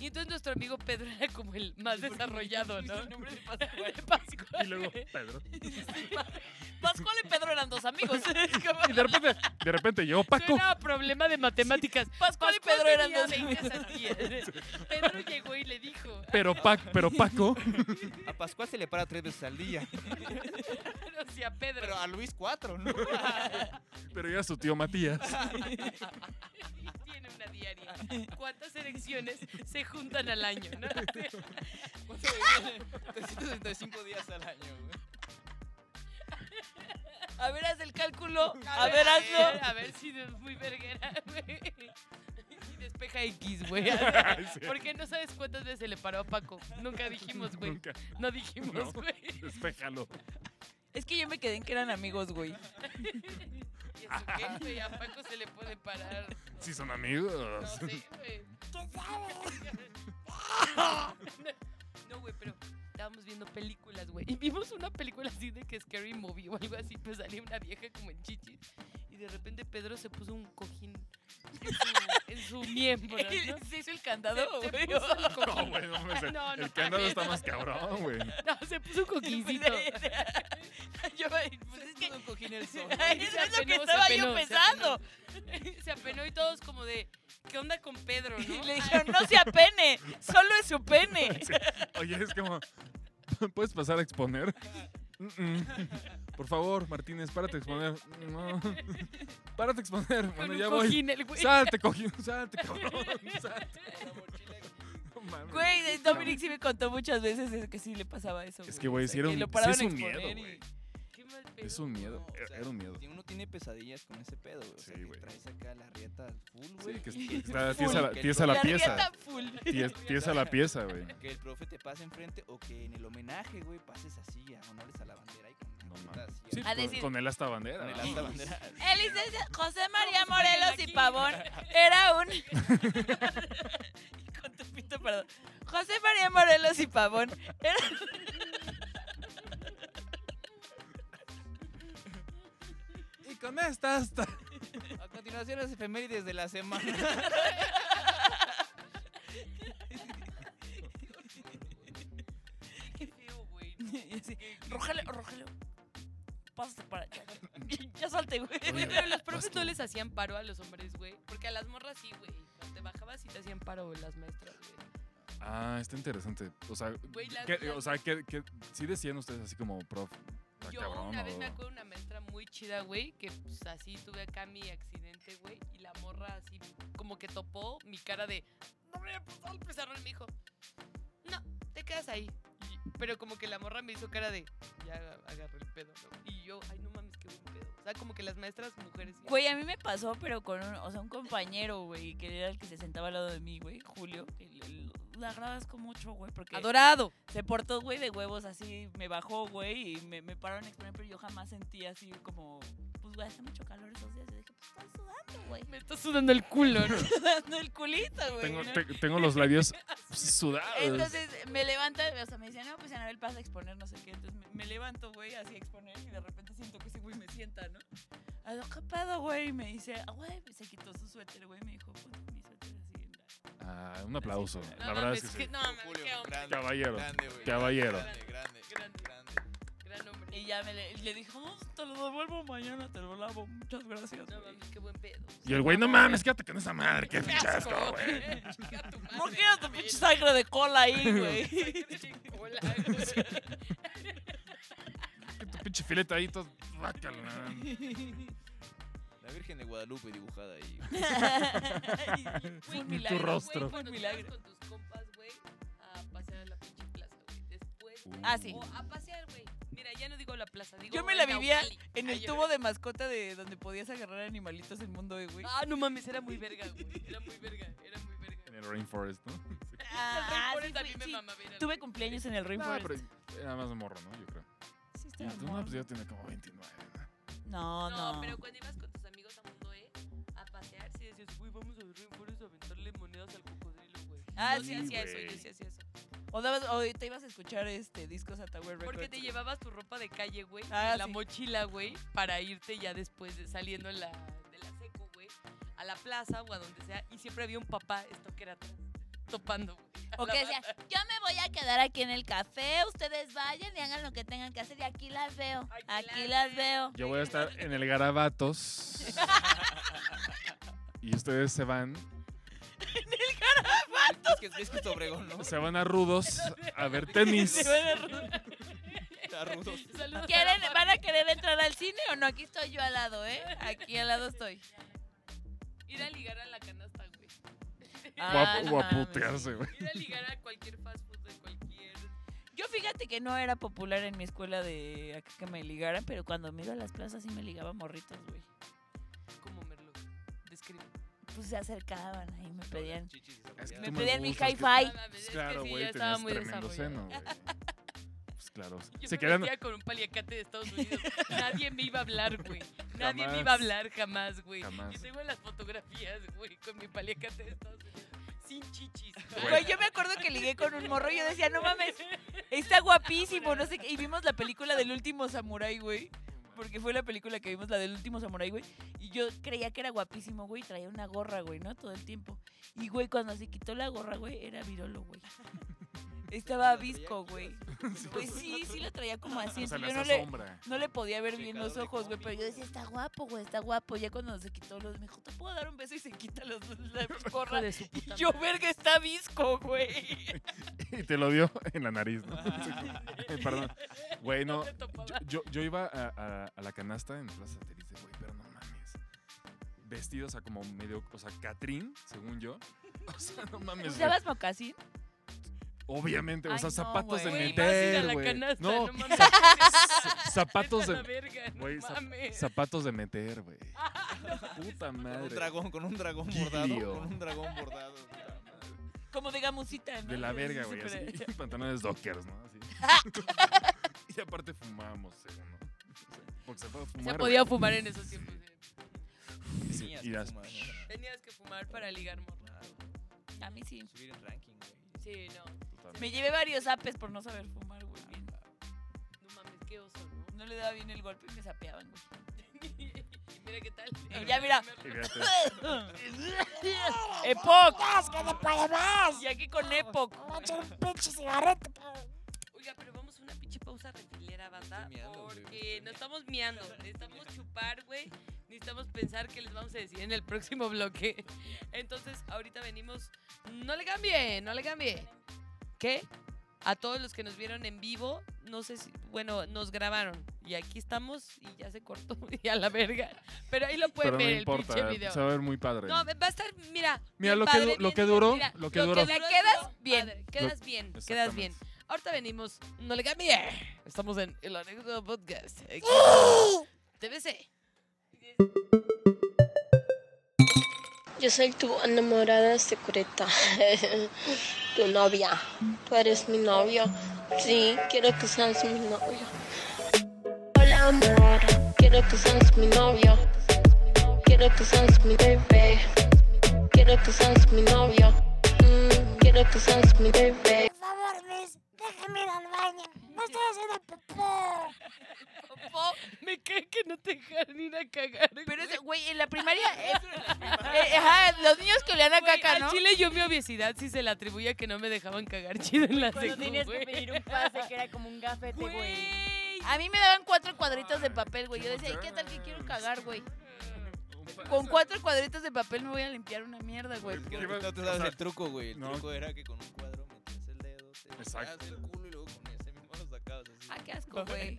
[SPEAKER 8] Y entonces nuestro amigo Pedro era como el más desarrollado, ¿no? El nombre de Pascual.
[SPEAKER 2] Y luego Pedro.
[SPEAKER 6] Pascual y Pedro eran dos amigos. Como-
[SPEAKER 2] Y de repente, de repente llegó Paco.
[SPEAKER 8] Suena a problema de matemáticas.
[SPEAKER 6] Pascual y Pedro eran
[SPEAKER 8] tenía
[SPEAKER 6] dos amigos.
[SPEAKER 8] 20 así. ¿eh? Pedro llegó y le dijo.
[SPEAKER 2] Pero, Pac- pero Paco.
[SPEAKER 5] A Pascual se le para tres veces al día,
[SPEAKER 8] O sea, Pedro.
[SPEAKER 5] pero a Luis cuatro, ¿no?
[SPEAKER 2] Pero ya su tío Matías.
[SPEAKER 8] tiene una diaria. ¿Cuántas elecciones se juntan al año? ¿no?
[SPEAKER 5] 365 días al año, güey.
[SPEAKER 6] A ver, haz el cálculo. A ver, hazlo.
[SPEAKER 8] A ver si es muy verguera, güey. Y despeja X, güey.
[SPEAKER 2] Sí.
[SPEAKER 8] Porque no sabes cuántas veces se le paró a Paco. Nunca dijimos, güey.
[SPEAKER 2] Nunca.
[SPEAKER 8] No
[SPEAKER 2] No.
[SPEAKER 8] dijimos, güey.
[SPEAKER 2] Despéjalo.
[SPEAKER 6] Es que yo me quedé en que eran amigos, güey.
[SPEAKER 8] Y eso qué, güey. A Paco se le puede parar.
[SPEAKER 2] Si son amigos.
[SPEAKER 8] No sé, güey.
[SPEAKER 1] ¿Quién sabe?
[SPEAKER 8] No, güey, pero estábamos viendo películas, güey. Y vimos una película así de que Scary Movie o algo así, pues salía una vieja como en chichis. Y de repente Pedro se puso un cojín en su, en su miembro, ¿no?
[SPEAKER 6] Se hizo el candado,
[SPEAKER 8] Se
[SPEAKER 6] güey.
[SPEAKER 8] puso el
[SPEAKER 2] No,
[SPEAKER 8] cojín.
[SPEAKER 2] güey, no, mames.
[SPEAKER 8] No, no
[SPEAKER 2] El candado
[SPEAKER 8] mames.
[SPEAKER 2] está más cabrón, güey.
[SPEAKER 8] No, se puso un cojincito.
[SPEAKER 6] Yo, pues es que.
[SPEAKER 8] Ay,
[SPEAKER 6] Eso
[SPEAKER 8] se
[SPEAKER 6] es lo que
[SPEAKER 8] apenó, se
[SPEAKER 6] estaba yo
[SPEAKER 8] apenó, se
[SPEAKER 6] pensando.
[SPEAKER 8] apenó. Se apenó y todos como de, ¿qué onda con Pedro,
[SPEAKER 6] Y
[SPEAKER 8] no?
[SPEAKER 6] le dijeron, no se apene, solo es su pene.
[SPEAKER 2] Sí. Oye, es como. ¿Puedes pasar a exponer? Mm, mm. Por favor, Martínez, párate a exponer. No. Párate a exponer.
[SPEAKER 8] Con
[SPEAKER 2] Bueno,
[SPEAKER 8] un
[SPEAKER 2] ya voy.
[SPEAKER 8] cojín el güey.
[SPEAKER 2] Salte, cojín, salte, cabrón. Salte. No mames.
[SPEAKER 6] Güey, de- Dominic sí me contó muchas veces eso, que sí le pasaba eso.
[SPEAKER 2] Es que, güey,
[SPEAKER 6] O sea,
[SPEAKER 2] sí era
[SPEAKER 6] que
[SPEAKER 2] un-
[SPEAKER 6] lo
[SPEAKER 2] sí
[SPEAKER 6] paraban
[SPEAKER 2] es
[SPEAKER 6] a
[SPEAKER 2] un
[SPEAKER 6] exponer
[SPEAKER 2] miedo,
[SPEAKER 6] y-
[SPEAKER 2] güey.
[SPEAKER 8] Qué mal
[SPEAKER 2] Es
[SPEAKER 8] pedo.
[SPEAKER 2] un miedo.
[SPEAKER 5] O sea,
[SPEAKER 2] Era un miedo.
[SPEAKER 5] si Uno tiene pesadillas con ese pedo, güey. O sea,
[SPEAKER 2] Sí,
[SPEAKER 5] que
[SPEAKER 2] güey.
[SPEAKER 5] traes acá la rieta full, güey.
[SPEAKER 2] Sí, que
[SPEAKER 5] y-
[SPEAKER 2] está
[SPEAKER 5] full,
[SPEAKER 2] tiesa la,
[SPEAKER 5] que el
[SPEAKER 2] tiesa la
[SPEAKER 6] La
[SPEAKER 2] pieza.
[SPEAKER 6] rieta full.
[SPEAKER 2] Ties- Tiesa la pieza, güey.
[SPEAKER 5] Que el profe te pase enfrente o que en el homenaje, güey, pases así a honores a la bandera y con una
[SPEAKER 2] No
[SPEAKER 5] rieta
[SPEAKER 2] mames.
[SPEAKER 5] así,
[SPEAKER 2] Sí,
[SPEAKER 5] a-
[SPEAKER 6] A
[SPEAKER 2] con-
[SPEAKER 6] decir-
[SPEAKER 2] con el hasta bandera.
[SPEAKER 5] con el
[SPEAKER 2] ¿no?
[SPEAKER 5] alta bandera.
[SPEAKER 6] El licenciado José María Morelos y Pavón era un. Con tu pito, perdón. José María Morelos y Pavón era.
[SPEAKER 5] Y con esta hasta. A continuación las efemérides de la semana.
[SPEAKER 8] Qué feo, güey. no.
[SPEAKER 6] Y así, Rogelio, Rogelio, pásate para allá. Ya salte, güey.
[SPEAKER 2] Oye,
[SPEAKER 8] Pero los profes
[SPEAKER 2] vas
[SPEAKER 8] no
[SPEAKER 2] tú.
[SPEAKER 8] les hacían paro a los hombres, güey. Porque a las morras sí, güey. Cuando te bajabas sí te hacían paro las maestras, güey.
[SPEAKER 2] Ah, está interesante. O sea,
[SPEAKER 8] Güey, la-
[SPEAKER 2] ¿qué-
[SPEAKER 8] la-
[SPEAKER 2] o sea que, sí decían ustedes así como, prof, está
[SPEAKER 8] Yo
[SPEAKER 2] cabrón.
[SPEAKER 8] una vez
[SPEAKER 2] o-
[SPEAKER 8] me acuerdo de una maestra muy chida, güey, que pues, así tuve acá mi accidente, güey. Y la morra así como que topó mi cara de... No me voy a pasar el pizarrón, y me dijo. No, te quedas ahí. Y- pero como que la morra me hizo cara de... Ya agarré el pedo, ¿no? Y yo, ay, no mames, qué buen pedo. O sea, como que las maestras mujeres... sí-
[SPEAKER 6] Güey, a mí me pasó, pero con un, o sea, un compañero, güey, que era el que se sentaba al lado de mí, güey, Julio. que le- La agradezco mucho, güey, porque
[SPEAKER 8] Adorado.
[SPEAKER 6] se portó, güey, de huevos así, me bajó, güey, y me, me pararon a exponer, pero yo jamás sentí así como, pues, güey, hace mucho calor esos días. Yo dije, pues, estoy sudando, güey.
[SPEAKER 8] Me está sudando el culo, ¿no?
[SPEAKER 6] Estoy sudando el culito, güey.
[SPEAKER 2] Tengo,
[SPEAKER 6] ¿no?
[SPEAKER 2] te- tengo los labios sudados.
[SPEAKER 6] Entonces me levanta, o sea, me dice, no, pues Anabel pasa a exponer, no sé qué. Entonces me, me levanto, güey, así a exponer y de repente siento que ese güey me sienta, ¿no? A lo ¿qué pedo, güey? Y me dice, ah, güey, se quitó su suéter, güey, me dijo, ponte mi suéter así. en la-".
[SPEAKER 2] Ah, un aplauso.
[SPEAKER 6] No,
[SPEAKER 2] la verdad
[SPEAKER 8] mames,
[SPEAKER 2] es que,
[SPEAKER 8] qué-
[SPEAKER 2] sí.
[SPEAKER 8] No, mames, qué hombre.
[SPEAKER 2] Caballero.
[SPEAKER 5] güey.
[SPEAKER 2] Caballero.
[SPEAKER 5] grande,
[SPEAKER 8] Grande.
[SPEAKER 5] grande.
[SPEAKER 8] Gran hombre.
[SPEAKER 6] Y ya me le, le dijo, no, te lo devuelvo mañana, te lo lavo, muchas gracias.
[SPEAKER 8] No
[SPEAKER 6] güey".
[SPEAKER 8] mames, qué buen pedo.
[SPEAKER 2] Y el güey, no mames, quédate con esa madre, qué
[SPEAKER 8] Qué
[SPEAKER 2] pinchasco,
[SPEAKER 8] asco,
[SPEAKER 2] güey.
[SPEAKER 8] Chica tu madre,
[SPEAKER 6] ¿Por qué no te
[SPEAKER 8] Anabel.
[SPEAKER 6] pinche sangre de cola ahí, güey?
[SPEAKER 8] Sangre de cola, güey.
[SPEAKER 2] Que Tu pinche fileta ahí, todo. guácala.
[SPEAKER 5] La Virgen de Guadalupe dibujada ahí.
[SPEAKER 8] Güey,
[SPEAKER 6] Fue un
[SPEAKER 2] Ni tu
[SPEAKER 6] milagro.
[SPEAKER 8] güey,
[SPEAKER 2] rostro.
[SPEAKER 6] Fue
[SPEAKER 8] cuando
[SPEAKER 6] un
[SPEAKER 8] te
[SPEAKER 6] milagro.
[SPEAKER 8] vas con tus compas, güey, a pasear a la pinche plaza, güey. Después, güey,
[SPEAKER 6] Ah, sí.
[SPEAKER 8] O a pasear, güey. Mira, ya no digo la plaza, digo
[SPEAKER 6] Yo me la
[SPEAKER 8] en
[SPEAKER 6] vivía
[SPEAKER 8] Naucali.
[SPEAKER 6] en
[SPEAKER 8] Ay,
[SPEAKER 6] el
[SPEAKER 8] yo-
[SPEAKER 6] tubo de mascota de donde podías agarrar animalitos del mundo, eh, güey.
[SPEAKER 8] Ah, no mames, era muy verga, güey. Era muy verga, era muy verga.
[SPEAKER 2] En el rainforest, ¿no?
[SPEAKER 6] Ah,
[SPEAKER 8] Por
[SPEAKER 6] sí,
[SPEAKER 8] eso también
[SPEAKER 6] fui-
[SPEAKER 8] me
[SPEAKER 6] sí.
[SPEAKER 8] mamaba ir a-
[SPEAKER 6] Tuve cumpleaños en el
[SPEAKER 2] No,
[SPEAKER 6] Rainforest.
[SPEAKER 2] pero era más morro, ¿no? Yo creo. Y
[SPEAKER 6] Sí, estaba
[SPEAKER 2] tú, no, pues
[SPEAKER 6] morro.
[SPEAKER 2] ya tenía como 29. ¿no?
[SPEAKER 6] no,
[SPEAKER 8] No,
[SPEAKER 6] no.
[SPEAKER 8] pero cuando ibas con tus amigos a Mundo E a pasear, sí decías, güey, vamos a ver Rainforest a aventarle monedas al cocodrilo, güey.
[SPEAKER 6] Ah,
[SPEAKER 8] Yo
[SPEAKER 6] sí,
[SPEAKER 8] hacía eso,
[SPEAKER 2] güey.
[SPEAKER 8] yo sí hacía eso.
[SPEAKER 6] O, dabas- o te ibas a escuchar este discos a Tower Records.
[SPEAKER 8] Porque te
[SPEAKER 6] güey.
[SPEAKER 8] llevabas tu ropa de calle, güey,
[SPEAKER 6] Ah,
[SPEAKER 8] en la
[SPEAKER 6] sí.
[SPEAKER 8] mochila, güey, para irte ya después de saliendo la, de la seco, güey, a la plaza o a donde sea. Y siempre había un papá estoquera atrás, topando, güey. a
[SPEAKER 11] O
[SPEAKER 8] la
[SPEAKER 11] que
[SPEAKER 8] banda.
[SPEAKER 11] decía, yo me voy a quedar aquí en el café, ustedes vayan y hagan lo que tengan que hacer y aquí las veo,
[SPEAKER 8] Aquí
[SPEAKER 11] aquí,
[SPEAKER 8] las
[SPEAKER 11] las veo.
[SPEAKER 2] Yo voy a estar en el Garabatos. y ustedes se van,
[SPEAKER 5] Es que es que es Obregón, ¿no?
[SPEAKER 2] se van a rudos a ver tenis.
[SPEAKER 5] Está rudo.
[SPEAKER 8] Saludos a
[SPEAKER 11] ¿Quieren,
[SPEAKER 8] la
[SPEAKER 11] ¿Van a querer entrar al cine o no? Aquí estoy yo al lado, ¿eh? Aquí al lado estoy.
[SPEAKER 8] Ir a ligar a la canasta, güey.
[SPEAKER 2] O a,
[SPEAKER 6] Ah, no
[SPEAKER 2] o a
[SPEAKER 6] mames.
[SPEAKER 2] putearse, güey.
[SPEAKER 8] Ir a ligar a cualquier fast food de cualquier.
[SPEAKER 6] Yo fíjate que no era popular en mi escuela de acá que me ligaran, pero cuando me iba a las plazas sí me ligaba morritos, güey.
[SPEAKER 8] Como Merlo. Describe.
[SPEAKER 6] Pues se acercaban ahí, me pedían.
[SPEAKER 2] Es que
[SPEAKER 6] Me
[SPEAKER 2] tú me
[SPEAKER 6] pedían mi
[SPEAKER 2] gustas,
[SPEAKER 6] hi-fi.
[SPEAKER 2] que-
[SPEAKER 6] Ay,
[SPEAKER 8] No mames, es
[SPEAKER 2] Claro,
[SPEAKER 8] que sí,
[SPEAKER 2] güey,
[SPEAKER 8] yo estaba
[SPEAKER 2] tenías
[SPEAKER 8] muy
[SPEAKER 2] tremendo seno,
[SPEAKER 8] desarrollada.
[SPEAKER 2] güey. Pues claro.
[SPEAKER 8] Yo
[SPEAKER 2] Se
[SPEAKER 8] me
[SPEAKER 2] quedan,
[SPEAKER 8] metía con un paliacate de Estados Unidos. Nadie me iba a hablar, güey. Nadie me
[SPEAKER 2] Jamás.
[SPEAKER 8] iba a hablar jamás, güey.
[SPEAKER 2] Jamás.
[SPEAKER 8] Yo tengo las fotografías, güey, con mi paliacate de Estados Unidos. Sin chichis.
[SPEAKER 6] Güey, yo me acuerdo que ligué con un morro y yo decía, no mames, está guapísimo, no sé qué. Y vimos la película del último samurái, güey. Porque fue la película que vimos, la del último samurái, güey. Y yo creía que era guapísimo, güey. Traía una gorra, güey, ¿no? Todo el tiempo. Y, güey, cuando se quitó la gorra, güey, era virolo, güey. Estaba visco, güey. Pues sí, sí la traía como así.
[SPEAKER 2] o sea, las
[SPEAKER 6] entonces yo no le,
[SPEAKER 2] asombra.
[SPEAKER 6] no le podía ver bien los
[SPEAKER 5] Checador de
[SPEAKER 6] ojos, güey.
[SPEAKER 5] combi,
[SPEAKER 6] Pero yo
[SPEAKER 5] güey.
[SPEAKER 6] decía, está guapo, güey, está guapo. Ya cuando se quitó los, me dijo, ¿te puedo dar un beso? Y se quita los, la gorra.
[SPEAKER 8] de su
[SPEAKER 6] Y yo, verga, está visco, güey.
[SPEAKER 2] Y te lo dio en la nariz, ¿no? Perdón. Güey, no.
[SPEAKER 8] te topaba.
[SPEAKER 2] Yo, yo, yo iba a, a- a la canasta en Plaza Satélite, güey, pero no mames. Vestido, o sea, como medio, o sea, Catrín, según yo. O sea, no
[SPEAKER 3] Pues
[SPEAKER 2] mames. güey.
[SPEAKER 6] ¿Usabas mocasín?
[SPEAKER 2] Obviamente, o
[SPEAKER 6] Ay,
[SPEAKER 2] sea,
[SPEAKER 6] no,
[SPEAKER 2] zapatos de
[SPEAKER 6] güey.
[SPEAKER 8] Güey, vas a ir a
[SPEAKER 2] meter,
[SPEAKER 8] la
[SPEAKER 2] güey.
[SPEAKER 8] canasta,
[SPEAKER 2] No,
[SPEAKER 8] no, mames.
[SPEAKER 2] z- zapatos
[SPEAKER 8] Vete a la
[SPEAKER 2] de
[SPEAKER 8] verga, no
[SPEAKER 2] güey, zap-
[SPEAKER 8] mames.
[SPEAKER 2] zapatos de meter, güey. Puta
[SPEAKER 5] Con un
[SPEAKER 2] madre.
[SPEAKER 5] dragón, con un dragón
[SPEAKER 2] Gilio.
[SPEAKER 5] bordado. Con un dragón bordado. puta madre.
[SPEAKER 6] Como de gamusita, ¿no?
[SPEAKER 2] De la
[SPEAKER 6] Así
[SPEAKER 2] verga, güey,
[SPEAKER 6] súper-
[SPEAKER 2] así. Pantalones dockers, ¿no? Así. y aparte fumábamos, según, ¿no? Porque se puede fumar.
[SPEAKER 8] Se
[SPEAKER 2] güey.
[SPEAKER 8] podía fumar en esos tiempos. eh.
[SPEAKER 2] Y se-
[SPEAKER 5] Tenías
[SPEAKER 2] y
[SPEAKER 5] que
[SPEAKER 2] las-
[SPEAKER 5] fumar, ¿no?
[SPEAKER 8] Tenías que fumar para ligar morra.
[SPEAKER 5] Claro.
[SPEAKER 6] A mí sí.
[SPEAKER 5] Subir el ranking, güey.
[SPEAKER 8] Sí, no.
[SPEAKER 2] Totalmente.
[SPEAKER 6] Me llevé varios apes por no saber fumar, güey. bien.
[SPEAKER 8] No mames, qué oso, ¿no?
[SPEAKER 6] No le daba bien el golpe y me sapeaban, güey.
[SPEAKER 8] Y mira qué tal.
[SPEAKER 6] Y ya, mira. ¡Eh,
[SPEAKER 2] Y fíjate,
[SPEAKER 6] ¡Epoc!
[SPEAKER 1] ¡Más que te puede más!
[SPEAKER 6] Y aquí con Epoc.
[SPEAKER 1] Me echo un pinche cigarrito.
[SPEAKER 8] Oiga, pero vamos a una pinche pausa refilera, banda.
[SPEAKER 5] Estoy miando, güey,
[SPEAKER 8] porque
[SPEAKER 5] estoy
[SPEAKER 8] no estamos miando. Necesitamos chupar, güey. Necesitamos pensar qué les vamos a decir en el próximo bloque. Entonces, ahorita venimos. No le cambie, no le cambie. ¿Qué? A todos los que nos vieron en vivo, no sé si. Bueno, nos grabaron. Y aquí estamos y ya se cortó y a la verga. Pero ahí lo pueden
[SPEAKER 2] Pero no
[SPEAKER 8] ver el
[SPEAKER 2] importa, eh,
[SPEAKER 8] pinche video.
[SPEAKER 2] se va a ver muy padre.
[SPEAKER 8] No, va a estar, mira.
[SPEAKER 2] Mira,
[SPEAKER 8] bien
[SPEAKER 2] lo que
[SPEAKER 8] padre,
[SPEAKER 2] du- lo
[SPEAKER 8] bien
[SPEAKER 2] que duró,
[SPEAKER 8] divertida.
[SPEAKER 2] lo que duró.
[SPEAKER 8] O sea,
[SPEAKER 6] Lo-
[SPEAKER 8] quedas bien,
[SPEAKER 6] padre.
[SPEAKER 8] quedas bien, quedas bien.
[SPEAKER 2] Exactamente.
[SPEAKER 8] Ahorita venimos, no le cambie. Estamos en el Anécdota Podcast. Aquí. TBC.
[SPEAKER 12] Yo soy tu enamorada secreta, tu novia. Tú eres mi novio. Sí, quiero que seas mi novio. Hola, amor. Quiero que seas mi novio. Quiero que seas mi bebé. Quiero que seas mi novio. Mm, quiero que seas mi bebé.
[SPEAKER 1] Por favor, Luis, déjame ir al baño. No estoy haciendo popó.
[SPEAKER 8] Popó, me cae que no te dejan ir a cagar.
[SPEAKER 6] Pero,
[SPEAKER 8] güey.
[SPEAKER 6] ese- güey, en la primaria... eh, eh, ajá, los niños que olían a
[SPEAKER 8] Güey,
[SPEAKER 6] caca,
[SPEAKER 8] al
[SPEAKER 6] ¿no?
[SPEAKER 8] Chile yo mi obesidad sí se la atribuye a que no me dejaban cagar chido en la
[SPEAKER 11] Cuando
[SPEAKER 8] secu,
[SPEAKER 11] tenías que
[SPEAKER 8] güey.
[SPEAKER 11] pedir un pase que era como un gafete, güey.
[SPEAKER 8] Güey.
[SPEAKER 6] A mí me daban cuatro cuadritos de papel, güey. Yo decía, "Ay, ¿qué tal que quiero cagar, güey? Con cuatro cuadritos de papel me voy a limpiar una mierda, güey.
[SPEAKER 5] Que
[SPEAKER 2] Yo iba-
[SPEAKER 5] no te
[SPEAKER 2] o
[SPEAKER 5] sabes
[SPEAKER 2] sea,
[SPEAKER 5] el truco, güey. El
[SPEAKER 2] no.
[SPEAKER 5] truco era que con un cuadro metías el dedo, te
[SPEAKER 2] Exacto.
[SPEAKER 5] metías el culo y luego con ese mismo lo sacabas así.
[SPEAKER 6] Ah, qué asco, güey.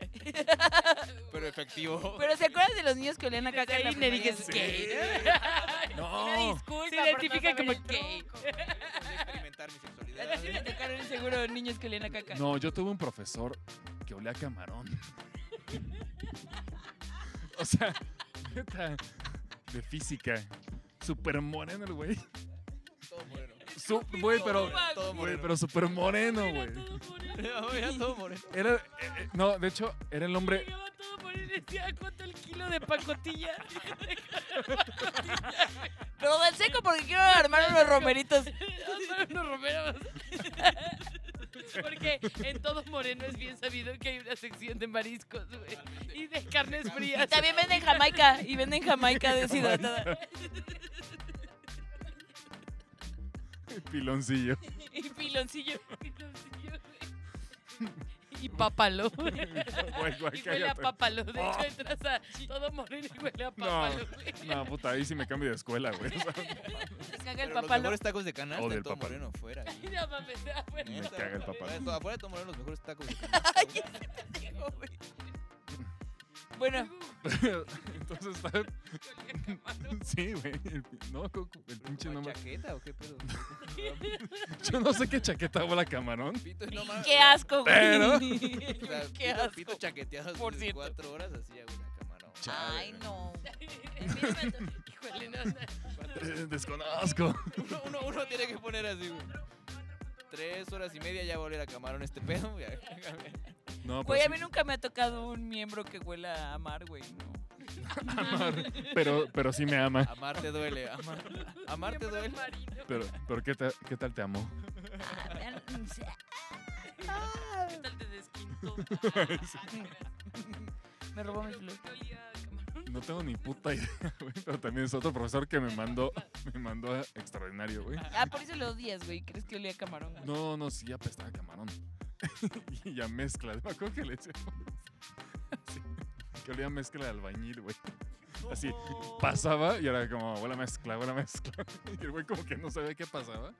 [SPEAKER 5] Pero efectivo.
[SPEAKER 6] Pero ¿se acuerdan de los niños que olían a
[SPEAKER 8] Desde
[SPEAKER 6] caca en la
[SPEAKER 8] ahí me
[SPEAKER 6] primaria?
[SPEAKER 8] dices
[SPEAKER 6] güey?
[SPEAKER 8] que
[SPEAKER 2] No.
[SPEAKER 8] se identifica como gay.
[SPEAKER 5] Voy a experimentar mi sexualidad.
[SPEAKER 6] Así me tocaron seguro niños que olían a caca.
[SPEAKER 2] No, yo tuve un profesor que olía a camarón. o sea, neta, de física. Súper moreno el güey.
[SPEAKER 5] Todo moreno.
[SPEAKER 2] Su- Güey, pero,
[SPEAKER 5] Todo
[SPEAKER 2] güey,
[SPEAKER 5] moreno.
[SPEAKER 2] pero súper moreno, güey.
[SPEAKER 8] Era todo por él.
[SPEAKER 5] Era todo moreno.
[SPEAKER 2] Era, eh, eh, no, de hecho, era el hombre,
[SPEAKER 8] Llegaba todo por él y decía, ¿cuánto el kilo de pacotilla?
[SPEAKER 6] Pero del seco porque quiero armar unos romeritos.
[SPEAKER 8] Para unos romeros. Porque en todo Moreno es bien sabido que hay una sección de mariscos, güey. Y Ah, de carnes frías.
[SPEAKER 6] También venden Jamaica y venden Jamaica deshidratada.
[SPEAKER 2] Piloncillo.
[SPEAKER 6] y piloncillo.
[SPEAKER 8] Y pápalo.
[SPEAKER 2] Guay, guay,
[SPEAKER 8] Y huele a
[SPEAKER 2] cállate.
[SPEAKER 8] pápalo. De
[SPEAKER 2] Ah.
[SPEAKER 8] hecho, entras a todo Moreno y huele a pápalo, güey.
[SPEAKER 2] No, puta, ahí sí me cambio de escuela, güey. O sea,
[SPEAKER 6] Te caga el
[SPEAKER 5] Pero los
[SPEAKER 6] papalo.
[SPEAKER 5] mejores tacos de canasta
[SPEAKER 2] Odio
[SPEAKER 5] en
[SPEAKER 2] el
[SPEAKER 5] todo
[SPEAKER 2] papalo.
[SPEAKER 5] Moreno fuera. güey.
[SPEAKER 8] No mames, ah, bueno.
[SPEAKER 2] Me
[SPEAKER 5] Neta,
[SPEAKER 2] caga el
[SPEAKER 5] afuera de
[SPEAKER 2] papalo.
[SPEAKER 5] todo- Afuera de todo Moreno los mejores tacos de canasta. güey.
[SPEAKER 6] Bueno,
[SPEAKER 2] Entonces está. Sí, güey. el- No, co- co- el pinche
[SPEAKER 5] ¿Como
[SPEAKER 2] nombre.
[SPEAKER 5] chaqueta o qué pedo?
[SPEAKER 2] Yo no sé qué chaqueta huele a camarón.
[SPEAKER 5] Pito, no mames.
[SPEAKER 6] qué asco, güey.
[SPEAKER 2] Pero-
[SPEAKER 5] O sea,
[SPEAKER 6] qué
[SPEAKER 5] pito,
[SPEAKER 6] asco.
[SPEAKER 5] pito chaqueteado
[SPEAKER 6] Por
[SPEAKER 5] por
[SPEAKER 6] cierto.
[SPEAKER 5] cuatro horas así, güey, a camarón.
[SPEAKER 2] Chale.
[SPEAKER 6] Ay, no.
[SPEAKER 8] Híjole, no, no.
[SPEAKER 2] Eh, Desconozco.
[SPEAKER 5] Uno, uno, uno tiene que poner así, güey. Tres horas y media ya va a oler a camarón este pedo, güey.
[SPEAKER 2] No,
[SPEAKER 6] Güey,
[SPEAKER 2] pero,
[SPEAKER 6] a
[SPEAKER 2] sí,
[SPEAKER 6] mí nunca me ha tocado un miembro que huela a mar, güey. No.
[SPEAKER 2] amar, pero, pero sí me ama.
[SPEAKER 5] Amar te duele, amar, amar te duele.
[SPEAKER 2] Pero, pero ¿qué, ta- ¿qué tal te amo?
[SPEAKER 8] ¿Qué tal te desquintó?
[SPEAKER 6] Me robó mi flor.
[SPEAKER 8] Yo olía a camarón.
[SPEAKER 2] No tengo ni puta idea, güey. Pero también es otro profesor que me mandó, me mandó a extraordinario, güey.
[SPEAKER 6] Ah, por eso lo odias, güey. ¿Crees que olía a camarón? güey?
[SPEAKER 2] No, no, sí, apestaba a camarón. y ya mezcla. Me acuerdo que le decíamos. Sí, que olía a mezcla de albañil, güey. Así, pasaba y era como, huele a mezcla, huele a mezcla. Y el güey como que no sabía qué pasaba.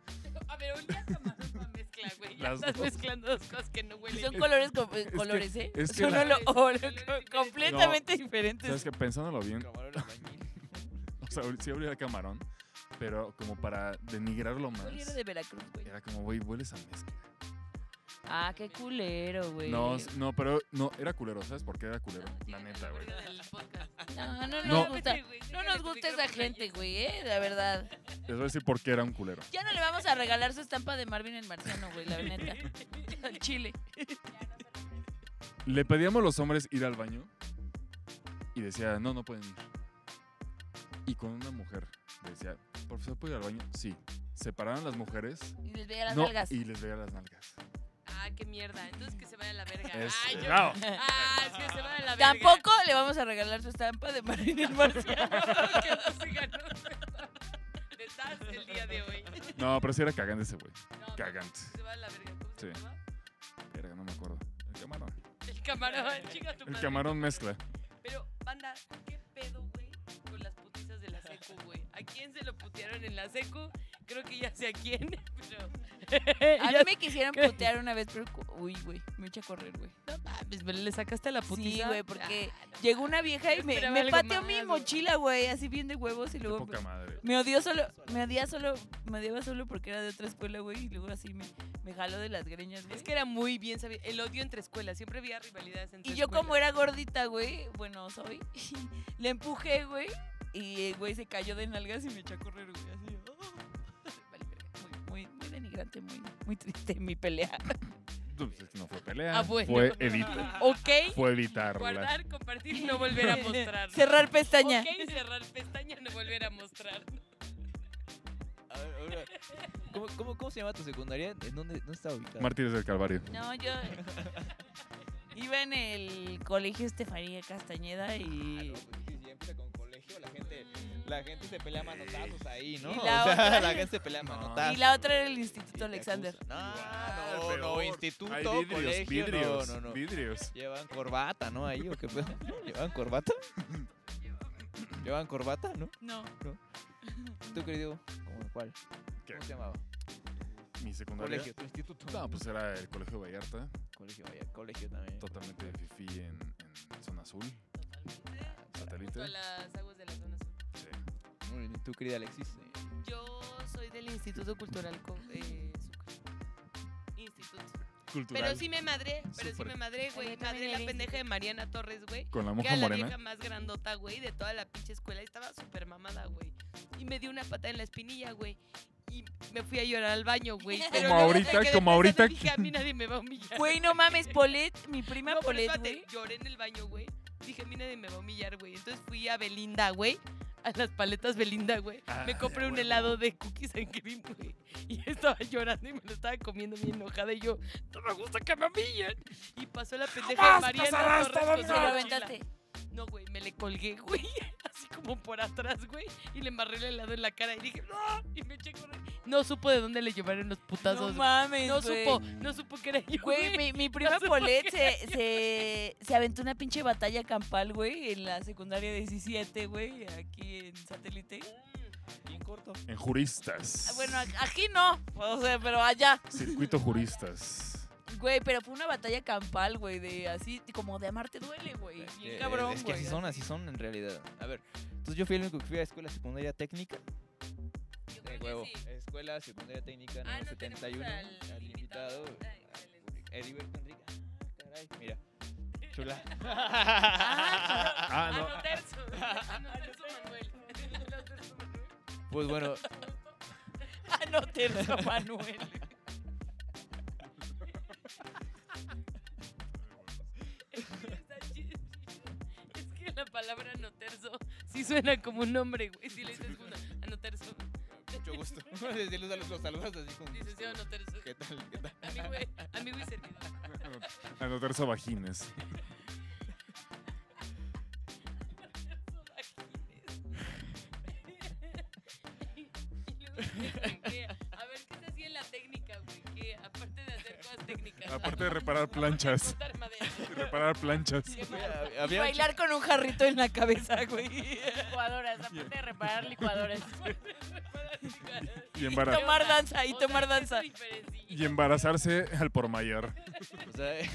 [SPEAKER 8] A ver, olía a camarón para mezcla, güey. Ya
[SPEAKER 2] Las
[SPEAKER 8] estás
[SPEAKER 2] dos.
[SPEAKER 8] mezclando dos cosas que no
[SPEAKER 6] Y
[SPEAKER 8] huelen.
[SPEAKER 6] Son colores, co-
[SPEAKER 2] que-
[SPEAKER 6] colores ¿eh?
[SPEAKER 2] es que
[SPEAKER 6] Son
[SPEAKER 2] la-
[SPEAKER 6] olo- olo- co- completamente
[SPEAKER 2] Sabes
[SPEAKER 6] diferentes.
[SPEAKER 2] que pensándolo bien,
[SPEAKER 5] Camarón albañil.
[SPEAKER 2] o sea, sí olía a camarón, pero como para denigrarlo más,
[SPEAKER 6] Yo era de Veracruz, güey.
[SPEAKER 2] era como, güey, hueles a mezcla.
[SPEAKER 6] Ah, qué culero, güey.
[SPEAKER 2] No, s- no, pero no, era culero, ¿sabes por qué era culero? La neta, güey.
[SPEAKER 6] no, no
[SPEAKER 2] No.
[SPEAKER 6] nos gusta. No nos gusta esa gente, güey, eh, la verdad.
[SPEAKER 2] Les voy a decir por qué era un culero.
[SPEAKER 6] Ya no le vamos a regalar su estampa de Marvin el Marciano, güey, la neta. Al chile.
[SPEAKER 2] Le pedíamos a los hombres ir al baño y decía, no, no pueden ir. Y con una mujer le decía, profesor, ¿puedo ir al baño? Sí. Separaron las mujeres
[SPEAKER 6] Y les veía las
[SPEAKER 2] no,
[SPEAKER 6] nalgas.
[SPEAKER 2] y les veía las nalgas.
[SPEAKER 8] Ah, qué mierda. Entonces que se vaya a la verga.
[SPEAKER 2] Es-
[SPEAKER 8] Ay, yo-
[SPEAKER 2] bravo.
[SPEAKER 8] Ah, es que se vaya a la verga.
[SPEAKER 6] Tampoco le vamos a regalar su estampa de Marvin el Marciano.
[SPEAKER 8] que no se ganó. Le das el día de hoy.
[SPEAKER 2] No, pero sí era cagante ese güey.
[SPEAKER 8] No,
[SPEAKER 2] Cagante.
[SPEAKER 8] Se va a la verga. ¿Cómo se
[SPEAKER 2] Sí.
[SPEAKER 8] llama?
[SPEAKER 2] Verga, no me acuerdo. El camarón.
[SPEAKER 8] El camarón, chica tu
[SPEAKER 2] El
[SPEAKER 8] madre.
[SPEAKER 2] camarón mezcla.
[SPEAKER 8] Pero, banda, ¿qué pedo, güey? Con las putizas de la secu, güey. ¿A quién se lo putearon en la secu? Creo que ya sé a quién, pero.
[SPEAKER 6] A mí
[SPEAKER 8] Ya-
[SPEAKER 6] me quisieron
[SPEAKER 8] ¿Qué?
[SPEAKER 6] putear una vez, pero. cu- Uy, güey, me eché a correr, güey.
[SPEAKER 8] Pues, le sacaste la putiza.
[SPEAKER 6] Sí, güey, porque
[SPEAKER 8] Ah, no.
[SPEAKER 6] llegó una vieja y
[SPEAKER 8] Yo
[SPEAKER 6] me,
[SPEAKER 8] esperaba
[SPEAKER 6] me
[SPEAKER 8] algo
[SPEAKER 6] pateó
[SPEAKER 8] más,
[SPEAKER 6] mi
[SPEAKER 8] güey.
[SPEAKER 6] mochila, güey, así bien de huevos
[SPEAKER 2] Qué
[SPEAKER 6] y luego pues,
[SPEAKER 2] poca madre.
[SPEAKER 6] me odió solo, me odiaba solo, me odiaba solo porque era de otra escuela, güey, y luego así me, me jaló de las greñas, güey.
[SPEAKER 8] Es que era muy bien sabido. El odio entre escuelas. Siempre había rivalidades entre
[SPEAKER 6] y yo como
[SPEAKER 8] escuelas.
[SPEAKER 6] era gordita, güey, bueno, soy, le empujé, güey, y el güey se cayó de nalgas y me echó a correr, güey, así. oh. Vale, verga. Muy, muy, muy denigrante, muy, muy triste mi pelea.
[SPEAKER 2] No, pues, es que no fue pelea.
[SPEAKER 8] Ah, bueno.
[SPEAKER 2] Fue, evita-
[SPEAKER 6] Ok,
[SPEAKER 2] fue evitarla.
[SPEAKER 8] Guardar, compartir y no volver a mostrar.
[SPEAKER 6] cerrar pestaña.
[SPEAKER 8] Ok, cerrar pestaña, no volver a mostrar.
[SPEAKER 5] A ver, ahora, ¿Cómo, cómo, ¿Cómo se llama tu secundaria? ¿En dónde, dónde está ubicada?
[SPEAKER 2] Mártires del Calvario.
[SPEAKER 6] No, yo iba en el colegio Estefanía Castañeda
[SPEAKER 5] Ah, no,
[SPEAKER 6] y
[SPEAKER 5] pues, sí, ya empieza con colegio, la gente, la gente se pelea a manotazos ahí, ¿no?
[SPEAKER 6] Y
[SPEAKER 5] O
[SPEAKER 6] la
[SPEAKER 5] sea,
[SPEAKER 6] otra-
[SPEAKER 5] la gente se pelea a
[SPEAKER 2] No.
[SPEAKER 5] manotazos.
[SPEAKER 6] Y la otra era el
[SPEAKER 5] Y
[SPEAKER 6] Instituto
[SPEAKER 5] te
[SPEAKER 6] Alexander.
[SPEAKER 5] acusan.
[SPEAKER 2] Ah,
[SPEAKER 5] No, no,
[SPEAKER 2] peor.
[SPEAKER 5] instituto,
[SPEAKER 2] Hay vidrios,
[SPEAKER 5] colegio,
[SPEAKER 2] vidrios,
[SPEAKER 5] no, no, no.
[SPEAKER 2] vidrios.
[SPEAKER 5] Llevan corbata, ¿no? Ahí, ¿o qué pedo? ¿Llevan corbata? ¿Llevan corbata, no?
[SPEAKER 6] No.
[SPEAKER 5] ¿Tú, querido? ¿Cómo, cuál?
[SPEAKER 2] ¿Qué?
[SPEAKER 5] ¿Cómo se llamaba?
[SPEAKER 2] Mi secundaria.
[SPEAKER 5] Colegio, tu instituto.
[SPEAKER 2] No, pues era el Colegio Vallarta,
[SPEAKER 5] Colegio, vaya, colegio también.
[SPEAKER 2] totalmente fifí en, en zona azul, satélite.
[SPEAKER 8] Junto a las aguas de la zona sur.
[SPEAKER 2] Sí.
[SPEAKER 5] Muy bien, ¿y tú, querida Alexis?
[SPEAKER 8] Yo soy del Instituto Cultural Co- eh, Sucre. Instituto.
[SPEAKER 2] Cultural.
[SPEAKER 8] Pero sí me madré, pero sí
[SPEAKER 2] Súper.
[SPEAKER 8] me madré, güey.
[SPEAKER 6] Ay, yo
[SPEAKER 8] Madré
[SPEAKER 6] también
[SPEAKER 8] la
[SPEAKER 6] era
[SPEAKER 8] pendeja de Mariana Torres, güey.
[SPEAKER 2] Con la
[SPEAKER 8] Que era
[SPEAKER 2] monja
[SPEAKER 8] la
[SPEAKER 2] morena.
[SPEAKER 8] vieja más grandota, güey, de toda la pinche escuela. Estaba súper mamada, güey. Y me dio una patada en la espinilla, güey. Y me fui a llorar al baño, güey. Pero
[SPEAKER 2] Como
[SPEAKER 8] luego
[SPEAKER 2] ahorita,
[SPEAKER 8] me quedé
[SPEAKER 2] como
[SPEAKER 8] pensando y
[SPEAKER 2] ahorita.
[SPEAKER 8] Dije, a mí nadie me va a humillar.
[SPEAKER 6] Güey, no mames, Polet, mi prima
[SPEAKER 8] No, pero
[SPEAKER 6] Polet,
[SPEAKER 8] espérate,
[SPEAKER 6] güey.
[SPEAKER 8] lloré en el baño, güey. Dije, a mí nadie me va a humillar, güey. Entonces fui a Belinda, güey. a las paletas Belinda, güey.
[SPEAKER 2] Ay,
[SPEAKER 8] me compré
[SPEAKER 2] a
[SPEAKER 8] un
[SPEAKER 2] Ah, huevo.
[SPEAKER 8] helado de cookies and cream, güey. Y estaba llorando y me lo estaba comiendo bien enojada. Y yo, no me gusta que me humillen. Y pasó la pendeja de
[SPEAKER 1] Jamás
[SPEAKER 8] Mariana
[SPEAKER 1] pasarás,
[SPEAKER 8] Torres con
[SPEAKER 1] Toño.
[SPEAKER 8] su
[SPEAKER 1] Te lo
[SPEAKER 8] mochila.
[SPEAKER 11] aventaste.
[SPEAKER 8] No, güey, me le colgué, güey. Así como por atrás, güey. Y le embarré el helado en la cara y dije, no. Y me eché a correr. No supo de dónde le llevaron los
[SPEAKER 6] No
[SPEAKER 8] putazos. güey.
[SPEAKER 6] mames,
[SPEAKER 8] No,
[SPEAKER 6] güey.
[SPEAKER 8] supo, no supo que era
[SPEAKER 6] Güey,
[SPEAKER 8] yo, güey.
[SPEAKER 6] mi, mi prima
[SPEAKER 8] supo
[SPEAKER 6] Polet
[SPEAKER 8] que
[SPEAKER 6] se, se, se aventó una pinche batalla campal, güey, en la secundaria 17, güey, aquí en satélite. Ah,
[SPEAKER 5] Bien corto.
[SPEAKER 2] En
[SPEAKER 8] Ah,
[SPEAKER 2] juristas.
[SPEAKER 6] Bueno, a- aquí no, o sea, pero allá.
[SPEAKER 2] Circuito juristas.
[SPEAKER 6] Güey, pero fue una batalla campal, güey, de así, como de amarte duele, güey.
[SPEAKER 5] Es
[SPEAKER 6] Bien
[SPEAKER 5] que- Este,
[SPEAKER 6] cabrón,
[SPEAKER 5] Es que
[SPEAKER 6] güey.
[SPEAKER 5] así son, así son en realidad. A ver, entonces yo fui el único que fui a escuela secundaria técnica. De huevo. Escuela secundaria técnica
[SPEAKER 8] Ah,
[SPEAKER 5] número
[SPEAKER 8] no, tenemos
[SPEAKER 5] 71.
[SPEAKER 8] al
[SPEAKER 5] Al
[SPEAKER 8] invitado.
[SPEAKER 5] invitado.
[SPEAKER 8] Ay,
[SPEAKER 5] al- Heriberto Enrique. Ah, caray, mira. Chula.
[SPEAKER 2] Ah, no.
[SPEAKER 8] Anotar su, anotar su Manuel. Anotar su Manuel.
[SPEAKER 5] Pues bueno,
[SPEAKER 6] Ah, no te lo, Manuel.
[SPEAKER 8] Está chido, chido. Es que la palabra anoterzo sí suena como un nombre, güey. Si le dices una, anoterzo.
[SPEAKER 5] mucho gusto. Desde los, los, los saludos así como.
[SPEAKER 8] Licenciado anoterzo.
[SPEAKER 5] ¿Qué tal? ¿Qué tal?
[SPEAKER 8] Amigo, güey, amigo y servidor.
[SPEAKER 2] Anotar sabajines.
[SPEAKER 8] Y luego dicen que, A ver, ¿qué se hacía en la técnica, güey? Que aparte de hacer cosas técnicas.
[SPEAKER 2] Aparte de reparar planchas.
[SPEAKER 8] cortar madera,
[SPEAKER 2] Y reparar planchas.
[SPEAKER 5] Había-
[SPEAKER 6] Y
[SPEAKER 5] había-
[SPEAKER 6] bailar con un jarrito en la cabeza, güey.
[SPEAKER 3] Licuadoras, aparte de reparar licuadoras.
[SPEAKER 2] Y, embara-
[SPEAKER 6] Tomar danza, y
[SPEAKER 8] O sea,
[SPEAKER 6] tomar
[SPEAKER 8] que
[SPEAKER 6] danza.
[SPEAKER 8] eso diferencia.
[SPEAKER 2] y embarazarse al por mayor.
[SPEAKER 5] O sea, ¿eh?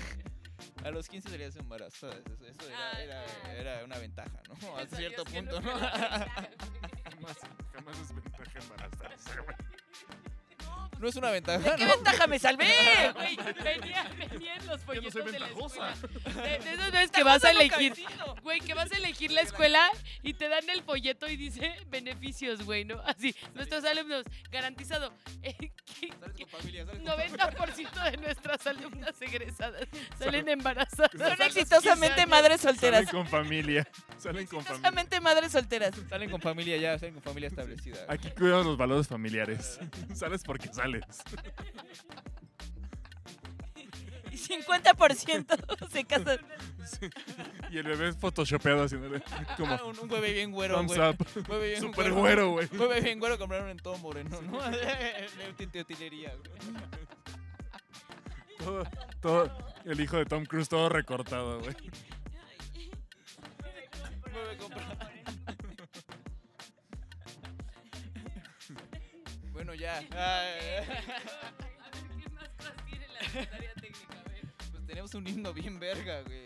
[SPEAKER 5] a los 15 serías embarazada. Eso, eso
[SPEAKER 8] Ah,
[SPEAKER 5] era, era,
[SPEAKER 8] claro.
[SPEAKER 5] era una ventaja, ¿no? A
[SPEAKER 8] Gracias a
[SPEAKER 5] cierto
[SPEAKER 8] Dios que
[SPEAKER 5] punto,
[SPEAKER 8] fue
[SPEAKER 5] ¿no?
[SPEAKER 8] la ventaja, güey.
[SPEAKER 2] Jamás, jamás es ventaja embarazarse, güey.
[SPEAKER 5] No es una ventaja,
[SPEAKER 6] ¡Qué
[SPEAKER 5] ¿no?
[SPEAKER 6] ventaja me salvé!
[SPEAKER 8] Güey, venía, venía en los
[SPEAKER 2] Yo
[SPEAKER 8] folletos
[SPEAKER 2] no soy
[SPEAKER 8] de la
[SPEAKER 2] ventajosa.
[SPEAKER 8] escuela. De, de esas veces que vas a elegir, güey, que vas a elegir la escuela y te dan el folleto y dice beneficios, güey, ¿no? Así, nuestros alumnos, garantizado, eh, que-
[SPEAKER 5] Sales
[SPEAKER 8] que
[SPEAKER 5] con familia, sales con familia.
[SPEAKER 8] 90% de nuestras alumnas egresadas salen embarazadas.
[SPEAKER 6] Son exitosamente madres
[SPEAKER 2] Salen
[SPEAKER 6] solteras.
[SPEAKER 2] con familia. Salen con familia.
[SPEAKER 6] Exitosamente madres solteras.
[SPEAKER 5] Salen con familia ya, salen con familia establecida.
[SPEAKER 2] Aquí cuidamos los valores familiares. Sales porque sales.
[SPEAKER 6] Y 50% se casan.
[SPEAKER 2] Y el bebé es photoshopeado haciéndole como
[SPEAKER 5] Ah, un, un bebé bien güero,
[SPEAKER 2] thumbs
[SPEAKER 5] güey.
[SPEAKER 2] up.
[SPEAKER 5] Un bebé bien
[SPEAKER 2] Super güero, güey.
[SPEAKER 5] Un bebé bien güero compraron en todo moreno, ¿no? De de utilería, güey.
[SPEAKER 2] Todo, todo, el hijo de Tom Cruise todo recortado, güey.
[SPEAKER 5] Un bebé comprado. Bueno, ya. Ah, eh. Ay, pues tenemos un himno bien verga, güey.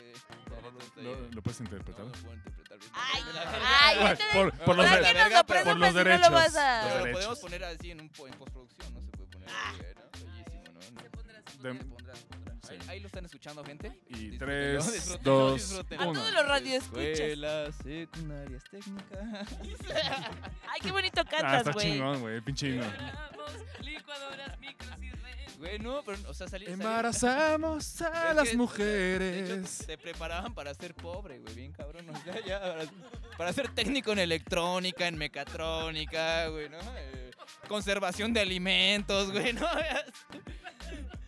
[SPEAKER 5] Este,
[SPEAKER 2] Lo, lo puedes interpretar.
[SPEAKER 5] No, no puedo interpretar.
[SPEAKER 11] Ay,
[SPEAKER 5] De la verga.
[SPEAKER 11] ay,
[SPEAKER 2] Bueno,
[SPEAKER 11] entonces-
[SPEAKER 2] por, por los,
[SPEAKER 5] ¿Para
[SPEAKER 2] de-
[SPEAKER 5] qué nos lo
[SPEAKER 2] por
[SPEAKER 5] presumes
[SPEAKER 2] los
[SPEAKER 6] si no lo
[SPEAKER 2] derechos.
[SPEAKER 6] vas a-
[SPEAKER 2] los
[SPEAKER 5] Pero lo
[SPEAKER 2] derechos.
[SPEAKER 5] podemos poner así en, un, po- en postproducción, no se puede poner. güey, ¿no? Bellísimo, ¿no? Ah. Se
[SPEAKER 2] De-
[SPEAKER 5] pondrá, se pondrá. Ahí, ahí lo están escuchando, gente.
[SPEAKER 2] Y
[SPEAKER 5] Disfrútenlo,
[SPEAKER 2] 3,
[SPEAKER 5] disfrútenlo,
[SPEAKER 2] 2,
[SPEAKER 5] disfrútenlo.
[SPEAKER 6] A
[SPEAKER 2] 1.
[SPEAKER 6] todos los radioescuchas.
[SPEAKER 5] Escuelas secundarias técnicas.
[SPEAKER 6] Ay, qué bonito
[SPEAKER 2] Ah,
[SPEAKER 6] cantas,
[SPEAKER 2] está
[SPEAKER 6] güey.
[SPEAKER 2] chingón, güey. Pinche himno.
[SPEAKER 8] licuadoras, micros y redes.
[SPEAKER 5] Güey, no, pero, o sea, salí. salí-
[SPEAKER 2] Embarazamos a
[SPEAKER 5] Es
[SPEAKER 2] las
[SPEAKER 5] que, De hecho,
[SPEAKER 2] mujeres.
[SPEAKER 5] te preparaban para ser pobre, güey, bien cabrón. O sea, ya, para, para ser técnico en electrónica, en mecatrónica, güey, ¿no? Eh, conservación de alimentos, güey, ¿no?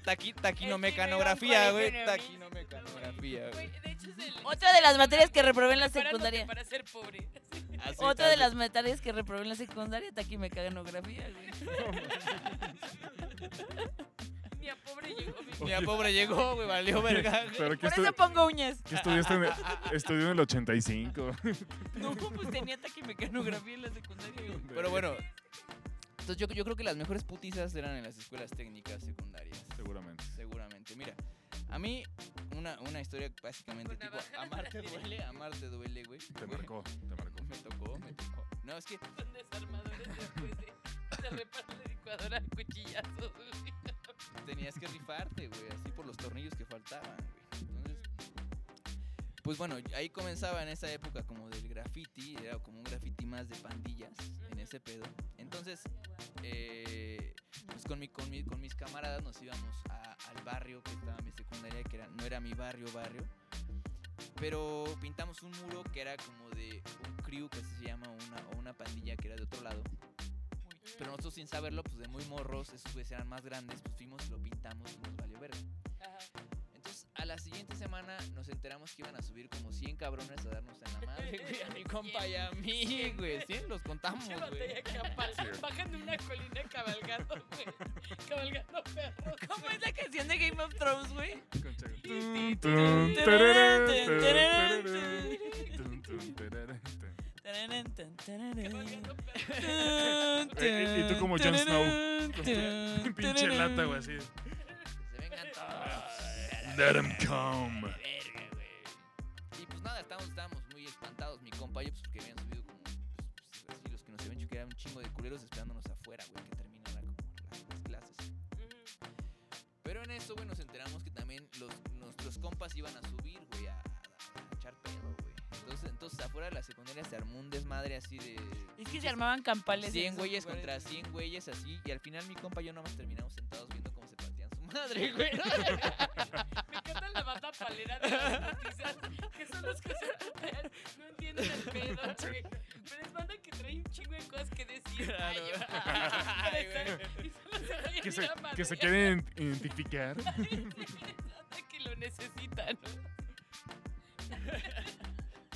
[SPEAKER 5] Taqui, taquinomecanografía,
[SPEAKER 3] El
[SPEAKER 5] güey.
[SPEAKER 3] chino iba a un colegio
[SPEAKER 5] Taquinomecanografía, güey.
[SPEAKER 8] Güey, de hecho es el-
[SPEAKER 6] Otra de las materias que reprobé en la
[SPEAKER 8] Preparándote
[SPEAKER 6] secundaria.
[SPEAKER 8] Para ser pobre.
[SPEAKER 5] Así,
[SPEAKER 6] Otra de
[SPEAKER 5] tal-
[SPEAKER 6] las materias que reprobé en la secundaria, taquimecanografía, güey.
[SPEAKER 8] Ni a pobre llegó mi
[SPEAKER 5] Mira, pobre llegó, güey, valió verga. güey.
[SPEAKER 2] Pero que,
[SPEAKER 6] Por
[SPEAKER 2] estu-
[SPEAKER 6] eso pongo uñas.
[SPEAKER 2] que estudiaste en, estudió en el 85.
[SPEAKER 6] No, pues tenía taquimecanografía en la secundaria, güey.
[SPEAKER 5] Pero bueno. Entonces yo, yo creo que las mejores putizas eran en las escuelas técnicas secundarias.
[SPEAKER 2] Seguramente.
[SPEAKER 5] Seguramente. Mira, a mí una, una historia básicamente tipo amarte duele, amarte duele, güey.
[SPEAKER 2] Te
[SPEAKER 5] Güey,
[SPEAKER 2] marcó, te marcó.
[SPEAKER 5] Me tocó, me tocó. No, es que
[SPEAKER 8] Son desarmadores después de. Se repara la licuadora a cuchillazos, güey.
[SPEAKER 5] tenías que rifarte, güey, así por los tornillos que faltaban, güey. Entonces, pues bueno, ahí comenzaba en esa época como del graffiti, era como un graffiti más de pandillas en ese pedo. Entonces, eh, pues con, mi, con, mi- con mis camaradas nos íbamos a- al barrio que estaba mi secundaria, que era, no era mi barrio, barrio. Pero pintamos un muro que era como de un crew que así se llama, una, o una pandilla que era de otro lado. Pero nosotros sin saberlo, pues de muy morros, esos güeyes eran más grandes, pues fuimos, lo pintamos y nos valió verga. Entonces, a la siguiente semana nos enteramos que iban a subir como 100 cabrones a darnos en la madre, güey, a mi compa y a mí,
[SPEAKER 8] Cien,
[SPEAKER 5] güey.
[SPEAKER 8] güey.
[SPEAKER 5] 100 los contamos,
[SPEAKER 8] Pinche
[SPEAKER 5] güey.
[SPEAKER 8] batalla campal.
[SPEAKER 5] Sí.
[SPEAKER 8] Bajan de una colina cabalgando, güey. Cabalgando perros.
[SPEAKER 3] ¿Cómo es la canción de Game of Thrones, güey?
[SPEAKER 2] Tun, tun, tararán, tun, tararán, tun, tun, tararán, tun. Oye, Eh, Y y tú como Jon Snow. con tu Pinche lata, güey, así. Let him come.
[SPEAKER 5] Verga, güey. Y pues nada, estábamos, estábamos muy espantados, mi compa y yo, pues porque habían subido como. Pues, pues, así, los que nos habían hecho que era un chingo de culeros esperándonos afuera, güey, que terminara como las, las clases. Pero en eso, güey, nos enteramos que también los, nuestros compas iban a subir, güey, a, a- a echar pedo, güey. Entonces, entonces, afuera de la secundaria se armó un desmadre así de.
[SPEAKER 3] Es que se armaban campales. en
[SPEAKER 5] 100
[SPEAKER 3] esos
[SPEAKER 5] güeyes
[SPEAKER 3] lugares,
[SPEAKER 5] contra
[SPEAKER 3] güey.
[SPEAKER 5] 100 güeyes así. Y al final mi compa y yo nomás terminamos sentados viendo cómo se partían su madre, güey.
[SPEAKER 8] Me encanta la banda palera de las noticias, que son los que se putean, no entienden el pedo, güey. Pero es banda que trae un chingo de cosas que decir. Ay, yo-
[SPEAKER 2] Ay,
[SPEAKER 8] Y solo se rayan
[SPEAKER 2] Que se,
[SPEAKER 8] la madre.
[SPEAKER 2] que se quieren identificar.
[SPEAKER 8] Banda que lo necesitan.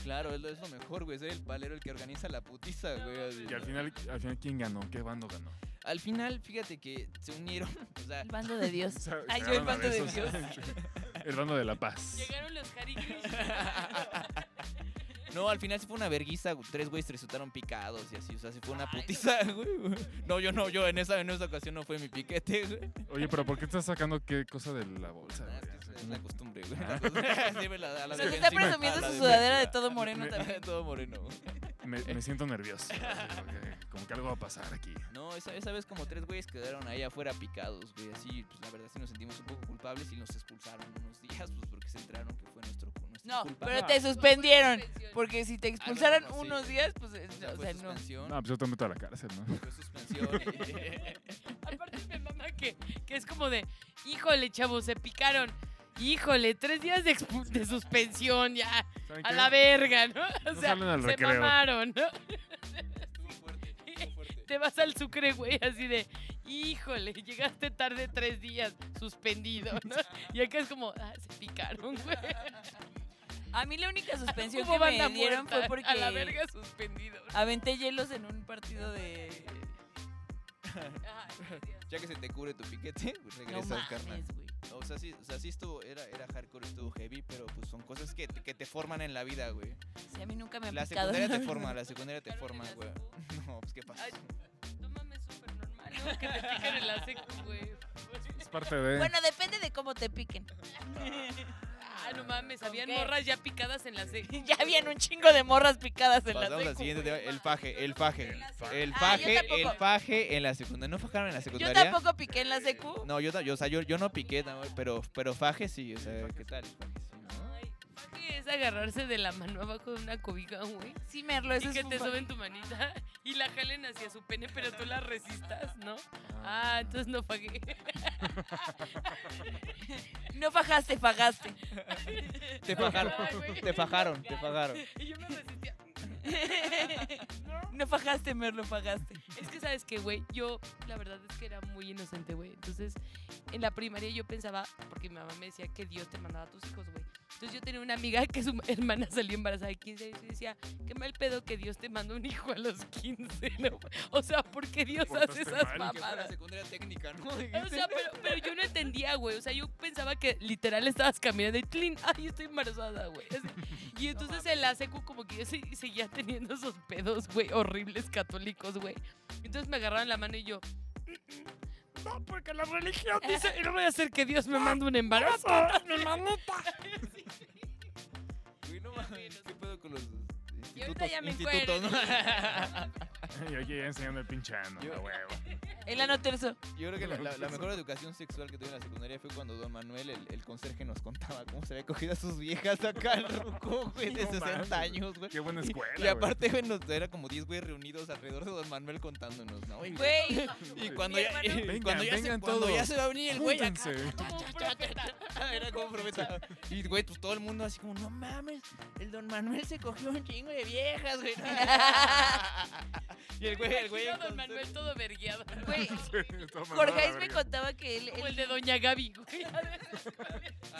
[SPEAKER 5] Claro, es lo, es lo mejor, güey. Soy el palero el que organiza la putiza, güey. así.
[SPEAKER 2] Y al final, al final, ¿quién ganó? ¿Qué bando ganó?
[SPEAKER 5] Al final, fíjate que se unieron. O sea,
[SPEAKER 3] El bando de Dios.
[SPEAKER 2] O sea,
[SPEAKER 3] Ay,
[SPEAKER 2] se
[SPEAKER 3] yo el
[SPEAKER 2] agarraron a
[SPEAKER 3] bando de
[SPEAKER 2] besos.
[SPEAKER 3] Dios.
[SPEAKER 2] El bando de la paz.
[SPEAKER 8] Llegaron los Hare
[SPEAKER 5] No, al final sí fue una verguiza. güey. Tres güeyes resultaron picados y así. O sea, sí fue una putiza, güey. No, yo no, yo en esa, en esa ocasión no fue mi piquete, güey.
[SPEAKER 2] Oye, pero ¿por qué estás sacando qué cosa de la bolsa?
[SPEAKER 5] Ah, es
[SPEAKER 2] güey?
[SPEAKER 5] que
[SPEAKER 2] O sea,
[SPEAKER 5] es
[SPEAKER 2] como-
[SPEAKER 5] la costumbre, güey.
[SPEAKER 2] Ah.
[SPEAKER 5] Siempre la- a la
[SPEAKER 3] O sea, se
[SPEAKER 5] defensiva.
[SPEAKER 3] está presumiendo
[SPEAKER 5] A la
[SPEAKER 3] su
[SPEAKER 5] defensiva.
[SPEAKER 3] sudadera de todo moreno
[SPEAKER 2] Me-
[SPEAKER 3] también.
[SPEAKER 5] Todo moreno, güey.
[SPEAKER 2] Me, me siento nervioso. así, porque Como que algo va a pasar aquí.
[SPEAKER 5] No, esa, esa vez como tres güeyes quedaron ahí afuera picados, güey. Así, pues la verdad sí nos sentimos un poco culpables y nos expulsaron unos días, pues porque se enteraron que fue nuestro, nuestra
[SPEAKER 3] No,
[SPEAKER 5] culpa.
[SPEAKER 3] pero te suspendieron. Porque si te expulsaran
[SPEAKER 5] Ah, no, no, sí.
[SPEAKER 3] unos días, pues, eh,
[SPEAKER 5] O sea,
[SPEAKER 3] o
[SPEAKER 5] fue
[SPEAKER 3] sea, no.
[SPEAKER 5] suspensión.
[SPEAKER 2] No, pues yo te meto a la cárcel, ¿no?
[SPEAKER 5] Fue suspensión.
[SPEAKER 8] Aparte me mama que, que es como de, híjole, chavos, se picaron. Híjole, tres días de, expu- de suspensión ya.
[SPEAKER 2] ¿Saben
[SPEAKER 8] A
[SPEAKER 2] qué?
[SPEAKER 8] la verga, ¿no? O
[SPEAKER 2] No
[SPEAKER 8] sea,
[SPEAKER 2] salen al
[SPEAKER 8] se
[SPEAKER 2] recreo.
[SPEAKER 8] mamaron, ¿no?
[SPEAKER 5] Estuvo fuerte, estuvo fuerte.
[SPEAKER 8] Te vas al sucre, güey, así de, híjole, llegaste tarde tres días, suspendido, ¿no? Y acá es como, ah, se picaron, güey.
[SPEAKER 3] A mí la única suspensión
[SPEAKER 8] Hubo
[SPEAKER 3] que
[SPEAKER 8] banda
[SPEAKER 3] me dieron
[SPEAKER 8] muerta,
[SPEAKER 3] fue porque
[SPEAKER 8] A la verga, suspendido.
[SPEAKER 3] aventé hielos en un partido de...
[SPEAKER 5] Ya que se te cubre tu piquete, pues
[SPEAKER 3] No
[SPEAKER 5] regresas, carnal.
[SPEAKER 3] mames, Ah, güey.
[SPEAKER 5] No, o sea, sí, o sea, sí estuvo, era, era hardcore, estuvo heavy, pero pues son cosas que, te- que te forman en la vida, güey.
[SPEAKER 3] Sí, a mí nunca me han
[SPEAKER 5] La
[SPEAKER 3] picado.
[SPEAKER 5] secundaria te forma, la secundaria te
[SPEAKER 8] Picaron
[SPEAKER 5] forma,
[SPEAKER 8] en la
[SPEAKER 5] güey. No, pues qué pasa.
[SPEAKER 8] Ay. Tómame súper normal, ¿no? Que te pican en la secu, güey.
[SPEAKER 2] Es parte
[SPEAKER 5] Eh.
[SPEAKER 2] de.
[SPEAKER 13] Bueno, depende de cómo te piquen.
[SPEAKER 8] Ah, no mames,
[SPEAKER 3] ¿Con
[SPEAKER 8] habían
[SPEAKER 3] qué?
[SPEAKER 8] morras ya picadas en la secu.
[SPEAKER 3] Ya habían un chingo de morras picadas en la
[SPEAKER 5] Pasamos al
[SPEAKER 3] secu.
[SPEAKER 5] siguiente tema, el faje, el faje. El
[SPEAKER 3] Ah,
[SPEAKER 5] faje,
[SPEAKER 3] yo tampoco.
[SPEAKER 5] el faje en la secundaria. ¿No fajaron en la
[SPEAKER 3] Yo
[SPEAKER 5] secundaria?
[SPEAKER 3] tampoco piqué en la secu.
[SPEAKER 5] No, yo, ta- yo, o sea, yo, yo no piqué, no, pero, pero faje sí, o sea, ¿qué tal? Faje sí, ¿no?
[SPEAKER 8] Ay, ¿qué es agarrarse de la mano abajo de una cobija, güey?
[SPEAKER 3] Sí, Merlo, eso
[SPEAKER 8] Y
[SPEAKER 3] es
[SPEAKER 8] que
[SPEAKER 3] un
[SPEAKER 8] te
[SPEAKER 3] fa-
[SPEAKER 8] suben tu manita y la jalen hacia su pene, pero tú la resistas, ¿no?
[SPEAKER 2] Ah.
[SPEAKER 8] Ah, entonces no pagué.
[SPEAKER 3] No fajaste, fagaste.
[SPEAKER 5] Te fajaron,
[SPEAKER 8] Ay, güey.
[SPEAKER 5] te fajaron, te fajaron.
[SPEAKER 8] Y yo me resistía.
[SPEAKER 3] No fajaste, Merlo, fagaste.
[SPEAKER 8] Es que, ¿sabes qué, güey? Yo, la verdad es que era muy inocente, güey. Entonces, en la primaria yo pensaba, porque mi mamá me decía que Dios te mandaba a tus hijos, güey. Entonces, yo tenía una amiga que su hermana salió embarazada de 15 años y decía, qué mal pedo que Dios te mandó un hijo a los 15, ¿no? O sea, ¿por qué Dios hace
[SPEAKER 2] Portaste
[SPEAKER 8] esas
[SPEAKER 2] mal.
[SPEAKER 5] Que fue la
[SPEAKER 8] mamadas?
[SPEAKER 5] secundaria técnica, ¿no?
[SPEAKER 8] O sea, pero, pero yo no entendía, güey. O sea, yo pensaba que literal estabas caminando y clean, ay, estoy embarazada, güey. Así. Y entonces en la secu como que yo se- seguía teniendo esos pedos, güey, horribles católicos, güey. Entonces me agarraron la mano y yo, no, porque la religión dice, no voy a hacer que Dios me mande un embarazo.
[SPEAKER 1] Mi manita.
[SPEAKER 5] Güey, no mames, ¿qué pedo con los institutos?
[SPEAKER 8] Y ahorita ya me
[SPEAKER 5] institutos,
[SPEAKER 8] encuentro.
[SPEAKER 5] ¿no?
[SPEAKER 2] Y aquí ya enseñando el pinche ano,
[SPEAKER 5] Yo-
[SPEAKER 2] a huevo.
[SPEAKER 6] El ano terzo.
[SPEAKER 5] Yo creo que la, la- la mejor educación sexual que tuve en la secundaria fue cuando Don Manuel, el, el conserje, nos contaba cómo se había cogido a sus viejas acá al ruco, güey, de
[SPEAKER 2] No
[SPEAKER 5] 60
[SPEAKER 2] mames,
[SPEAKER 5] años, güey.
[SPEAKER 2] Qué buena
[SPEAKER 5] Y-
[SPEAKER 2] escuela.
[SPEAKER 5] Y,
[SPEAKER 2] güey.
[SPEAKER 5] aparte, güey, nos- era como 10 güeyes reunidos alrededor de Don Manuel contándonos, ¿no? Y,
[SPEAKER 6] Güey.
[SPEAKER 5] y cuando,
[SPEAKER 6] mi
[SPEAKER 5] ya, y
[SPEAKER 6] hermano-
[SPEAKER 2] Vengan,
[SPEAKER 5] cuando, ya, se,
[SPEAKER 2] vengan
[SPEAKER 5] cuando ya
[SPEAKER 2] todos.
[SPEAKER 5] se va a venir el güey, acá,
[SPEAKER 2] Júntense.
[SPEAKER 5] era como profeta. Y, güey, pues todo el mundo así como, no mames, el Don Manuel se cogió un chingo de viejas, güey. y el güey, el güey.
[SPEAKER 3] Imagino a
[SPEAKER 5] el
[SPEAKER 3] don Manuel todo vergueado.
[SPEAKER 6] Güey,
[SPEAKER 2] Estaba mandado a la
[SPEAKER 6] Jorge me
[SPEAKER 2] verga.
[SPEAKER 6] contaba que él,
[SPEAKER 3] Como
[SPEAKER 6] él-
[SPEAKER 3] el de Doña Gaby, güey.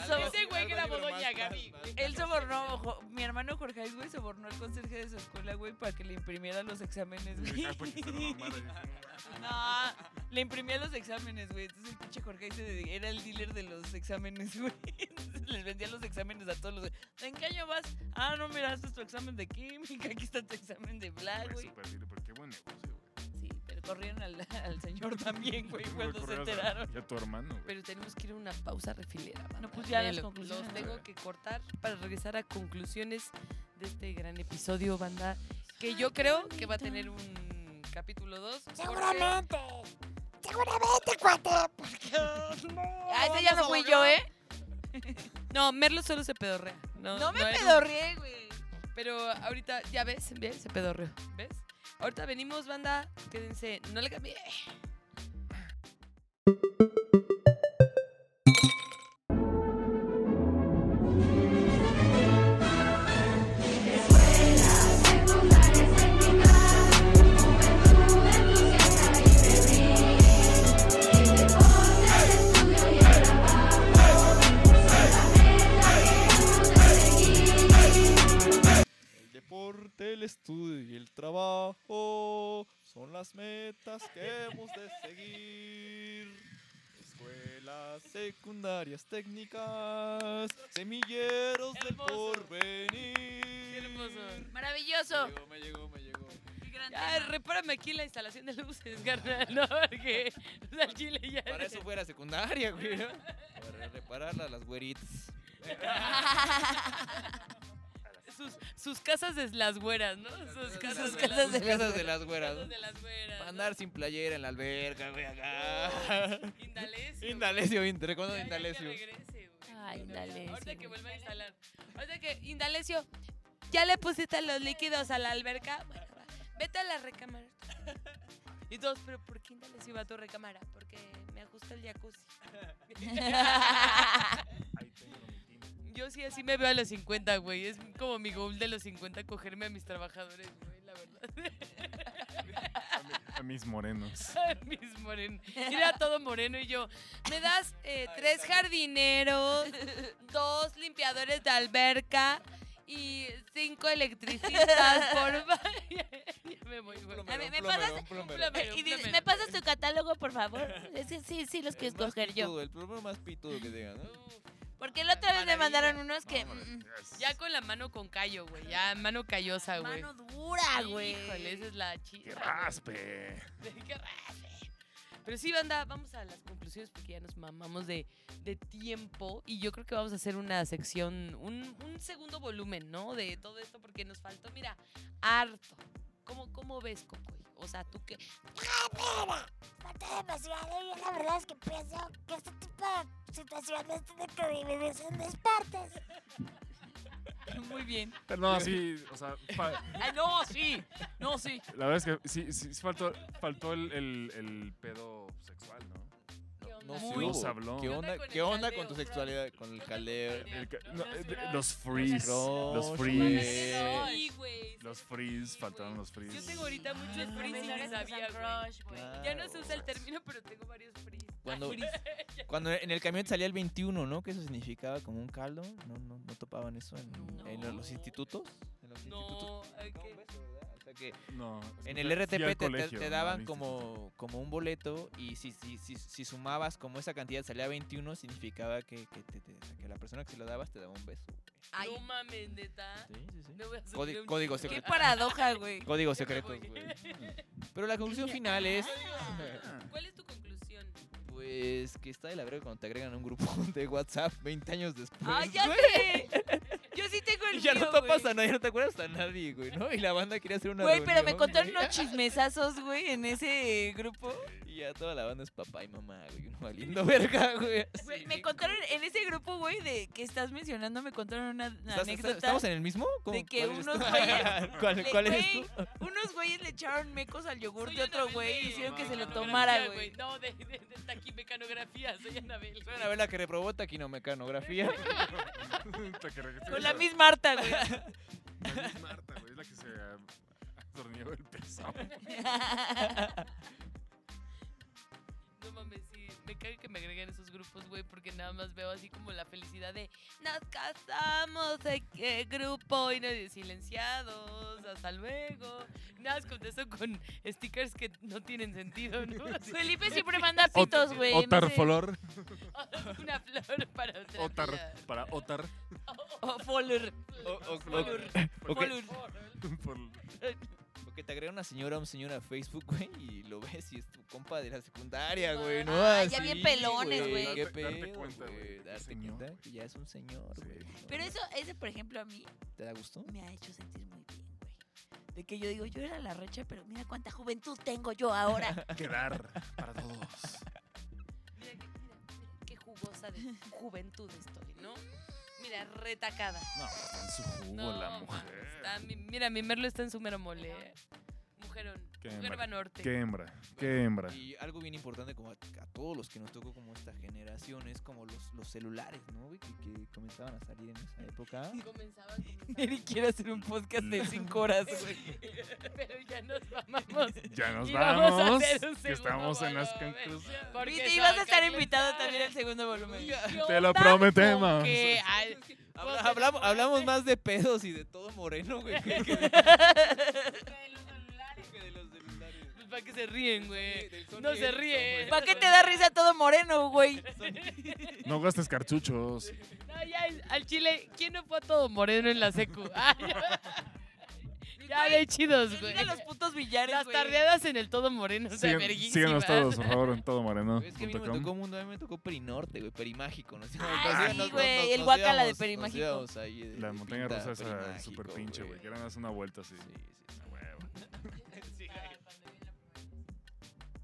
[SPEAKER 6] so-
[SPEAKER 3] Ese güey grabó
[SPEAKER 5] libro
[SPEAKER 3] Doña
[SPEAKER 5] más, más,
[SPEAKER 3] Gaby,
[SPEAKER 5] más.
[SPEAKER 3] güey.
[SPEAKER 6] él sobornó, jo- mi hermano Jorge Ais, güey, sobornó al conserje de su escuela, güey, para que le imprimiera los exámenes, güey.
[SPEAKER 2] Ah, porque se lo mamara, yo-
[SPEAKER 6] No, le imprimía los exámenes, güey. Entonces el pinche Jorge se dedi- era el dealer de los exámenes, güey. Entonces, Les vendía los exámenes a todos los. ¿En qué año vas? Ah, no, mira, este es tu examen de química, aquí está tu examen de
[SPEAKER 3] Pues
[SPEAKER 6] black,
[SPEAKER 2] Güey,
[SPEAKER 6] güey.
[SPEAKER 2] súper lindo, pero qué buen negocio, güey.
[SPEAKER 6] Sí, pero corrieron al, al señor también, güey,
[SPEAKER 2] Luego
[SPEAKER 6] cuando se
[SPEAKER 2] correos a-
[SPEAKER 6] enteraron.
[SPEAKER 2] Y a tu hermano, güey.
[SPEAKER 3] Pero tenemos que ir a una pausa refilera. banda.
[SPEAKER 6] No, pues ya las
[SPEAKER 3] Lo-
[SPEAKER 6] conclusiones.
[SPEAKER 3] Los tengo que cortar para regresar a conclusiones de este gran episodio, banda. Que yo creo que va a tener un capítulo 2.
[SPEAKER 1] Seguramente. Seguramente, cuate. Porque no.
[SPEAKER 6] Ah, ese ya no fui yo, ¿eh?
[SPEAKER 3] No, Merlo solo se pedorrea. No,
[SPEAKER 6] No me
[SPEAKER 3] era-
[SPEAKER 6] pedorreé, güey.
[SPEAKER 3] Pero ahorita, ya ves, ¿ves? se pedorreó. ¿Ves? Ahorita venimos, banda. Quédense, no le cambié.
[SPEAKER 5] El deporte, el estudio y el trabajo son las metas que hemos de seguir. Escuelas secundarias técnicas, semilleros del
[SPEAKER 3] Hermoso.
[SPEAKER 5] porvenir.
[SPEAKER 3] hermoso.
[SPEAKER 6] Maravilloso.
[SPEAKER 5] Me llegó, me llegó, me llegó.
[SPEAKER 3] Ya, repárame aquí la instalación de luces, carnal. No, porque o sea, al chile ya.
[SPEAKER 5] Para eso fuera secundaria, güey. ¿no? Para repararla a las güeritas.
[SPEAKER 3] Sus, sus casas de las güeras, ¿no? Sus casas,
[SPEAKER 5] Las
[SPEAKER 3] de las-
[SPEAKER 5] las casas de las güeras.
[SPEAKER 3] casas
[SPEAKER 5] ¿no?
[SPEAKER 3] de las güeras.
[SPEAKER 5] Para
[SPEAKER 3] ¿no?
[SPEAKER 5] andar sin playera en la alberca, güey, acá.
[SPEAKER 3] Indalecio.
[SPEAKER 5] Indalecio, Inter, ¿cuándo
[SPEAKER 3] Ya, ya que
[SPEAKER 5] Indalecio?
[SPEAKER 3] regrese, güey.
[SPEAKER 6] Ay, Indalecio,
[SPEAKER 3] Ahorita que
[SPEAKER 6] güey.
[SPEAKER 3] vuelva a instalar. Ahorita que, Indalecio, ¿ya le pusiste los líquidos a la alberca? Bueno, va, vete a la recámara. Y todos, ¿pero por qué Indalecio va a tu recámara? Porque me ajusta el jacuzzi.
[SPEAKER 2] Ahí tengo mi team.
[SPEAKER 3] Yo sí, así me veo a los 50, güey. Es como mi goal de los 50, cogerme a mis trabajadores, güey, la verdad.
[SPEAKER 2] A mis morenos.
[SPEAKER 3] mis morenos. Era todo moreno y yo, me das eh, tres jardineros, dos limpiadores de alberca y cinco electricistas, por favor. ya, ya me voy, güey.
[SPEAKER 5] Plomero,
[SPEAKER 11] me- me
[SPEAKER 5] plomero,
[SPEAKER 11] pasas-
[SPEAKER 5] un plomero.
[SPEAKER 3] Plomero,
[SPEAKER 11] Eh, Y dices,
[SPEAKER 3] plomero.
[SPEAKER 11] ¿me pasas tu catálogo, por favor? Es que sí, sí, los
[SPEAKER 5] El
[SPEAKER 11] quiero
[SPEAKER 5] más
[SPEAKER 11] escoger yo.
[SPEAKER 5] pitudo, El problema más pitudo que tenga, ¿no?
[SPEAKER 11] Porque la otra vez me mandaron
[SPEAKER 3] Maravilla.
[SPEAKER 11] unos que...
[SPEAKER 2] No, hombre,
[SPEAKER 11] mm, mm,
[SPEAKER 2] es-
[SPEAKER 3] Ya con la mano con callo, güey. Ya mano callosa, güey.
[SPEAKER 11] mano dura, güey.
[SPEAKER 3] Híjole, esa es la chida.
[SPEAKER 2] ¡Que
[SPEAKER 3] güey.
[SPEAKER 2] raspe!
[SPEAKER 3] Qué raro. Pero sí, banda, vamos a las conclusiones porque ya nos mamamos de, de tiempo y yo creo que vamos a hacer una sección, un, un segundo volumen, ¿no? De todo esto porque nos faltó, mira, harto. ¿Cómo, cómo ves, Cocoy? O sea, tú que...
[SPEAKER 1] Ah, mira. Falta demasiado. Yo la verdad es que pienso que este tipo de situaciones tienen que dividirse en dos partes.
[SPEAKER 6] Muy bien.
[SPEAKER 2] Pero no, sí, o sea, fa-
[SPEAKER 6] Ah, no, sí. No, sí.
[SPEAKER 2] la verdad es que sí, sí, sí faltó, faltó el, el, el pedo sexual, ¿no?
[SPEAKER 5] No
[SPEAKER 2] Muy
[SPEAKER 5] se hubo.
[SPEAKER 2] se habló.
[SPEAKER 5] ¿Qué
[SPEAKER 2] ¿Qué
[SPEAKER 5] onda,
[SPEAKER 3] onda con
[SPEAKER 5] ¿Qué
[SPEAKER 3] el
[SPEAKER 5] onda con
[SPEAKER 3] caldeo,
[SPEAKER 5] tu
[SPEAKER 3] bro?
[SPEAKER 5] sexualidad? Con el caldeo.
[SPEAKER 2] El ca-
[SPEAKER 3] No,
[SPEAKER 2] no,
[SPEAKER 3] sí,
[SPEAKER 2] eh,
[SPEAKER 3] no.
[SPEAKER 2] los frees,
[SPEAKER 5] No,
[SPEAKER 2] los
[SPEAKER 5] sí.
[SPEAKER 2] frees,
[SPEAKER 3] Sí, güey.
[SPEAKER 2] los
[SPEAKER 3] sí,
[SPEAKER 2] frees,
[SPEAKER 3] sí,
[SPEAKER 2] faltaron
[SPEAKER 3] güey.
[SPEAKER 2] los frees.
[SPEAKER 3] Yo tengo ahorita muchos
[SPEAKER 6] Ah.
[SPEAKER 3] frizz y
[SPEAKER 6] También
[SPEAKER 3] ni
[SPEAKER 6] eres
[SPEAKER 3] sabía, güey.
[SPEAKER 11] Crush, güey.
[SPEAKER 5] Claro.
[SPEAKER 3] Ya no se usa el término, pero tengo varios frizz.
[SPEAKER 5] Cuando, cuando en el camión salía el 21, ¿no? Que eso significaba como un caldo. No, no, no topaban eso en,
[SPEAKER 3] No.
[SPEAKER 5] en los institutos. En los institutos.
[SPEAKER 3] No, ok.
[SPEAKER 5] un beso, ¿verdad? O sea que
[SPEAKER 2] No,
[SPEAKER 5] en
[SPEAKER 2] Pues fui al
[SPEAKER 5] el RTP te, te-
[SPEAKER 2] colegio,
[SPEAKER 5] te
[SPEAKER 2] no al
[SPEAKER 5] daban
[SPEAKER 2] instituto.
[SPEAKER 5] como, como un boleto y si, si, si, si sumabas como esa cantidad salía 21, significaba que, que, te- te- o sea, que la persona que se lo dabas te daba un beso.
[SPEAKER 3] Ay. No mames, neta.
[SPEAKER 5] Sí, sí, sí.
[SPEAKER 3] No voy a subir
[SPEAKER 5] Código,
[SPEAKER 3] un
[SPEAKER 5] código
[SPEAKER 3] chingo de-
[SPEAKER 5] secreto.
[SPEAKER 6] Paradoja, güey.
[SPEAKER 3] Ya
[SPEAKER 5] Código
[SPEAKER 3] me
[SPEAKER 5] secreto,
[SPEAKER 3] voy.
[SPEAKER 5] güey. Pero la conclusión final es,
[SPEAKER 3] ¿Cuál es tu conclusión?
[SPEAKER 5] pues, que está de la verga cuando te agregan a un grupo de WhatsApp 20 años después.
[SPEAKER 3] Ah,
[SPEAKER 6] ¡Ay, ya
[SPEAKER 5] güey.
[SPEAKER 6] sé! Yo sí tengo el
[SPEAKER 5] Y ya
[SPEAKER 6] mío,
[SPEAKER 5] no topas
[SPEAKER 6] güey.
[SPEAKER 5] a nadie, no te acuerdas a nadie, güey, ¿no? Y la banda quería hacer una
[SPEAKER 6] Güey, pero me
[SPEAKER 5] reunión,
[SPEAKER 6] contaron
[SPEAKER 5] güey.
[SPEAKER 6] unos chismesazos, güey, en ese grupo.
[SPEAKER 5] Y Y ya toda la banda es papá y mamá, güey. Uno valiendo verga, güey.
[SPEAKER 3] Güey, me contaron en ese grupo, güey, de que estás mencionando, me contaron una
[SPEAKER 5] ¿Estás- estás-
[SPEAKER 3] anécdota.
[SPEAKER 5] ¿Estamos en el mismo? ¿Cómo-
[SPEAKER 3] de que
[SPEAKER 5] cuál eres
[SPEAKER 3] unos
[SPEAKER 5] tú?
[SPEAKER 3] güeyes-
[SPEAKER 5] ¿Cuál,
[SPEAKER 3] le-
[SPEAKER 5] cuál eres
[SPEAKER 3] güey,
[SPEAKER 5] tú?
[SPEAKER 3] Unos güeyes le echaron mecos al yogur
[SPEAKER 8] Soy
[SPEAKER 3] de otro
[SPEAKER 8] Anabel
[SPEAKER 3] güey
[SPEAKER 8] de
[SPEAKER 3] y hicieron
[SPEAKER 5] Ah,
[SPEAKER 3] que se lo
[SPEAKER 8] mecanografía,
[SPEAKER 3] tomara, güey.
[SPEAKER 8] No, de, de, de taquimecanografía, soy Anabel.
[SPEAKER 5] Soy Anabel la que reprobó taquinomecanografía.
[SPEAKER 2] La que regresé.
[SPEAKER 3] Con la misma harta, güey.
[SPEAKER 2] La misma Marta, güey. Es la que se ah, atornilló el pesado.
[SPEAKER 8] No mames, sí, me caga que me agreguen esos grupos, güey, porque nada más veo así como la felicidad de nos casamos, ¿de qué grupo? Y nadie, silenciados, hasta luego. Nada más contesto con stickers que no tienen sentido, ¿no? Así,
[SPEAKER 3] Felipe siempre manda pitos, güey. no sé.
[SPEAKER 2] Otarfolor.
[SPEAKER 8] Una flor para otra.
[SPEAKER 2] Otar.
[SPEAKER 8] vida.
[SPEAKER 2] Para Otar.
[SPEAKER 3] O Folor.
[SPEAKER 5] O, o-
[SPEAKER 2] Folor.
[SPEAKER 5] o- o que,
[SPEAKER 3] Folor.
[SPEAKER 2] Por-
[SPEAKER 5] o que te agrega una señora o un señor a Facebook, güey, y lo ves y es tu compa de la secundaria, güey, ¿no?
[SPEAKER 14] Ah, ya
[SPEAKER 5] Así,
[SPEAKER 14] bien pelones, güey.
[SPEAKER 5] Qué
[SPEAKER 2] Darte- darte
[SPEAKER 5] pedo,
[SPEAKER 2] cuenta, güey,
[SPEAKER 5] güey.
[SPEAKER 2] de que
[SPEAKER 5] Darte
[SPEAKER 2] señor,
[SPEAKER 5] cuenta
[SPEAKER 2] güey.
[SPEAKER 5] que ya es un señor,
[SPEAKER 2] Sí.
[SPEAKER 5] güey.
[SPEAKER 3] Pero
[SPEAKER 5] No,
[SPEAKER 3] eso, ese, por ejemplo, a mí
[SPEAKER 5] ¿Te da gusto?
[SPEAKER 3] me ha hecho sentir muy bien, güey. De que yo digo, yo era la recha, pero mira cuánta juventud tengo yo ahora.
[SPEAKER 2] Quedar para todos.
[SPEAKER 8] Mira, que- mira, mira, qué jugosa de juventud estoy, ¿no? Mira, retacada.
[SPEAKER 2] No, está en su jugo
[SPEAKER 8] No,
[SPEAKER 2] la
[SPEAKER 8] man,
[SPEAKER 2] mujer.
[SPEAKER 8] está mi- mira, mi Merlo está en su mero mole. eh. Mujerón.
[SPEAKER 2] Qué
[SPEAKER 8] Mujerva
[SPEAKER 2] mar-
[SPEAKER 8] norte.
[SPEAKER 2] Qué hembra. Qué
[SPEAKER 5] Bueno,
[SPEAKER 2] hembra.
[SPEAKER 5] Y algo bien importante como a, a todos los que nos tocó como esta generación es como los, los celulares, ¿no? güey? Que, que comenzaban a salir en esa época.
[SPEAKER 8] Comenzaban, comenzaban.
[SPEAKER 3] Eric quiere hacer un podcast de cinco horas, güey.
[SPEAKER 8] Pero ya nos mamamos.
[SPEAKER 2] Ya nos
[SPEAKER 8] Y
[SPEAKER 2] vamos.
[SPEAKER 8] vamos a hacer un
[SPEAKER 2] que estamos en las
[SPEAKER 8] segundo
[SPEAKER 2] conclusiones.
[SPEAKER 8] Porque
[SPEAKER 3] Viste,
[SPEAKER 8] soy
[SPEAKER 3] ibas a estar
[SPEAKER 8] Gabriel
[SPEAKER 3] invitado
[SPEAKER 8] Sainz.
[SPEAKER 3] también al segundo volumen.
[SPEAKER 2] Te lo
[SPEAKER 8] Tanto
[SPEAKER 2] prometemos.
[SPEAKER 8] que al-
[SPEAKER 5] Habla- hablamos, hablamos más de pedos y de todo moreno, güey. Que, que de, que de los celulares.
[SPEAKER 8] Pues, ¿Para qué se ríen, güey?
[SPEAKER 5] Del
[SPEAKER 8] No
[SPEAKER 5] Sony
[SPEAKER 8] se
[SPEAKER 5] Ericsson,
[SPEAKER 8] ríen.
[SPEAKER 3] ¿Para qué te da risa todo moreno, güey?
[SPEAKER 2] No gastes cartuchos.
[SPEAKER 8] No, ya, es- al chile, ¿quién no fue a todo moreno en la secu? Ah, ya. ya de chidos,
[SPEAKER 3] Que
[SPEAKER 8] güey.
[SPEAKER 3] diga los putos billares,
[SPEAKER 8] Las
[SPEAKER 3] güey.
[SPEAKER 8] tardeadas en el todo moreno, o sea,
[SPEAKER 2] Sigan-
[SPEAKER 8] verguísimas.
[SPEAKER 2] síganos todos, por favor, en todomoreno.com.
[SPEAKER 5] Güey, Es que a mí no me tocó mundo, a mí me tocó Perinorte, güey, Perimágico. ¿no?
[SPEAKER 3] Ah, sí, güey, el guacala
[SPEAKER 5] guacala
[SPEAKER 3] de Perimágico.
[SPEAKER 2] La montaña rusa esa súper pinche, güey. Que eran hacer una vuelta así.
[SPEAKER 5] Sí, sí, sí.
[SPEAKER 2] A huevo.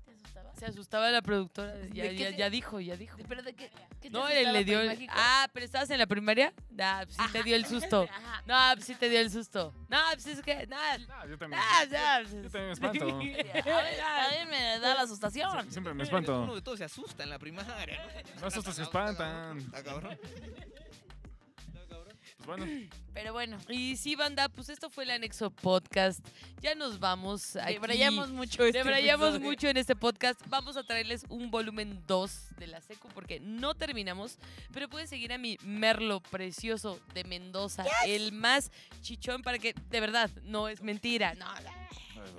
[SPEAKER 3] ¿Te asustabas?
[SPEAKER 8] Se asustaba la productora. Ya,
[SPEAKER 3] ¿De qué
[SPEAKER 8] ya,
[SPEAKER 3] se-
[SPEAKER 8] ya dijo, ya dijo.
[SPEAKER 3] ¿Pero de qué? qué te
[SPEAKER 8] No,
[SPEAKER 3] asustaba
[SPEAKER 8] le, le dio. el-
[SPEAKER 3] Perimágico?
[SPEAKER 8] Ah, pero estabas en la primaria. Nah, pues sí te dio el susto.
[SPEAKER 3] Ajá.
[SPEAKER 8] No, pues sí te dio el susto. No, pues es que. Nah,
[SPEAKER 2] Ah, yo también.
[SPEAKER 8] nah, pues, nah,
[SPEAKER 2] Yo también me espanto.
[SPEAKER 3] A mí me da la asustación.
[SPEAKER 2] Siempre me
[SPEAKER 5] Uno
[SPEAKER 2] espanto.
[SPEAKER 5] de todos se asusta en la primaria, ¿no?
[SPEAKER 2] No asustes, se espantan.
[SPEAKER 5] ¿Está cabrón? ¿Está cabrón?
[SPEAKER 2] Pues bueno,
[SPEAKER 3] Pero bueno,
[SPEAKER 8] Y sí, banda, pues esto fue el anexo podcast. Ya nos vamos. aquí.
[SPEAKER 3] debrayamos mucho este
[SPEAKER 8] Debrayamos
[SPEAKER 3] episodio.
[SPEAKER 8] mucho en este podcast. Vamos a traerles un volumen 2 de la secu porque no terminamos. Pero pueden seguir a mi Merlo precioso de Mendoza, el más chichón, para que de verdad no es mentira. No, no,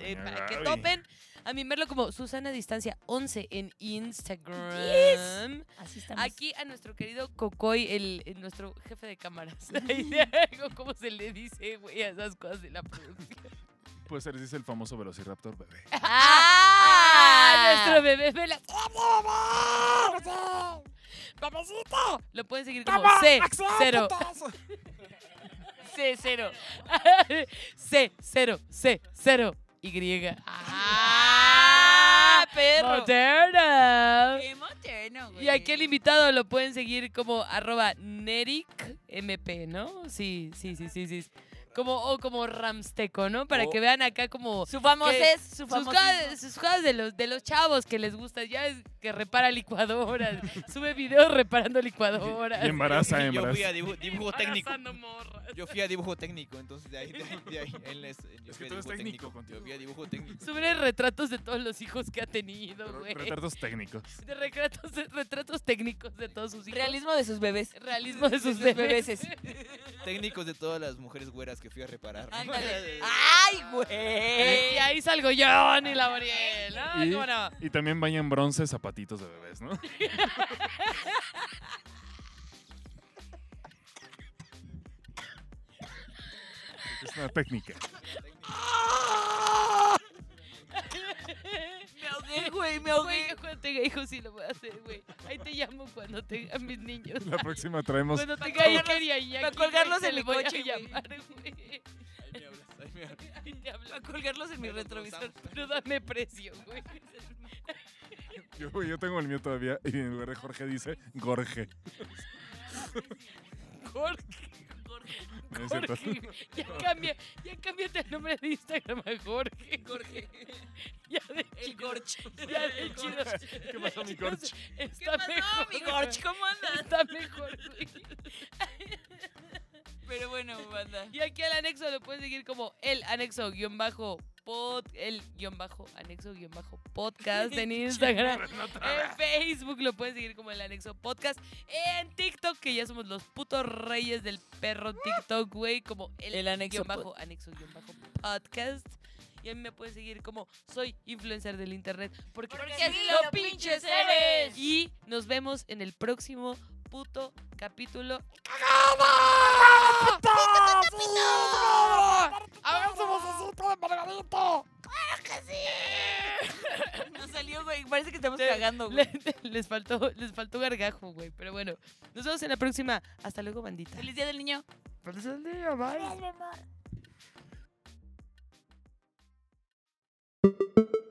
[SPEAKER 8] eh, para que
[SPEAKER 2] Gaby.
[SPEAKER 8] topen a mi Merlo como Susana Distancia 11 en Instagram.
[SPEAKER 3] Así estamos.
[SPEAKER 8] Aquí a nuestro querido Cocoy, el, el nuestro jefe de cámaras. ¿Cómo se le dice, güey, a esas cosas de la producción?
[SPEAKER 2] Pues se les dice el famoso Velociraptor bebé.
[SPEAKER 8] ¡Ah! Nuestro bebé Vela.
[SPEAKER 1] ¡Papacito!
[SPEAKER 8] Lo pueden seguir como
[SPEAKER 1] ¡Papá!
[SPEAKER 8] C,
[SPEAKER 1] ¡Acción,
[SPEAKER 8] cero,
[SPEAKER 1] putazo!
[SPEAKER 8] C, cero. C, cero, C, cero, Y. ¡Ah!
[SPEAKER 3] perro!
[SPEAKER 8] Moderno.
[SPEAKER 3] ¡Qué moderno, güey!
[SPEAKER 8] Y aquel invitado lo pueden seguir como arroba nericmp, ¿no? Sí, sí, sí, sí, sí. Como, o como Ramsteco, ¿no? Para
[SPEAKER 5] O-
[SPEAKER 8] que vean acá como
[SPEAKER 3] Su famoso
[SPEAKER 8] que-
[SPEAKER 3] es, su
[SPEAKER 8] sus
[SPEAKER 3] famoso.
[SPEAKER 8] cosas, sus cosas de los de los chavos que les gusta, ya ves que repara licuadoras, sube videos reparando licuadoras.
[SPEAKER 2] Y embaraza
[SPEAKER 5] Yo
[SPEAKER 2] hembras.
[SPEAKER 5] fui a dibujo, dibujo técnico.
[SPEAKER 8] Embarazando morras.
[SPEAKER 5] Yo fui a dibujo técnico, entonces de ahí, de ahí, de ahí. Él es, yo
[SPEAKER 2] Es
[SPEAKER 5] fui
[SPEAKER 2] que
[SPEAKER 5] a
[SPEAKER 2] tú eres
[SPEAKER 5] dibujo
[SPEAKER 2] técnico contigo,
[SPEAKER 5] Yo fui a dibujo técnico.
[SPEAKER 8] Sube retratos de todos los hijos que ha tenido, güey.
[SPEAKER 2] Retratos técnicos.
[SPEAKER 8] De retratos, retratos técnicos de todos sus hijos.
[SPEAKER 3] Realismo de sus bebés.
[SPEAKER 8] Realismo de sus bebés.
[SPEAKER 3] bebeses.
[SPEAKER 5] Técnicos de todas las mujeres güeras que fui a reparar.
[SPEAKER 3] Ándale. ¡Ay,
[SPEAKER 8] Eh, Y
[SPEAKER 3] güey!
[SPEAKER 8] ahí salgo yo, ni la Gabriel. Ah,
[SPEAKER 2] Y-
[SPEAKER 8] ¿Cómo no?
[SPEAKER 2] Y también bañan bronce zapatitos de bebés, ¿no? Es una técnica.
[SPEAKER 3] Me ahogué, güey, me
[SPEAKER 8] Güey,
[SPEAKER 3] ahogué.
[SPEAKER 8] yo cuando tenga hijos sí lo voy a hacer, güey. Ahí te llamo cuando tenga mis niños.
[SPEAKER 2] La próxima traemos.
[SPEAKER 8] Cuando
[SPEAKER 3] Pa'
[SPEAKER 8] tenga
[SPEAKER 3] colgarlos-
[SPEAKER 8] Iker y a Iñaki,
[SPEAKER 3] colgarlos
[SPEAKER 8] güey,
[SPEAKER 3] en
[SPEAKER 8] te
[SPEAKER 3] el
[SPEAKER 8] voy a
[SPEAKER 3] coche, güey.
[SPEAKER 8] llamar, güey.
[SPEAKER 5] Ahí me hablas, ahí me hablas.
[SPEAKER 8] te hablo.
[SPEAKER 6] A colgarlos en mi
[SPEAKER 8] Pero
[SPEAKER 6] retrovisor.
[SPEAKER 8] usamos. Pero dame precio, güey.
[SPEAKER 2] Yo, yo tengo el mío todavía y en lugar de Jorge dice Gorge.
[SPEAKER 8] Jorge.
[SPEAKER 2] No es cierto.
[SPEAKER 8] Jorge. Ya, cambia, ya cámbiate el nombre de Instagram a Jorge.
[SPEAKER 6] Jorge.
[SPEAKER 8] Ya de
[SPEAKER 6] El
[SPEAKER 8] chido-
[SPEAKER 6] Gorch.
[SPEAKER 8] Ya de chido.
[SPEAKER 2] ¿Qué pasó, mi Gorch?
[SPEAKER 6] ¿Qué
[SPEAKER 8] Está
[SPEAKER 6] pasó,
[SPEAKER 8] mejor.
[SPEAKER 6] mi Gorch? ¿Cómo andas?
[SPEAKER 8] Está mejor, güey.
[SPEAKER 6] Pero bueno, banda.
[SPEAKER 8] Y aquí al anexo lo pueden seguir como el anexo guión bajo pod, el guión bajo anexo guión bajo podcast en Instagram. en Facebook lo pueden seguir como el anexo podcast. En TikTok, que ya somos los putos reyes del perro TikTok, güey, como el,
[SPEAKER 6] El anexo
[SPEAKER 8] guión bajo anexo guión bajo podcast. Y a mí me pueden seguir como soy influencer del internet. Porque,
[SPEAKER 6] Porque
[SPEAKER 8] así
[SPEAKER 6] sí,
[SPEAKER 8] lo
[SPEAKER 6] lo
[SPEAKER 8] pinches
[SPEAKER 6] pinches
[SPEAKER 8] eres.
[SPEAKER 6] eres.
[SPEAKER 8] Y nos vemos en el próximo puto capítulo.
[SPEAKER 1] Ahora somos así todo margarito.
[SPEAKER 6] Nos salió, güey. Parece que estamos
[SPEAKER 8] Te-
[SPEAKER 6] cagando, güey.
[SPEAKER 8] Le- les faltó, les faltó gargajo, güey. Pero bueno, nos vemos en la próxima. Hasta luego, bandita.
[SPEAKER 6] Feliz día del niño.
[SPEAKER 8] Feliz día, bye.
[SPEAKER 1] Gracias, mi amor.